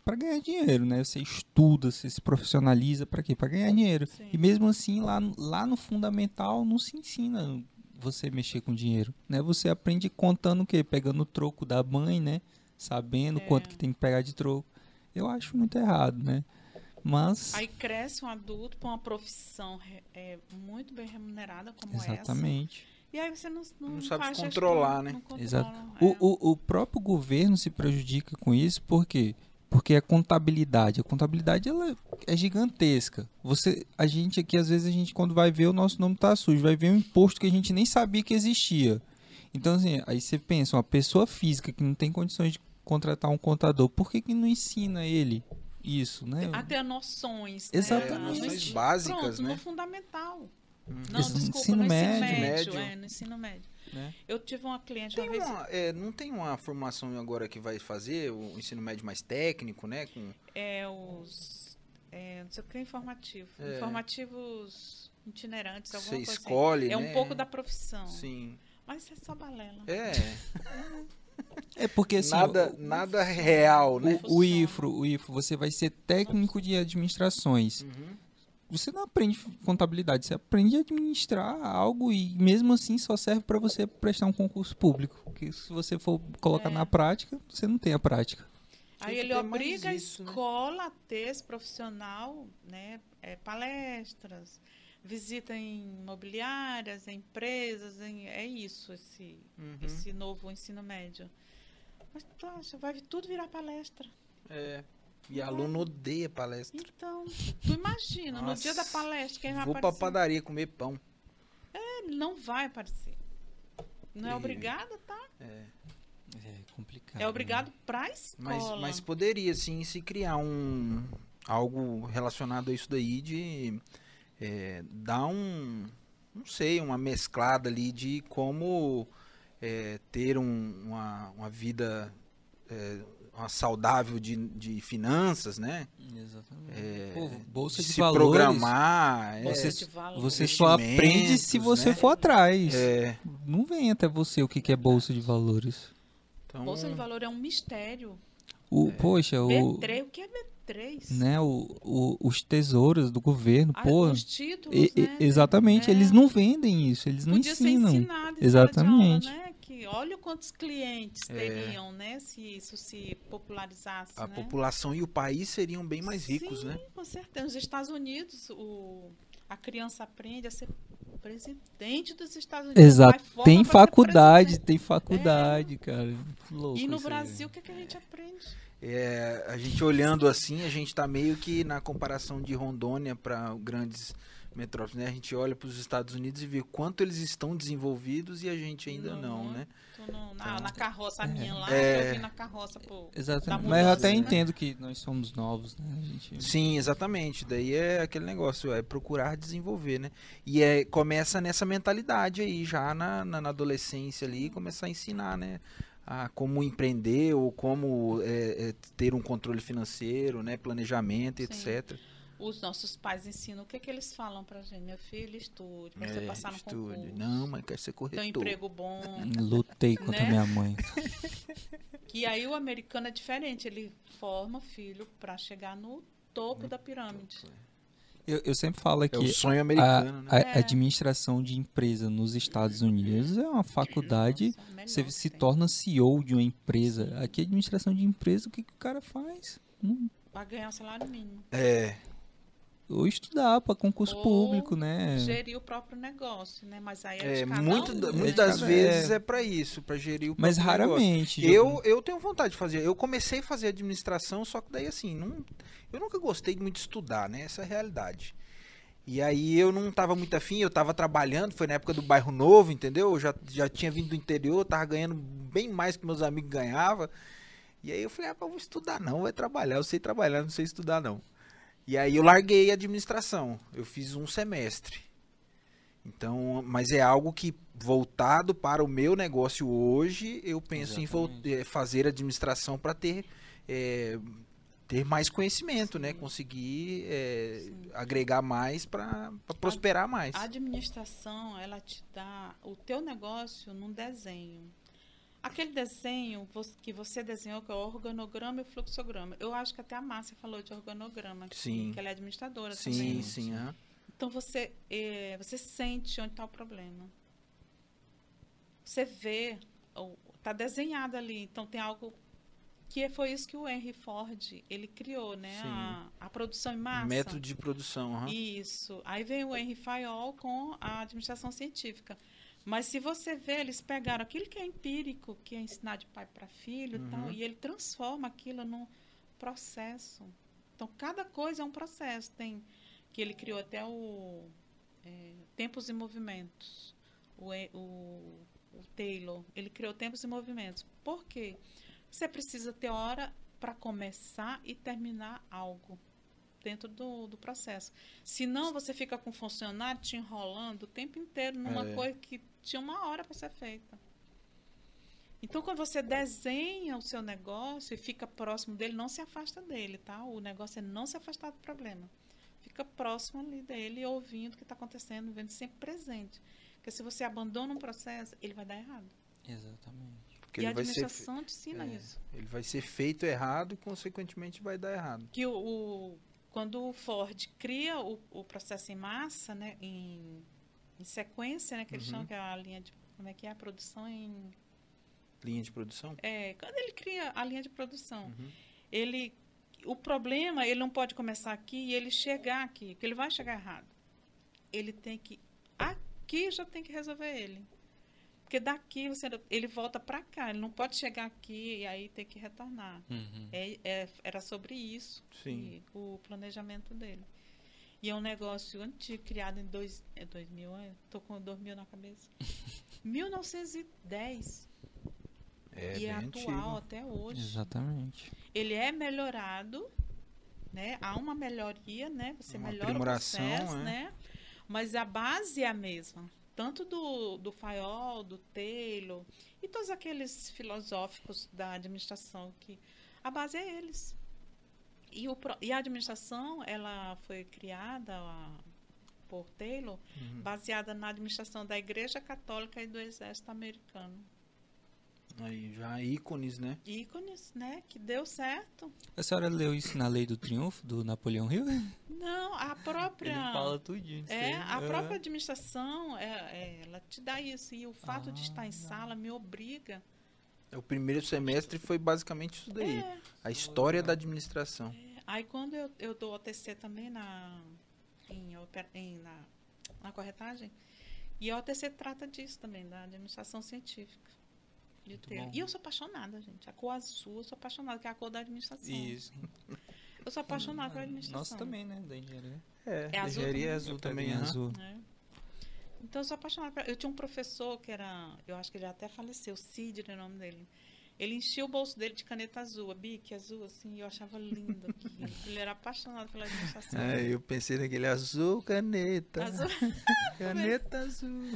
Speaker 2: Pra ganhar dinheiro, né? Você estuda, você se profissionaliza pra quê? Pra ganhar dinheiro.
Speaker 3: Sim.
Speaker 2: E mesmo assim, lá, lá no fundamental não se ensina você mexer com dinheiro, né? Você aprende contando o quê? Pegando o troco da mãe, né? Sabendo
Speaker 3: É.
Speaker 2: quanto que tem que pegar de troco. Eu acho muito errado, né? Mas
Speaker 3: Aí cresce um adulto para uma profissão re- é, muito bem remunerada como é essa.
Speaker 2: exatamente.
Speaker 3: E aí você não, não,
Speaker 1: Não sabe
Speaker 3: faz
Speaker 1: se
Speaker 3: gestão,
Speaker 1: controlar, né?
Speaker 3: não controla,
Speaker 2: Exato.
Speaker 3: é.
Speaker 2: O, o, o próprio governo se prejudica com isso, por quê? Porque a contabilidade, a contabilidade ela é gigantesca. Você, a gente aqui às vezes a gente quando vai ver o nosso nome tá sujo, vai ver um imposto que a gente nem sabia que existia. Então assim, aí você pensa, uma pessoa física que não tem condições de contratar um contador, por que que não ensina ele isso, né?
Speaker 3: Até noções.
Speaker 2: Exatamente.
Speaker 3: Né?
Speaker 2: É, noções
Speaker 3: ensino-
Speaker 1: básicas,
Speaker 3: Pronto,
Speaker 1: né? Uhum.
Speaker 3: No fundamental. Não,
Speaker 2: Esse-
Speaker 3: desculpa,
Speaker 2: ensino
Speaker 3: no ensino médio.
Speaker 2: médio.
Speaker 1: Médio.
Speaker 3: É, no ensino médio.
Speaker 2: Né?
Speaker 3: Eu tive uma cliente
Speaker 1: Tem
Speaker 3: uma vez.
Speaker 1: uma, é, não tem uma formação agora que vai fazer o ensino médio mais técnico, né? Com,
Speaker 3: É os. é, não sei o que é informativo.
Speaker 1: É.
Speaker 3: Informativos itinerantes, alguma
Speaker 1: você
Speaker 3: coisa assim.
Speaker 1: escolhe,
Speaker 3: É
Speaker 1: né?
Speaker 3: um pouco da profissão.
Speaker 1: Sim.
Speaker 3: Mas isso é só balela.
Speaker 1: É.
Speaker 2: É porque assim,
Speaker 1: nada,
Speaker 2: o-
Speaker 1: nada real, né?
Speaker 2: o, o
Speaker 3: funciona.
Speaker 2: IFRO, o IFRO, você vai ser técnico de administrações.
Speaker 1: Uhum.
Speaker 2: você não aprende contabilidade, você aprende a administrar algo e mesmo assim só serve para você prestar um concurso público. Porque se você for colocar
Speaker 3: É.
Speaker 2: na prática, você não tem a prática.
Speaker 3: Aí
Speaker 1: Tem que
Speaker 3: ele
Speaker 1: ter mais
Speaker 3: obriga
Speaker 1: isso,
Speaker 3: a
Speaker 1: né?
Speaker 3: escola a ter esse profissional, né? é, palestras, visita em imobiliárias, em empresas, em- é isso, esse,
Speaker 1: Uhum.
Speaker 3: esse novo ensino médio. Mas tu acha, vai tudo virar palestra.
Speaker 1: É. E aluno odeia palestra.
Speaker 3: Então, tu imagina, no dia da
Speaker 1: Nossa,
Speaker 3: palestra, quem vai
Speaker 1: Vou pra
Speaker 3: aparecer?
Speaker 1: padaria comer pão.
Speaker 3: Não vai aparecer. Não é
Speaker 1: E-
Speaker 3: obrigado, tá?
Speaker 2: É complicado.
Speaker 3: É obrigado pra escola.
Speaker 1: Mas, mas poderia, sim, se criar um algo relacionado a isso daí de é, dar um, não sei, uma mesclada ali de como é, ter um- uma, uma vida é, uma saudável de, de finanças, né?
Speaker 2: Exatamente. Pô, bolsa de,
Speaker 1: É, se
Speaker 2: valores,
Speaker 1: programar. é,
Speaker 2: Você-
Speaker 3: De valor.
Speaker 2: Você só aprende se
Speaker 1: Investimentos,
Speaker 2: você
Speaker 1: né?
Speaker 2: for atrás.
Speaker 1: é,
Speaker 2: Não vem até você o que que é bolsa de valores.
Speaker 1: então,
Speaker 3: Bolsa de valor é um mistério.
Speaker 2: O, Poxa, o,
Speaker 3: B3, o que é B3? três?
Speaker 2: né, o, o- os tesouros do governo,
Speaker 3: Ah,
Speaker 2: pô.
Speaker 3: Os títulos,
Speaker 2: e- e-
Speaker 3: né?
Speaker 2: Exatamente,
Speaker 3: É.
Speaker 2: eles não vendem isso, eles não
Speaker 3: Podia
Speaker 2: ensinam.
Speaker 3: ser ensinado em
Speaker 2: Exatamente.
Speaker 3: sala de aula, né? Que olha quantos clientes
Speaker 1: É.
Speaker 3: teriam, né? Se isso se popularizasse,
Speaker 1: A
Speaker 3: né?
Speaker 1: população e o país seriam bem mais ricos,
Speaker 3: Sim,
Speaker 1: né?
Speaker 3: com certeza. Nos Estados Unidos, o, a criança aprende a ser presidente dos Estados Unidos.
Speaker 2: Exato.
Speaker 3: Vai, forma
Speaker 2: Tem
Speaker 3: pra ser
Speaker 2: faculdade,
Speaker 3: presidente. É.
Speaker 2: tem faculdade, cara. Louco assim.
Speaker 3: E no
Speaker 2: isso aí.
Speaker 3: Brasil, o que, é que a gente aprende?
Speaker 1: É, a gente olhando assim, a gente tá meio que na comparação de Rondônia para grandes metrópoles, né? A gente olha para os Estados Unidos e vê o quanto eles estão desenvolvidos e a gente ainda não,
Speaker 3: Não.
Speaker 1: né?
Speaker 3: Tô no- na, na carroça, a minha lá,
Speaker 1: É.
Speaker 3: eu vim na carroça, pô.
Speaker 2: Exatamente.
Speaker 3: Da
Speaker 2: Mas eu
Speaker 3: mudança,
Speaker 2: até
Speaker 3: né?
Speaker 2: entendo que nós somos novos, né? A gente...
Speaker 1: Sim, exatamente. Daí é aquele negócio, é procurar desenvolver, né? E é, começa nessa mentalidade aí, já na, na, na adolescência ali, começar a ensinar, né? A como empreender ou como é, é, ter um controle financeiro, né? Planejamento,
Speaker 3: Sim.
Speaker 1: etc.
Speaker 3: Os nossos pais ensinam o que, é que eles falam pra gente. Meu filho, estude, pra você
Speaker 1: É,
Speaker 3: passar no
Speaker 1: estude.
Speaker 3: concurso.
Speaker 1: Não, mas quero ser
Speaker 3: Ter um
Speaker 1: corretor.
Speaker 3: emprego bom.
Speaker 2: Lutei contra
Speaker 3: Né?
Speaker 2: minha mãe.
Speaker 3: Que aí o americano é diferente, ele forma filho pra chegar no topo da pirâmide.
Speaker 2: Eu, eu sempre falo
Speaker 1: É o
Speaker 2: que
Speaker 1: sonho
Speaker 2: a,
Speaker 1: americano, né?
Speaker 2: a
Speaker 3: É.
Speaker 2: administração de empresa nos Estados Unidos é uma faculdade.
Speaker 3: Nossa, melhor
Speaker 2: Você
Speaker 3: que
Speaker 2: se
Speaker 3: tem.
Speaker 2: torna CEO de uma empresa. Aqui, é administração de empresa, o que, que o cara faz? Não-
Speaker 3: Pra ganhar um salário mínimo.
Speaker 1: É,
Speaker 2: Ou estudar para concurso
Speaker 3: Ou
Speaker 2: público, né?
Speaker 3: Gerir o próprio negócio, né? Mas aí é, de
Speaker 1: é
Speaker 3: cada
Speaker 1: muito,
Speaker 3: um.
Speaker 1: da-
Speaker 2: É de
Speaker 1: muitas das
Speaker 2: cada-
Speaker 1: vezes é, pra isso, pra gerir o
Speaker 2: Mas
Speaker 1: próprio negócio.
Speaker 2: raramente.
Speaker 1: Eu, eu tenho vontade de fazer. Eu comecei a fazer administração, só que daí assim, não, eu nunca gostei de muito estudar, né? Essa é a realidade. E aí eu não tava muito afim, eu tava trabalhando, foi na época do bairro novo, entendeu? Eu já, já tinha vindo do interior, tava ganhando bem mais que meus amigos ganhavam. E aí eu falei, ah, eu vou estudar não, vai trabalhar, eu sei trabalhar, não sei estudar não. E aí eu larguei a administração, eu fiz um semestre. Então, mas é algo que voltado para o meu negócio hoje, eu penso em vol-
Speaker 4: Exatamente.
Speaker 1: eh, fazer administração para ter eh, ter mais conhecimento, né? Conseguir eh, agregar mais para prosperar mais.
Speaker 3: A administração, ela te dá o teu negócio num desenho. Aquele desenho vo- que você desenhou, que é o organograma e o fluxograma. Eu acho que até a Márcia falou de organograma, que-
Speaker 1: Sim.
Speaker 3: que ela é administradora também.
Speaker 1: Sim,
Speaker 3: né?
Speaker 1: sim. aham.
Speaker 3: Então você, eh, você sente onde está o problema. Você vê, está desenhado ali. Então tem algo que foi isso que o Henry Ford ele criou, né?
Speaker 1: Sim.
Speaker 3: A, a produção em massa.
Speaker 1: Método de produção. aham.
Speaker 3: Isso. Aí vem o Henry Fayol com a administração científica. Mas se você vê, eles pegaram aquilo que é empírico, que é ensinar de pai para filho e
Speaker 1: Uhum.
Speaker 3: tal, e ele transforma aquilo num processo. Então, cada coisa é um processo. Tem que ele criou até o é, Tempos e Movimentos. O, E- o- o Taylor, ele criou Tempos e Movimentos. Por quê? Você precisa ter hora para começar e terminar algo dentro do, do processo. Senão você fica com o funcionário te enrolando o tempo inteiro numa
Speaker 1: É.
Speaker 3: coisa que tinha uma hora para ser feita. Então, quando você desenha o seu negócio e fica próximo dele, não se afasta dele, tá? O negócio é não se afastar do problema. Fica próximo ali dele, ouvindo o que está acontecendo, vendo sempre presente. Porque se você abandona um processo, ele vai dar errado.
Speaker 4: Exatamente.
Speaker 1: Porque
Speaker 3: e a
Speaker 1: ele vai, ser, fe-
Speaker 3: administração te ensina
Speaker 1: é.
Speaker 3: isso.
Speaker 1: ele vai ser feito errado e, consequentemente, vai dar errado.
Speaker 3: que o, o- quando o Ford cria o, o processo em massa, né, em, em sequência, né, que eles
Speaker 1: Uhum.
Speaker 3: chamam que é a linha de como é que é a produção em
Speaker 1: Linha de produção?
Speaker 3: é, quando ele cria a linha de produção,
Speaker 1: Uhum.
Speaker 3: ele o problema ele não pode começar aqui e ele chegar aqui, porque ele vai chegar errado. Ele tem que aqui já tem que resolver ele. Porque daqui você, ele volta para cá, ele não pode chegar aqui e aí ter que retornar.
Speaker 4: Uhum.
Speaker 3: É- é- era sobre isso
Speaker 1: Sim.
Speaker 3: e o planejamento dele. E é um negócio antigo, criado em dois, é 2000, é? tô com 2000 na cabeça. 1910
Speaker 1: É
Speaker 3: e
Speaker 1: bem
Speaker 3: é
Speaker 1: antigo.
Speaker 3: atual até hoje.
Speaker 2: Exatamente.
Speaker 3: Ele é melhorado, né? Há uma melhoria, né? Você
Speaker 1: Uma
Speaker 3: melhora o
Speaker 1: aprimoração,
Speaker 3: processo,
Speaker 1: é.
Speaker 3: né? Mas a base é a mesma, tanto do do Fayol, do Taylor e todos aqueles filosóficos da administração que a base é eles. E, o, pro- e a administração, ela foi criada a- por Taylor,
Speaker 1: Uhum.
Speaker 3: baseada na administração da Igreja Católica e do Exército Americano.
Speaker 1: Aí, já ícones, né?
Speaker 3: ícones, né? Que deu certo.
Speaker 4: A senhora leu isso na Lei do Triunfo, do Napoleão Hill?
Speaker 3: Não, a própria.
Speaker 4: Ele fala tudinho. disso
Speaker 3: É,
Speaker 4: aí.
Speaker 3: a
Speaker 4: É.
Speaker 2: Uhum.
Speaker 3: própria administração, é, é, ela te dá isso. E o fato de estar em sala me obriga.
Speaker 1: O primeiro semestre foi basicamente isso daí.
Speaker 3: É.
Speaker 1: A história da administração.
Speaker 3: Aí quando eu, eu dou OTC também na, em, oper- em- na, na corretagem, e a OTC trata disso também, da administração científica. de ter.
Speaker 4: bom.
Speaker 3: E eu sou apaixonada, gente. A cor azul, eu sou apaixonada, que é a cor da administração.
Speaker 4: Isso.
Speaker 3: Eu sou apaixonada pela
Speaker 2: Uhum.
Speaker 3: administração.
Speaker 4: Nossa também, né? Da engenharia.
Speaker 1: É,
Speaker 3: É
Speaker 1: a
Speaker 3: azul
Speaker 1: engenharia é
Speaker 3: também?
Speaker 1: azul também.
Speaker 4: Pedrinha
Speaker 1: aham.
Speaker 4: azul.
Speaker 3: né? Então eu sou apaixonada. Pra... Eu tinha um professor que era, eu acho que ele até faleceu, Cid era o nome dele. Ele enchia o bolso dele de caneta azul, a bic azul, assim, e eu achava lindo aquilo. Ele era apaixonado pela administração.
Speaker 1: Ah, eu pensei naquele azul caneta.
Speaker 3: Azul. é
Speaker 1: Caneta azul.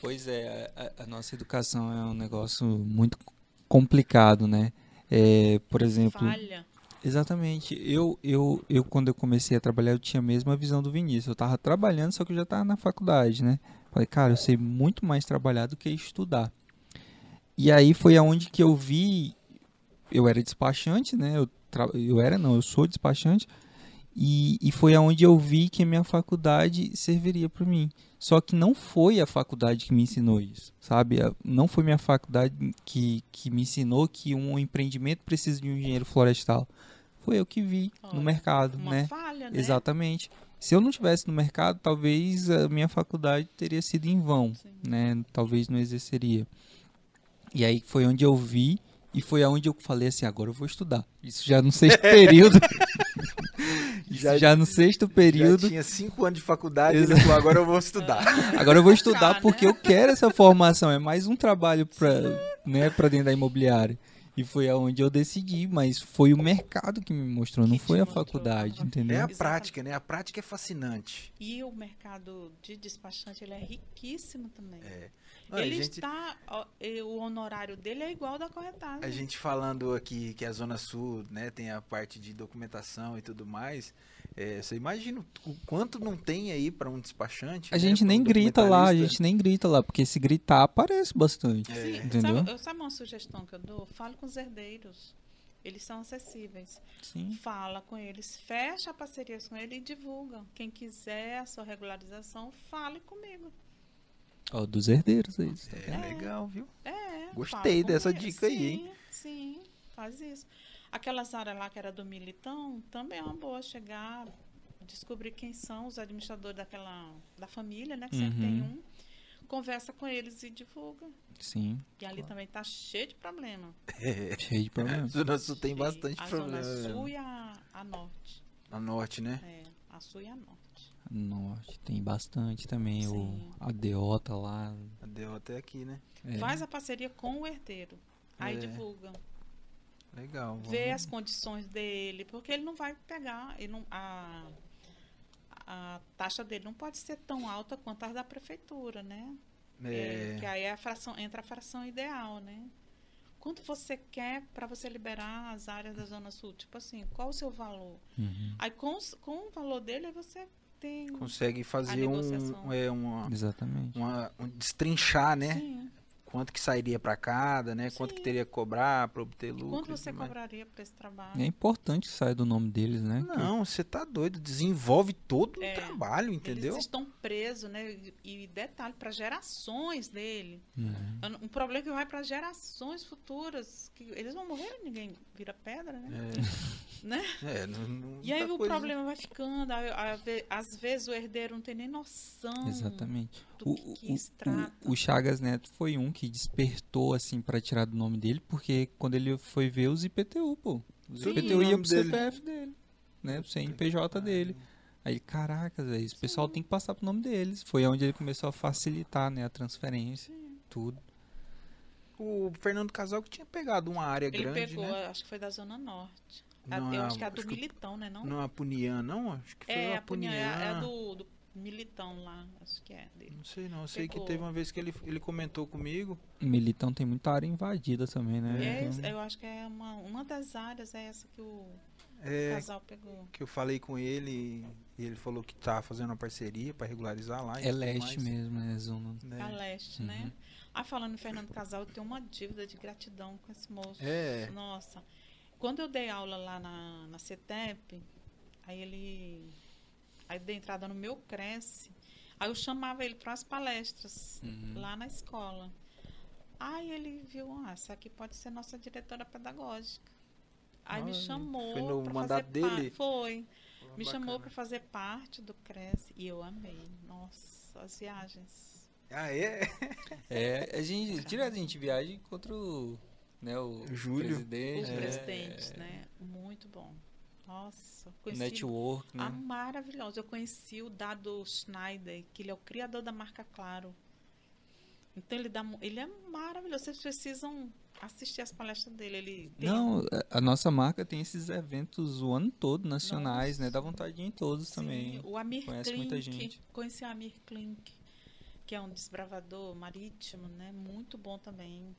Speaker 4: Pois é, a, a nossa educação é um negócio
Speaker 2: Muito complicado, né? É, por exemplo,
Speaker 3: Falha.
Speaker 2: Exatamente. Eu, eu, eu, quando eu comecei a trabalhar, eu tinha a mesma visão do Vinícius. Eu tava trabalhando, só que eu já tava na faculdade, né? Falei, cara, eu sei muito mais trabalhar do que estudar. E aí foi aonde que eu vi. Eu era despachante, né? Eu, tra- eu era, não, eu sou despachante. E, e foi aonde eu vi que a minha faculdade serviria para mim. Só que não foi a faculdade que me ensinou isso, sabe? A- Não foi minha faculdade que, que me ensinou que um empreendimento precisa de um engenheiro florestal. Foi eu que vi
Speaker 3: Olha,
Speaker 2: no mercado,
Speaker 3: Uma
Speaker 2: né?
Speaker 3: falha, né?
Speaker 2: Exatamente. Se eu não tivesse no mercado, talvez a minha faculdade teria sido em vão,
Speaker 3: Sim.
Speaker 2: né? Talvez não exerceria. E aí foi onde eu vi e foi aonde eu falei assim, agora eu vou estudar. Isso já no sexto período. Isso
Speaker 1: Já-
Speaker 2: já, no sexto
Speaker 1: Já
Speaker 2: período.
Speaker 1: tinha cinco anos de faculdade, ele falou, agora eu vou estudar. É
Speaker 2: Agora eu vou
Speaker 3: Tá,
Speaker 2: estudar
Speaker 3: né?
Speaker 2: porque eu quero essa formação. É mais um trabalho para né, pra dentro da imobiliária. E foi aonde eu decidi, mas foi o mercado que me mostrou, não
Speaker 3: Que
Speaker 2: foi
Speaker 3: te
Speaker 2: a
Speaker 3: mostrou,
Speaker 2: faculdade,
Speaker 3: tava-
Speaker 1: É
Speaker 2: entendeu?
Speaker 1: a
Speaker 3: Exatamente.
Speaker 1: prática, né? A prática é fascinante.
Speaker 3: E o mercado de despachante, ele é riquíssimo também.
Speaker 1: Não, É. a
Speaker 3: ele
Speaker 1: gente-
Speaker 3: está, ó, e o honorário dele é igual ao da corretagem.
Speaker 1: A gente falando aqui que a Zona Sul, né, tem a parte de documentação e tudo mais, é, você imagina o quanto não tem aí para um despachante?
Speaker 2: A
Speaker 1: né,
Speaker 2: gente
Speaker 1: pra um
Speaker 2: nem grita lá, a
Speaker 1: documentarista?
Speaker 2: gente nem grita lá, porque se gritar aparece bastante.
Speaker 1: é.
Speaker 3: Sim,
Speaker 2: Entendeu?
Speaker 3: Assim, Sabe, eu- sabe uma sugestão que eu dou? Fale com os herdeiros. Eles são acessíveis.
Speaker 2: Sim.
Speaker 3: Fala com eles, fecha parcerias com ele e divulga. Quem quiser a sua regularização, fale comigo.
Speaker 2: Ó, dos herdeiros aí. tá
Speaker 1: É,
Speaker 2: vendo?
Speaker 1: legal, viu?
Speaker 3: É,
Speaker 1: Gostei
Speaker 3: fala com
Speaker 1: dessa
Speaker 3: ele.
Speaker 1: dica aí,
Speaker 3: Sim,
Speaker 1: hein?
Speaker 3: Sim, faz isso. Aquelas áreas lá que era do militão, também é uma boa chegar, descobrir quem são os administradores daquela da família, né? Que sempre tem
Speaker 1: Uhum.
Speaker 3: um. Conversa com eles e divulga.
Speaker 2: Sim.
Speaker 3: E ali também tá cheio de problema.
Speaker 2: Cheio de
Speaker 1: A
Speaker 2: problema.
Speaker 1: Zona Sul tem
Speaker 3: Cheio.
Speaker 1: bastante
Speaker 3: a
Speaker 1: problema.
Speaker 3: Zona
Speaker 1: né?
Speaker 3: Sul e a, a Norte.
Speaker 1: A Norte, né?
Speaker 3: É, a Sul e a Norte.
Speaker 2: Norte tem bastante também.
Speaker 3: Sim.
Speaker 2: O, a Deota lá.
Speaker 1: A Deu até aqui, né?
Speaker 2: É.
Speaker 3: Faz a parceria com o herdeiro. Aí
Speaker 1: É.
Speaker 3: divulga.
Speaker 1: Legal. vamos-
Speaker 3: Vê as condições dele, porque ele não vai pegar. Ele não, a, a taxa dele não pode ser tão alta quanto a da prefeitura, né? É, que
Speaker 1: É,
Speaker 3: aí é a fração, entra a fração ideal, né? Quanto você quer para você liberar as áreas da Zona Sul? Tipo assim, qual o seu valor?
Speaker 2: Uhum,
Speaker 3: Aí com, os- com o valor dele, aí você tem.
Speaker 1: consegue fazer um,
Speaker 3: negociação.
Speaker 1: é, uma,
Speaker 2: Exatamente.
Speaker 1: uma- um destrinchar, né?
Speaker 3: Sim.
Speaker 1: Quanto que sairia para cada, né? Quanto que
Speaker 3: Sim.
Speaker 1: teria que cobrar para obter lucro?
Speaker 3: Quanto
Speaker 1: e
Speaker 3: você
Speaker 1: tudo mais.
Speaker 3: cobraria para esse trabalho?
Speaker 2: É importante que saia do nome deles, né?
Speaker 1: Não, você tá doido. Desenvolve todo o
Speaker 3: É,
Speaker 1: trabalho, entendeu?
Speaker 3: Eles estão presos, né? E e detalhe, para gerações dele.
Speaker 2: Uhum.
Speaker 3: É Um problema que vai para gerações futuras. que eles vão morrer, né? ninguém vira pedra, né?
Speaker 1: É.
Speaker 3: Né?
Speaker 1: É, não- não-
Speaker 3: E aí
Speaker 1: muita
Speaker 3: o
Speaker 1: coisa- né?
Speaker 3: problema vai ficando. aí- aí ve- Às vezes o herdeiro não tem nem noção
Speaker 2: Exatamente.
Speaker 3: do que, que se trata.
Speaker 2: o- o Chagas Neto foi um que despertou, assim, pra tirar do nome dele, porque quando ele foi ver os IPTU, pô. Os
Speaker 1: Sim,
Speaker 2: IPTU
Speaker 1: o
Speaker 2: ia
Speaker 1: nome
Speaker 2: pro
Speaker 1: dele.
Speaker 2: CPF dele, né? Pro CNPJ dele. Aí, caraca, Zé, esse pessoal tem que passar pro nome deles. Foi onde ele começou a facilitar, né, a transferência, tudo.
Speaker 1: O Fernando Casal que tinha pegado uma área
Speaker 3: Ele
Speaker 1: grande,
Speaker 3: pegou,
Speaker 1: né?
Speaker 3: acho que foi da Zona Norte. A-
Speaker 1: Não,
Speaker 3: eu
Speaker 1: é a-
Speaker 3: acho que é a do
Speaker 1: acho que-
Speaker 3: Militão, né? Não?
Speaker 1: Não é a Punian, não? Acho que foi
Speaker 3: é,
Speaker 1: a
Speaker 3: a Punhã,
Speaker 1: Punian.
Speaker 3: é, a- é a do, do Militão lá. Acho que é dele.
Speaker 1: Não sei, não. Eu Sei
Speaker 3: Pegou.
Speaker 1: que teve uma vez que ele, ele comentou comigo.
Speaker 2: Militão tem muita área invadida também,
Speaker 1: Uhum.
Speaker 3: E
Speaker 2: né?
Speaker 3: é
Speaker 2: Então,
Speaker 3: isso, eu acho que é uma, uma das áreas é essa que o
Speaker 1: é,
Speaker 3: casal pegou.
Speaker 1: que eu falei com ele e ele falou que tá fazendo uma parceria para regularizar lá. e
Speaker 2: é
Speaker 1: tudo
Speaker 2: leste
Speaker 1: mais,
Speaker 3: Ah,
Speaker 2: mesmo, né, zona.
Speaker 1: né?
Speaker 3: A leste, né? Ah, falando em Fernando Casal, eu tenho uma dívida de gratidão com esse moço.
Speaker 1: É.
Speaker 3: Nossa. Quando eu dei aula lá na, na CETEP, aí ele. Aí eu dei entrada no meu Cresce. Aí eu chamava ele para as palestras
Speaker 4: Uhum.
Speaker 3: lá na escola. Aí ele viu, ah, essa aqui pode ser nossa diretora pedagógica. Aí
Speaker 1: Olha,
Speaker 3: me chamou.
Speaker 1: foi no
Speaker 3: pra
Speaker 1: mandato
Speaker 3: fazer par-
Speaker 1: dele? Ah,
Speaker 3: Foi. Me
Speaker 1: Bacana.
Speaker 3: chamou para fazer parte do Cresce e eu amei. Nossa, as viagens.
Speaker 1: Ah, é?
Speaker 4: É, a gente, direto a gente viaja e encontra o, né, o
Speaker 1: Júlio.
Speaker 4: presidente.
Speaker 3: Os
Speaker 4: né,
Speaker 3: presidentes, né? Muito bom. Nossa,
Speaker 4: o
Speaker 3: conheci
Speaker 4: Network, né?
Speaker 3: a maravilhosa. Eu conheci o Dado Schneider, que ele é o criador da marca Claro. Então ele dá, mu- ele é maravilhoso. Vocês precisam assistir as palestras dele. Ele tem-
Speaker 2: Não, é, a nossa marca tem esses eventos o ano todo, nacionais, né? Dá vontade de ir em todos
Speaker 3: Sim,
Speaker 2: também.
Speaker 3: O Amir
Speaker 4: Conhece
Speaker 3: Klink.
Speaker 4: muita gente.
Speaker 3: Conheci o Amir Klink, que é um desbravador marítimo, né? Muito bom também.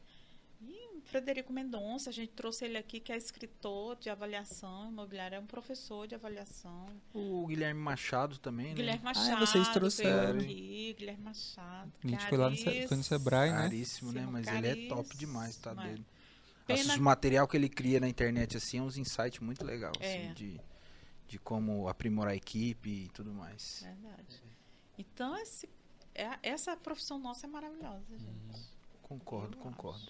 Speaker 3: E o Frederico Mendonça, a gente trouxe ele aqui, que é escritor de avaliação imobiliária, é um professor de avaliação.
Speaker 1: O Guilherme Machado também, né?
Speaker 3: Guilherme
Speaker 2: Ah, é,
Speaker 3: Machado.
Speaker 2: vocês
Speaker 1: trouxeram.
Speaker 3: Veio aqui, Guilherme Machado.
Speaker 2: A gente foi lá no, Ce- foi no Sebrae, né?
Speaker 1: Caríssimo, né? Mas ele é top demais, tá
Speaker 3: Caríssimo, é.
Speaker 1: doido.
Speaker 3: Pena-
Speaker 1: Os material que ele cria na internet, assim, é uns insights muito legal, assim,
Speaker 3: É.
Speaker 1: de, de como aprimorar a equipe e tudo
Speaker 3: É.
Speaker 1: mais.
Speaker 3: Verdade. Então, esse, é- essa profissão nossa é maravilhosa,
Speaker 2: Uhum.
Speaker 3: gente.
Speaker 1: Concordo,
Speaker 3: Eu
Speaker 1: concordo.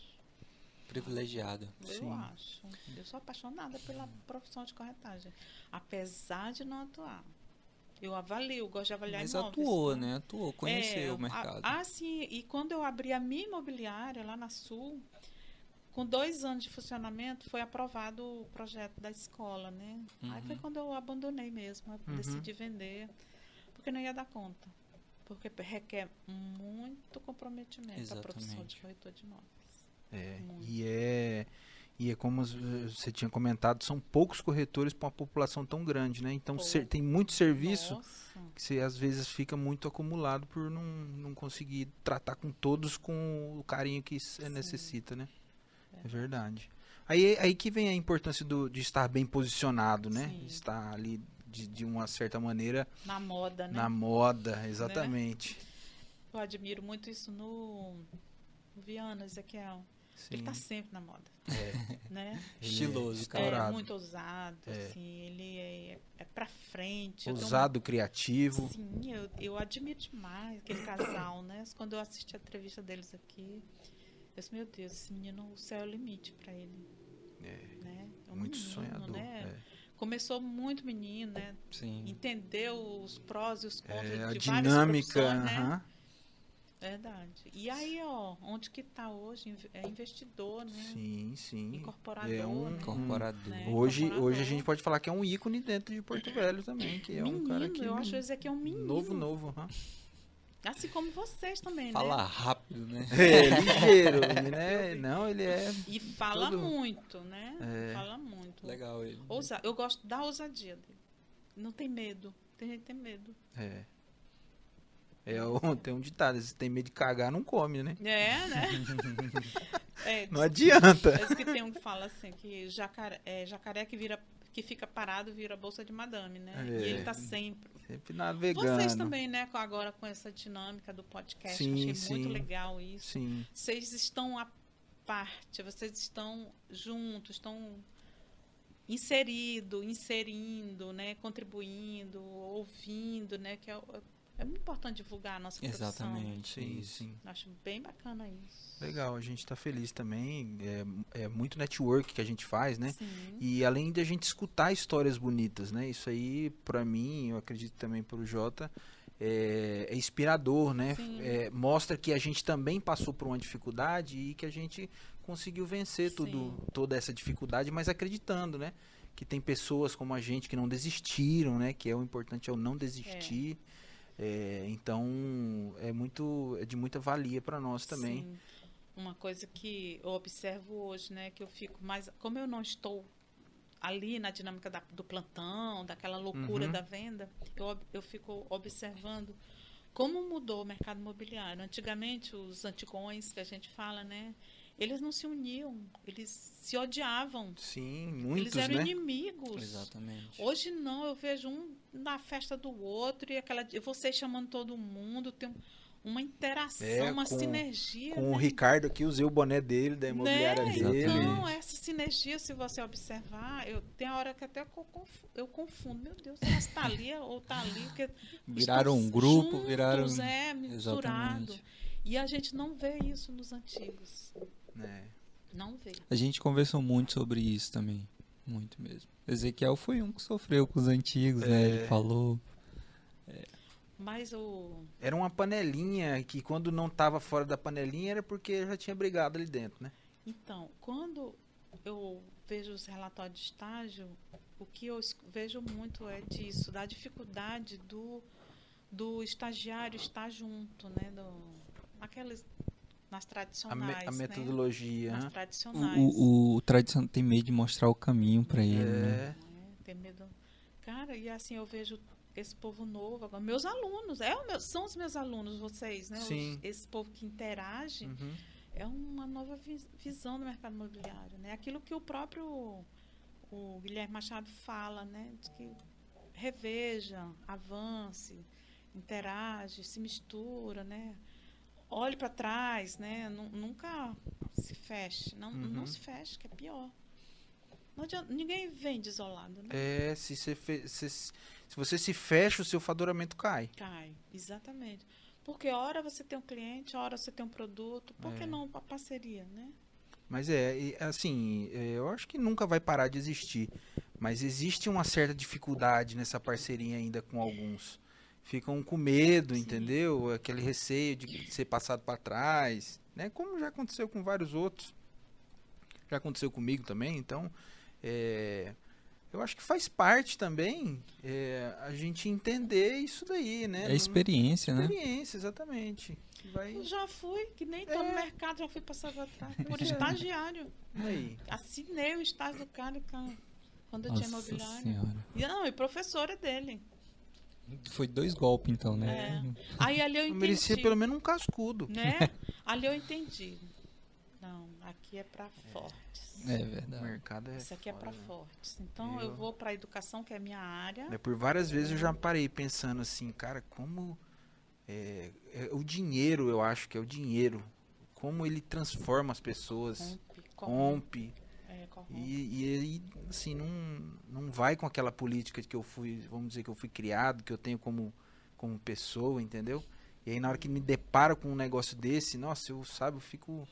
Speaker 4: Privilegiado.
Speaker 3: Eu
Speaker 1: Sim.
Speaker 3: acho. Eu sou apaixonada pela profissão de corretagem. Apesar de não atuar. Eu avalio, gosto de avaliar
Speaker 4: Mas
Speaker 3: imóveis.
Speaker 4: atuou, né? Atuou,
Speaker 3: É,
Speaker 4: conheceu o
Speaker 3: a-
Speaker 4: mercado.
Speaker 3: Ah, sim. E quando eu abri a minha imobiliária lá na Sul, com dois anos de funcionamento, foi aprovado o projeto da escola, né? Aí foi
Speaker 4: Uhum.
Speaker 3: quando eu abandonei mesmo. Eu
Speaker 1: Uhum.
Speaker 3: decidi vender, porque não ia dar conta. Porque requer muito comprometimento a profissão de
Speaker 4: Exatamente.
Speaker 3: corretor de imóveis.
Speaker 1: É,
Speaker 3: Muito.
Speaker 1: e é e é como as- você tinha comentado, são poucos corretores para uma população tão grande, né? Então
Speaker 3: Pouco.
Speaker 1: ser- tem muito serviço
Speaker 3: Nossa.
Speaker 1: que você às vezes fica muito acumulado por não, não conseguir tratar com todos com o carinho que se
Speaker 3: Sim.
Speaker 1: necessita, né? É verdade. Aí, aí que vem a importância do, de estar bem posicionado, né?
Speaker 3: Sim.
Speaker 1: Estar ali de, de uma certa maneira
Speaker 3: Na moda, né?
Speaker 1: na moda, exatamente.
Speaker 3: Eu admiro muito isso no, no Viana, Ezequiel.
Speaker 1: Sim.
Speaker 3: Ele está sempre na moda,
Speaker 1: É,
Speaker 3: né?
Speaker 1: ele é
Speaker 4: Estiloso, cara.
Speaker 1: estourado.
Speaker 3: É muito ousado,
Speaker 1: É.
Speaker 3: assim, ele é, é pra frente. eu tenho
Speaker 1: Ousado, criativo.
Speaker 3: uma- Sim, eu, eu admiro demais aquele casal, né? Quando eu assisti a entrevista deles aqui, eu disse, meu Deus, esse menino, o céu é o limite pra ele.
Speaker 1: É,
Speaker 3: Né? É um
Speaker 1: muito
Speaker 3: menino,
Speaker 1: sonhador.
Speaker 3: Né?
Speaker 1: é.
Speaker 3: Começou muito menino, né?
Speaker 4: Sim.
Speaker 3: Entendeu os prós e os contras
Speaker 1: É, a
Speaker 3: Um de várias
Speaker 1: dinâmica.
Speaker 3: profissões, né?
Speaker 1: aham.
Speaker 3: Verdade. E aí, ó, onde que tá hoje? Inve- É investidor, né?
Speaker 1: Sim, sim.
Speaker 3: Incorporador,
Speaker 1: É um-
Speaker 3: né?
Speaker 4: Corporador.
Speaker 3: Né?
Speaker 1: Hoje,
Speaker 3: incorporador.
Speaker 1: hoje a gente pode falar que é um ícone dentro de Porto Velho também, que é
Speaker 3: menino,
Speaker 1: um cara que
Speaker 3: eu acho esse aqui é um menino.
Speaker 1: novo, novo. aham.
Speaker 3: Assim como vocês também,
Speaker 4: Fala
Speaker 3: né?
Speaker 4: rápido, né?
Speaker 1: É, ligeiro, né? Não, ele é
Speaker 3: E fala
Speaker 1: Todo-
Speaker 3: muito, né?
Speaker 1: É.
Speaker 3: Fala muito.
Speaker 4: Legal ele.
Speaker 3: Ousa... Eu gosto da ousadia dele. Não tem medo. Tem gente que tem medo.
Speaker 1: É. É, o- tem um ditado, se tem medo de cagar, não come, né?
Speaker 3: É, né? é,
Speaker 1: Não adianta.
Speaker 3: diz que tem um que fala assim, que jacaré, é, jacaré que vira que fica parado vira bolsa de madame, né? E ele
Speaker 1: É.
Speaker 3: tá sempre.
Speaker 1: Sempre navegando.
Speaker 3: Vocês também, né, com- agora com essa dinâmica do podcast,
Speaker 1: Sim,
Speaker 3: achei
Speaker 1: sim.
Speaker 3: muito legal isso.
Speaker 1: Sim.
Speaker 3: vocês estão à parte, vocês estão juntos, estão inserido, inserindo, né, contribuindo, ouvindo, né, que é, é muito importante divulgar a nossa profissão.
Speaker 4: Exatamente.
Speaker 1: Sim,
Speaker 4: isso.
Speaker 1: sim.
Speaker 3: Acho bem bacana isso.
Speaker 1: Legal, a gente tá feliz também. É, é muito network que a gente faz, né?
Speaker 3: Sim.
Speaker 1: E além de a gente escutar histórias bonitas, né? Isso aí, pra mim, eu acredito também pro Jota, é, é inspirador, né?
Speaker 3: Sim.
Speaker 1: É, mostra que a gente também passou por uma dificuldade e que a gente conseguiu vencer tudo,
Speaker 3: Sim.
Speaker 1: toda essa dificuldade, mas acreditando, né? Que tem pessoas como a gente que não desistiram, né? Que é o importante é o não desistir. É, então é muito é de muita valia pra nós também.
Speaker 3: Sim. Uma coisa que eu observo hoje, né, que eu fico mais, como eu não estou ali na dinâmica da- do plantão, daquela loucura
Speaker 1: Uhum.
Speaker 3: da venda, eu, ob- eu fico observando como mudou o mercado imobiliário. Antigamente, os antigões que a gente fala, né, eles não se uniam, eles se odiavam,
Speaker 1: Sim, muitos,
Speaker 3: eles eram
Speaker 1: né?
Speaker 3: inimigos.
Speaker 4: Exatamente.
Speaker 3: Hoje não, eu vejo um na festa do outro e aquela. e Você chamando todo mundo. Tem um- uma interação,
Speaker 1: É,
Speaker 3: uma
Speaker 1: com-
Speaker 3: sinergia.
Speaker 1: Com o
Speaker 3: né?
Speaker 1: Ricardo aqui, usei o boné dele, da imobiliária
Speaker 3: Né?
Speaker 1: dele.
Speaker 3: Então,
Speaker 2: Exatamente.
Speaker 3: essa sinergia, se você observar, eu tem a hora que até eu confu- eu confundo. Meu Deus, mas tá ali ou tá ali. Porque
Speaker 4: Viraram
Speaker 3: estão
Speaker 4: um grupo,
Speaker 3: juntos,
Speaker 4: viraram-
Speaker 3: É, misturado.
Speaker 4: Exatamente.
Speaker 3: E a gente não vê isso nos antigos.
Speaker 1: né?
Speaker 3: Não vê.
Speaker 4: A
Speaker 2: A gente conversou muito sobre isso também. Muito mesmo. Ezequiel foi um que sofreu com os antigos, né?
Speaker 4: É.
Speaker 2: Ele falou.
Speaker 3: Mas o.
Speaker 1: Era uma panelinha que quando não tava fora da panelinha era porque já tinha brigado ali dentro, né?
Speaker 3: Então, quando eu vejo os relatórios de estágio, o que eu es- vejo muito é disso, da dificuldade do, do estagiário estar junto, né? Do, naquelas, nas
Speaker 1: A, me-
Speaker 3: tradicionais.
Speaker 1: a
Speaker 3: né?
Speaker 1: metodologia.
Speaker 3: Nas
Speaker 1: né?
Speaker 2: O,
Speaker 3: tradicionais.
Speaker 2: o, o tradicional tem medo de mostrar o caminho pra ele, né?
Speaker 1: É,
Speaker 3: né? Tem medo. Cara, e assim eu vejo esse povo novo agora. Meus alunos, é o meu- são os meus alunos, vocês, né? Os-
Speaker 1: Sim.
Speaker 3: esse povo que interage
Speaker 1: uhum.
Speaker 3: é uma nova vis- visão do mercado imobiliário, né? Aquilo que o próprio o Guilherme Machado fala, né? De que reveja, avance, interage, se mistura, né? Olhe para trás, né? Nu- Nunca se feche, não, não
Speaker 1: Uhum.
Speaker 3: se feche, que é pior. Não adianta- ninguém vende isolado, né?
Speaker 1: É, se você, fe- se, se você se fecha, o seu faturamento cai.
Speaker 3: Cai, exatamente. Porque hora você tem um cliente, hora você tem um produto, por que
Speaker 1: É.
Speaker 3: não a parceria, né?
Speaker 1: Mas é, e, assim, é, eu acho que nunca vai parar de existir. Mas existe uma certa dificuldade nessa parceria ainda com alguns. Ficam com medo,
Speaker 3: Sim.
Speaker 1: entendeu? Aquele receio de ser passado para trás, né? Como já aconteceu com vários outros. Já aconteceu comigo também, então... é, eu acho que faz parte também é, a gente entender isso daí, né?
Speaker 2: É,
Speaker 1: Não-
Speaker 2: experiência, né?
Speaker 1: Experiência, exatamente. Que Vai...
Speaker 3: Eu já fui, que nem tô no
Speaker 1: É.
Speaker 3: mercado, já fui passar atrás por
Speaker 1: É.
Speaker 3: estagiário.
Speaker 1: Aí.
Speaker 3: Assinei o estágio do cara cara, quando eu tinha
Speaker 2: Nossa
Speaker 3: imobiliário.
Speaker 2: senhora.
Speaker 3: E, não, e professora dele.
Speaker 2: Foi dois golpes, então, né?
Speaker 3: Aí ali eu
Speaker 1: Eu
Speaker 3: entendi.
Speaker 1: merecia pelo menos um cascudo.
Speaker 3: né? Ali eu entendi. Não, aqui é para fortes.
Speaker 2: É,
Speaker 1: O
Speaker 2: verdade.
Speaker 1: mercado é.
Speaker 3: Isso aqui é para
Speaker 1: foda.
Speaker 3: fortes. Então eu,
Speaker 1: Eu-
Speaker 3: vou para educação, que é minha área.
Speaker 1: É, Por várias vezes eu já parei pensando assim, cara, como é, é o dinheiro, eu acho que é o dinheiro, como ele transforma as pessoas,
Speaker 3: Comp, com,
Speaker 1: rompe
Speaker 3: é, corrom-
Speaker 1: e, e aí, assim não, não vai com aquela política de que eu fui, vamos dizer que eu fui criado, que eu tenho como como pessoa, entendeu? E aí na hora que me deparo com um negócio desse, nossa, eu sabe, eu fico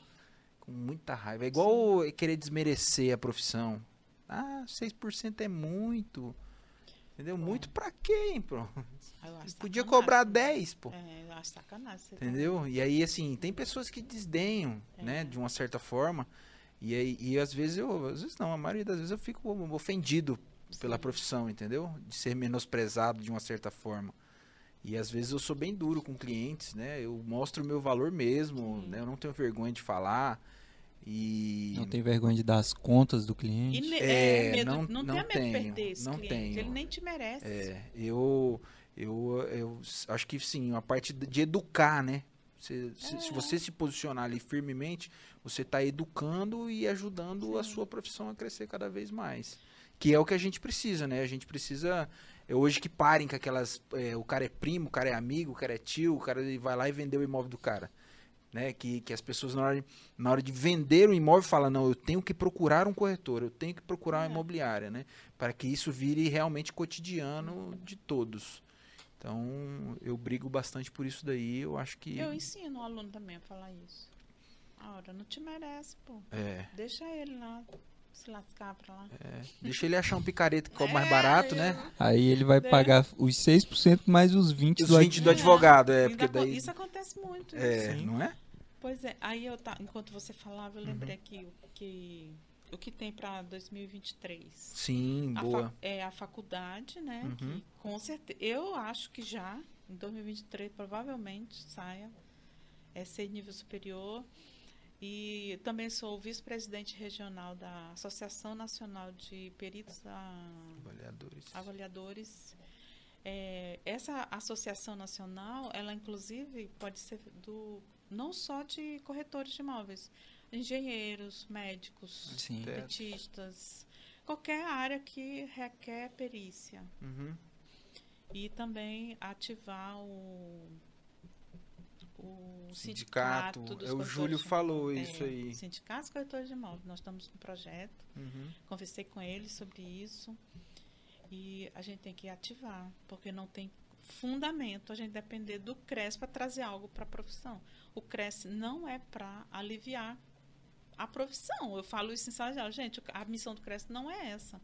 Speaker 1: com muita raiva. É igual querer desmerecer a profissão. Ah, 6% é muito. Entendeu? Muito pra quem, pô?
Speaker 3: Aí eu acho
Speaker 1: Podia
Speaker 3: sacanagem.
Speaker 1: cobrar 10, pô.
Speaker 3: É, eu acho sacanagem. você tá-
Speaker 1: Entendeu? E aí, assim, tem pessoas que desdenham, né, de uma certa forma. E aí, e às vezes eu, às vezes não, a maioria das vezes eu fico ofendido pela profissão, entendeu? De ser menosprezado de uma certa forma. E às vezes eu sou bem duro com clientes, né? Eu mostro o meu valor mesmo,
Speaker 3: Sim.
Speaker 1: né? Eu não tenho vergonha de falar. E
Speaker 2: Não tem vergonha de dar as contas do
Speaker 3: E
Speaker 2: cliente.
Speaker 3: ne-
Speaker 1: É,
Speaker 3: é, medo,
Speaker 1: não-
Speaker 3: não,
Speaker 1: não
Speaker 3: tenha medo
Speaker 1: tenho,
Speaker 3: de perder esse
Speaker 1: não
Speaker 3: cliente.
Speaker 1: tenho.
Speaker 3: Ele nem te merece.
Speaker 1: É, eu, eu, eu s- acho que sim, a parte de de educar, né? Se, se, se você se posicionar ali firmemente, você está educando e ajudando a sua profissão a crescer cada vez mais. Que é o que a gente precisa, né? A gente precisa. é Hoje que parem com aquelas. é, o cara é primo, o cara é amigo, o cara é tio, o cara ele vai lá e vendeu o imóvel do cara. Né? Que, que as pessoas, na hora, de- na hora de vender o imóvel, falam: não, eu tenho que procurar um corretor, eu tenho que procurar uma
Speaker 3: É.
Speaker 1: imobiliária, né? para que isso vire realmente cotidiano de todos. Então, eu brigo bastante por isso daí, eu acho que
Speaker 3: Eu ensino o aluno também a falar isso. A hora não te merece, pô.
Speaker 1: é,
Speaker 3: Deixa ele lá se lascar pra lá.
Speaker 1: deixa ele achar um picareta que cobra mais
Speaker 3: É,
Speaker 1: barato,
Speaker 3: eu-
Speaker 1: né?
Speaker 2: Aí ele vai
Speaker 3: Né?
Speaker 2: pagar os 6% mais os 20%
Speaker 1: Os
Speaker 2: do
Speaker 1: 20 do
Speaker 3: É,
Speaker 1: advogado, é,
Speaker 3: Ainda
Speaker 1: porque
Speaker 3: acon-
Speaker 1: daí
Speaker 3: Isso assim. acontece muito.
Speaker 1: é,
Speaker 3: isso.
Speaker 1: não é?
Speaker 3: Pois é, aí eu tá, enquanto você falava, eu lembrei aqui o que, o que tem pra 2023.
Speaker 1: Sim,
Speaker 3: A
Speaker 1: boa.
Speaker 3: fa- é a faculdade, né?
Speaker 1: Uhum.
Speaker 3: Que com certeza. Eu acho que já, em 2023, provavelmente saia. É ser nível superior. E também sou vice-presidente regional da Associação Nacional de Peritos a-
Speaker 1: Avaliadores.
Speaker 3: Avaliadores. É, essa associação nacional, ela inclusive pode ser do não só de corretores de imóveis, engenheiros, médicos,
Speaker 2: Sim.
Speaker 1: Certo.
Speaker 3: petistas, qualquer área que requer perícia.
Speaker 1: Uhum.
Speaker 3: E também ativar o, o
Speaker 1: Sindicato,
Speaker 3: sindicato, dos
Speaker 1: é, o
Speaker 3: corretores
Speaker 1: Júlio
Speaker 3: de
Speaker 1: falou
Speaker 3: imóvel.
Speaker 1: isso
Speaker 3: É,
Speaker 1: aí.
Speaker 3: Sindicato dos corretores de imóvel. Nós estamos no projeto.
Speaker 1: Uhum.
Speaker 3: Conversei com ele sobre isso. E a gente tem que ativar, porque não tem fundamento a gente depender do CRES para trazer algo para a profissão. O CRES não é para aliviar a profissão. Eu falo isso em sala de aula. Gente, o- a missão do CRES não é essa.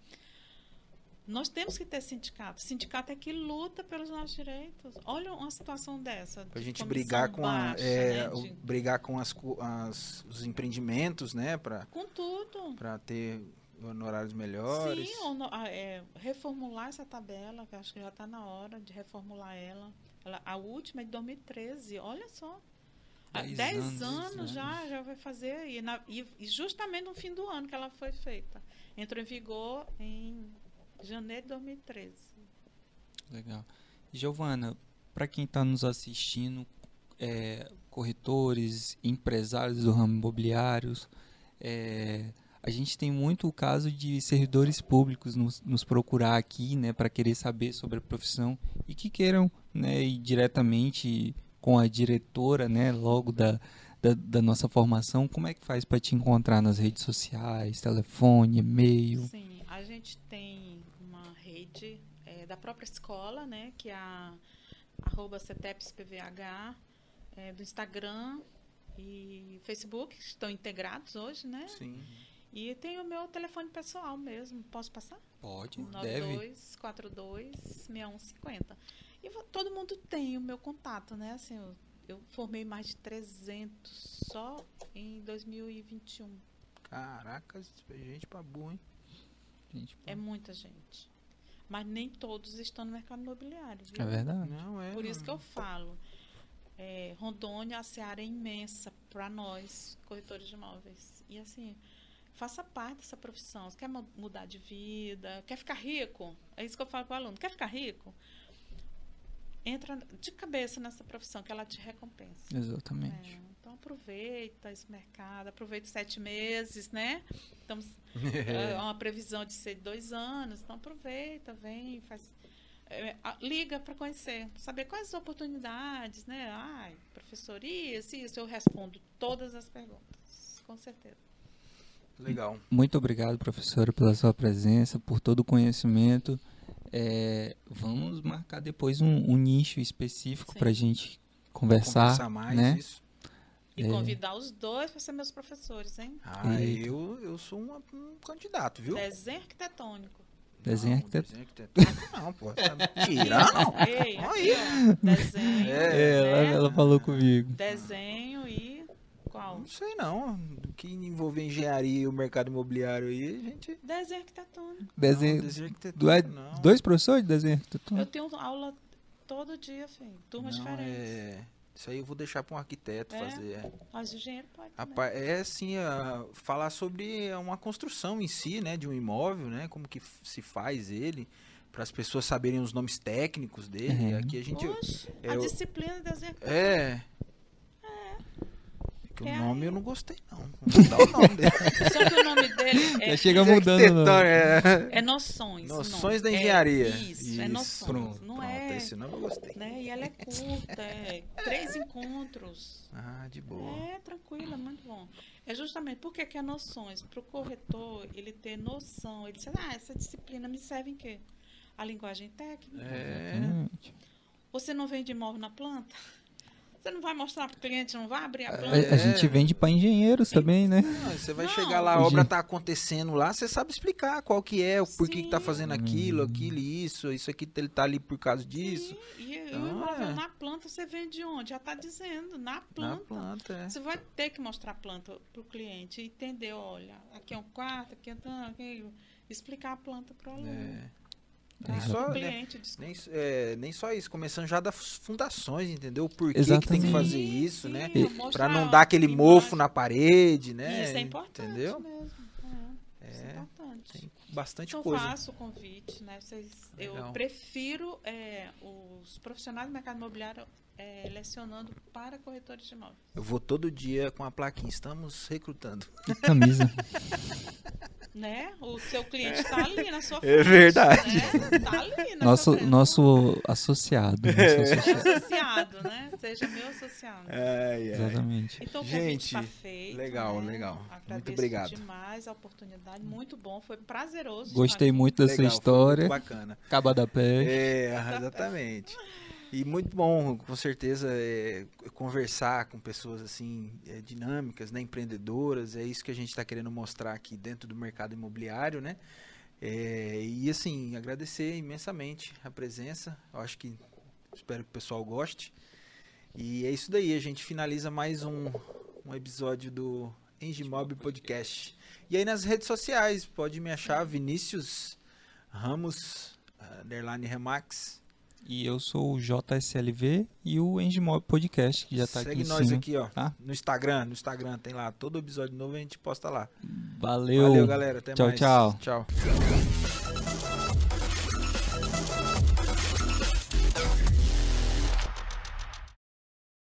Speaker 3: Nós temos que ter sindicato. Sindicato é que luta pelos nossos direitos. Olha uma situação dessa.
Speaker 1: Pra
Speaker 3: de
Speaker 1: gente
Speaker 3: comissão
Speaker 1: brigar com, a-
Speaker 3: baixa,
Speaker 1: é,
Speaker 3: né,
Speaker 1: o-
Speaker 3: de-
Speaker 1: brigar com as, co- as- os empreendimentos, né? Pra,
Speaker 3: Com tudo.
Speaker 1: pra ter honorários melhores.
Speaker 3: Sim, ou no- ah, é, reformular essa tabela, que eu acho que já está na hora de reformular ela. Ela- A última é de 2013, olha só. Há
Speaker 4: Dez anos,
Speaker 3: 10 anos,
Speaker 2: né?
Speaker 4: dez
Speaker 3: já,
Speaker 4: anos.
Speaker 3: já vai fazer. E, na- e- e justamente no fim do ano que ela foi feita. Entrou em vigor em janeiro de 2013.
Speaker 4: Legal.
Speaker 2: Giovana, para quem está nos assistindo, é, corretores, empresários do ramo imobiliários, é, a gente tem muito o caso de servidores públicos nos, nos procurar aqui, né, para querer saber sobre a profissão e que queiram, né, ir diretamente com a diretora, né, logo da, da, da nossa formação. Como é que faz para te encontrar nas redes sociais, telefone, e-mail?
Speaker 3: Sim, a gente tem uma rede eh, da própria escola, né? Que é a arroba CETEPSPVH, eh, do Instagram e Facebook, que estão integrados hoje, né?
Speaker 1: Sim.
Speaker 3: E tem o meu telefone pessoal mesmo. Posso passar?
Speaker 4: Pode, deve.
Speaker 3: 9242-6150. E vo- todo mundo tem o meu contato, né? Assim, eu, eu formei mais de 300 só em 2021.
Speaker 1: Caracas, gente pra burro, hein?
Speaker 2: Gente,
Speaker 3: É muita gente. Mas nem todos estão no mercado imobiliário. viu?
Speaker 2: é verdade.
Speaker 1: Não é.
Speaker 3: Por isso que
Speaker 1: mano.
Speaker 3: eu falo. é, Rondônia, a seara é imensa para nós, corretores de imóveis. E assim, faça parte dessa profissão. Você quer mu- mudar de vida? Quer ficar rico? É isso que eu falo para o aluno. Quer ficar rico? Entra de cabeça nessa profissão, que ela te recompensa.
Speaker 2: Exatamente.
Speaker 3: É, então aproveita esse mercado, aproveita os sete meses, né? Estamos é. uma previsão de ser de dois anos, então aproveita, vem, faz. é, a- liga para conhecer, saber quais as oportunidades, né? Ai, professor, isso, isso, eu respondo todas as perguntas, com certeza.
Speaker 1: Legal.
Speaker 2: Muito obrigado, professora, pela sua presença, por todo o conhecimento. É, vamos marcar depois um, um nicho específico
Speaker 3: Sim.
Speaker 2: para a gente conversar,
Speaker 1: Conversar mais
Speaker 2: né?
Speaker 1: isso.
Speaker 3: E
Speaker 2: É.
Speaker 3: convidar os dois para ser meus professores, hein?
Speaker 1: Ah,
Speaker 2: Eita.
Speaker 1: eu, eu sou uma- um candidato, viu?
Speaker 3: Desenho arquitetônico.
Speaker 2: Desenho
Speaker 1: Não,
Speaker 2: arquitet-
Speaker 1: Desenho arquitetônico não, pô. Tá tirando?
Speaker 3: Ei, aqui, ó, desenho.
Speaker 1: É,
Speaker 2: É, ela,
Speaker 3: né?
Speaker 2: ela falou comigo.
Speaker 3: Desenho e qual?
Speaker 1: Não sei não. Do que envolver engenharia e o mercado imobiliário aí, a gente.
Speaker 3: Desenho arquitetônico.
Speaker 1: Não,
Speaker 2: Desenho,
Speaker 1: desenho arquitetônico,
Speaker 2: do- é-
Speaker 1: não.
Speaker 2: dois professores de desenho
Speaker 3: Eu
Speaker 2: arquitetônico?
Speaker 3: tenho aula todo dia, filho. Turmas
Speaker 1: Não,
Speaker 3: diferentes.
Speaker 1: é- Isso aí eu vou deixar para um arquiteto
Speaker 3: É?
Speaker 1: fazer.
Speaker 3: Mas o engenheiro pode. né? também.
Speaker 1: Rapaz, é assim, a- falar sobre é uma construção em si, né, de um imóvel, né, como que f- se faz ele, para as pessoas saberem os nomes técnicos dele.
Speaker 2: Uhum.
Speaker 1: Aqui a gente
Speaker 3: Oxe,
Speaker 1: é
Speaker 3: a
Speaker 1: o-
Speaker 3: disciplina desenho.
Speaker 1: é que o
Speaker 3: É.
Speaker 1: nome eu não gostei não. Vou dar o nome dele.
Speaker 3: Só que o nome dele
Speaker 2: Já
Speaker 3: é,
Speaker 2: chega mudando. o nome.
Speaker 1: Arquitetônico, é.
Speaker 3: é Noções.
Speaker 1: Noções
Speaker 3: não.
Speaker 1: da engenharia.
Speaker 3: É, isso, é
Speaker 1: Isso.
Speaker 3: Noções.
Speaker 2: Pronto,
Speaker 3: não
Speaker 1: Pronto,
Speaker 3: é.
Speaker 1: esse nome eu gostei.
Speaker 3: Né? E ela é curta, é três encontros.
Speaker 1: Ah, de boa.
Speaker 3: É, tranquila, muito bom. É justamente porque que é noções. Para o corretor, ele ter noção, ele diz, ah, essa disciplina me serve em quê? A linguagem técnica.
Speaker 1: É.
Speaker 2: Exatamente.
Speaker 3: Você não vende imóvel na planta? Você não vai mostrar para o cliente, não vai
Speaker 1: É.
Speaker 3: abrir a
Speaker 2: A,
Speaker 3: planta?
Speaker 2: a gente vende para engenheiros também, né?
Speaker 1: Não, você vai
Speaker 3: Não.
Speaker 1: chegar lá, a
Speaker 2: Hoje-
Speaker 1: obra tá acontecendo lá, você sabe explicar qual que é, o porquê que tá
Speaker 3: Sim.
Speaker 1: fazendo aquilo, aquilo, isso, isso aqui ele tá ali por causa disso.
Speaker 3: Sim, E, e
Speaker 1: Então,
Speaker 3: o imóvel
Speaker 1: é.
Speaker 3: na planta você vende onde? Já está dizendo, na
Speaker 1: Na
Speaker 3: planta.
Speaker 1: planta, é.
Speaker 3: Você vai ter que mostrar a planta para o cliente, entender, olha, aqui é um quarto, aqui é tan- aqui é- explicar a planta para o aluno.
Speaker 1: É.
Speaker 3: tá?
Speaker 1: Nem só,
Speaker 3: o
Speaker 1: né?
Speaker 3: cliente descobre.
Speaker 1: Nem, é, nem só isso, começando já das fundações, entendeu? O porquê que tem
Speaker 2: Exatamente.
Speaker 1: que fazer
Speaker 3: Sim,
Speaker 1: isso,
Speaker 3: sim,
Speaker 1: né?
Speaker 3: eu mostro
Speaker 1: Pra não
Speaker 3: a
Speaker 1: dar aquele
Speaker 3: imagem.
Speaker 1: mofo na parede, né?
Speaker 3: Isso é importante
Speaker 1: Entendeu?
Speaker 3: mesmo. É, isso é importante.
Speaker 1: Tem bastante
Speaker 3: Então
Speaker 1: coisa.
Speaker 3: faço o convite, né? Vocês, eu
Speaker 1: Legal.
Speaker 3: prefiro é, os profissionais do mercado imobiliário é, lecionando para corretores de imóveis.
Speaker 1: Eu vou todo dia com a plaquinha, estamos recrutando.
Speaker 2: Que camisa.
Speaker 3: né? O seu cliente está ali na sua frente.
Speaker 1: É verdade.
Speaker 3: Né? Tá ali na
Speaker 2: Nosso,
Speaker 3: sua frente.
Speaker 2: nosso associado. Nosso
Speaker 3: É
Speaker 2: associado.
Speaker 3: associado, né? Seja meu associado.
Speaker 2: É,
Speaker 1: Ai, ai.
Speaker 2: Exatamente.
Speaker 3: Então, o
Speaker 1: É. Gente,
Speaker 3: convite tá feito,
Speaker 1: legal,
Speaker 3: né?
Speaker 1: legal. Muito
Speaker 3: Agradeço
Speaker 1: obrigado.
Speaker 3: demais a oportunidade, muito bom, foi prazeroso. estar
Speaker 2: Gostei
Speaker 3: aqui.
Speaker 2: muito dessa
Speaker 1: Legal, foi
Speaker 2: história.
Speaker 1: Muito bacana.
Speaker 2: Caba da pé.
Speaker 1: É, exatamente. E muito bom, com certeza, é, conversar com pessoas assim é, dinâmicas, né, empreendedoras. É isso que a gente está querendo mostrar aqui dentro do mercado imobiliário, né? É, e assim, agradecer imensamente a presença. Eu acho que espero que o pessoal goste. E é isso daí, a gente finaliza mais um, um episódio do Engimob Podcast. E aí nas redes sociais, pode me achar Vinícius Ramos eh, underline Remax.
Speaker 2: E eu sou o JSLV e o Engimob Podcast, que já tá
Speaker 1: Segue
Speaker 2: aqui em
Speaker 1: nós
Speaker 2: cima.
Speaker 1: aqui, ó.
Speaker 2: tá?
Speaker 1: No Instagram, no Instagram tem lá. Todo episódio novo a gente posta lá.
Speaker 2: Valeu.
Speaker 1: Valeu, galera. Até
Speaker 2: Tchau,
Speaker 1: mais.
Speaker 2: tchau.
Speaker 1: Tchau.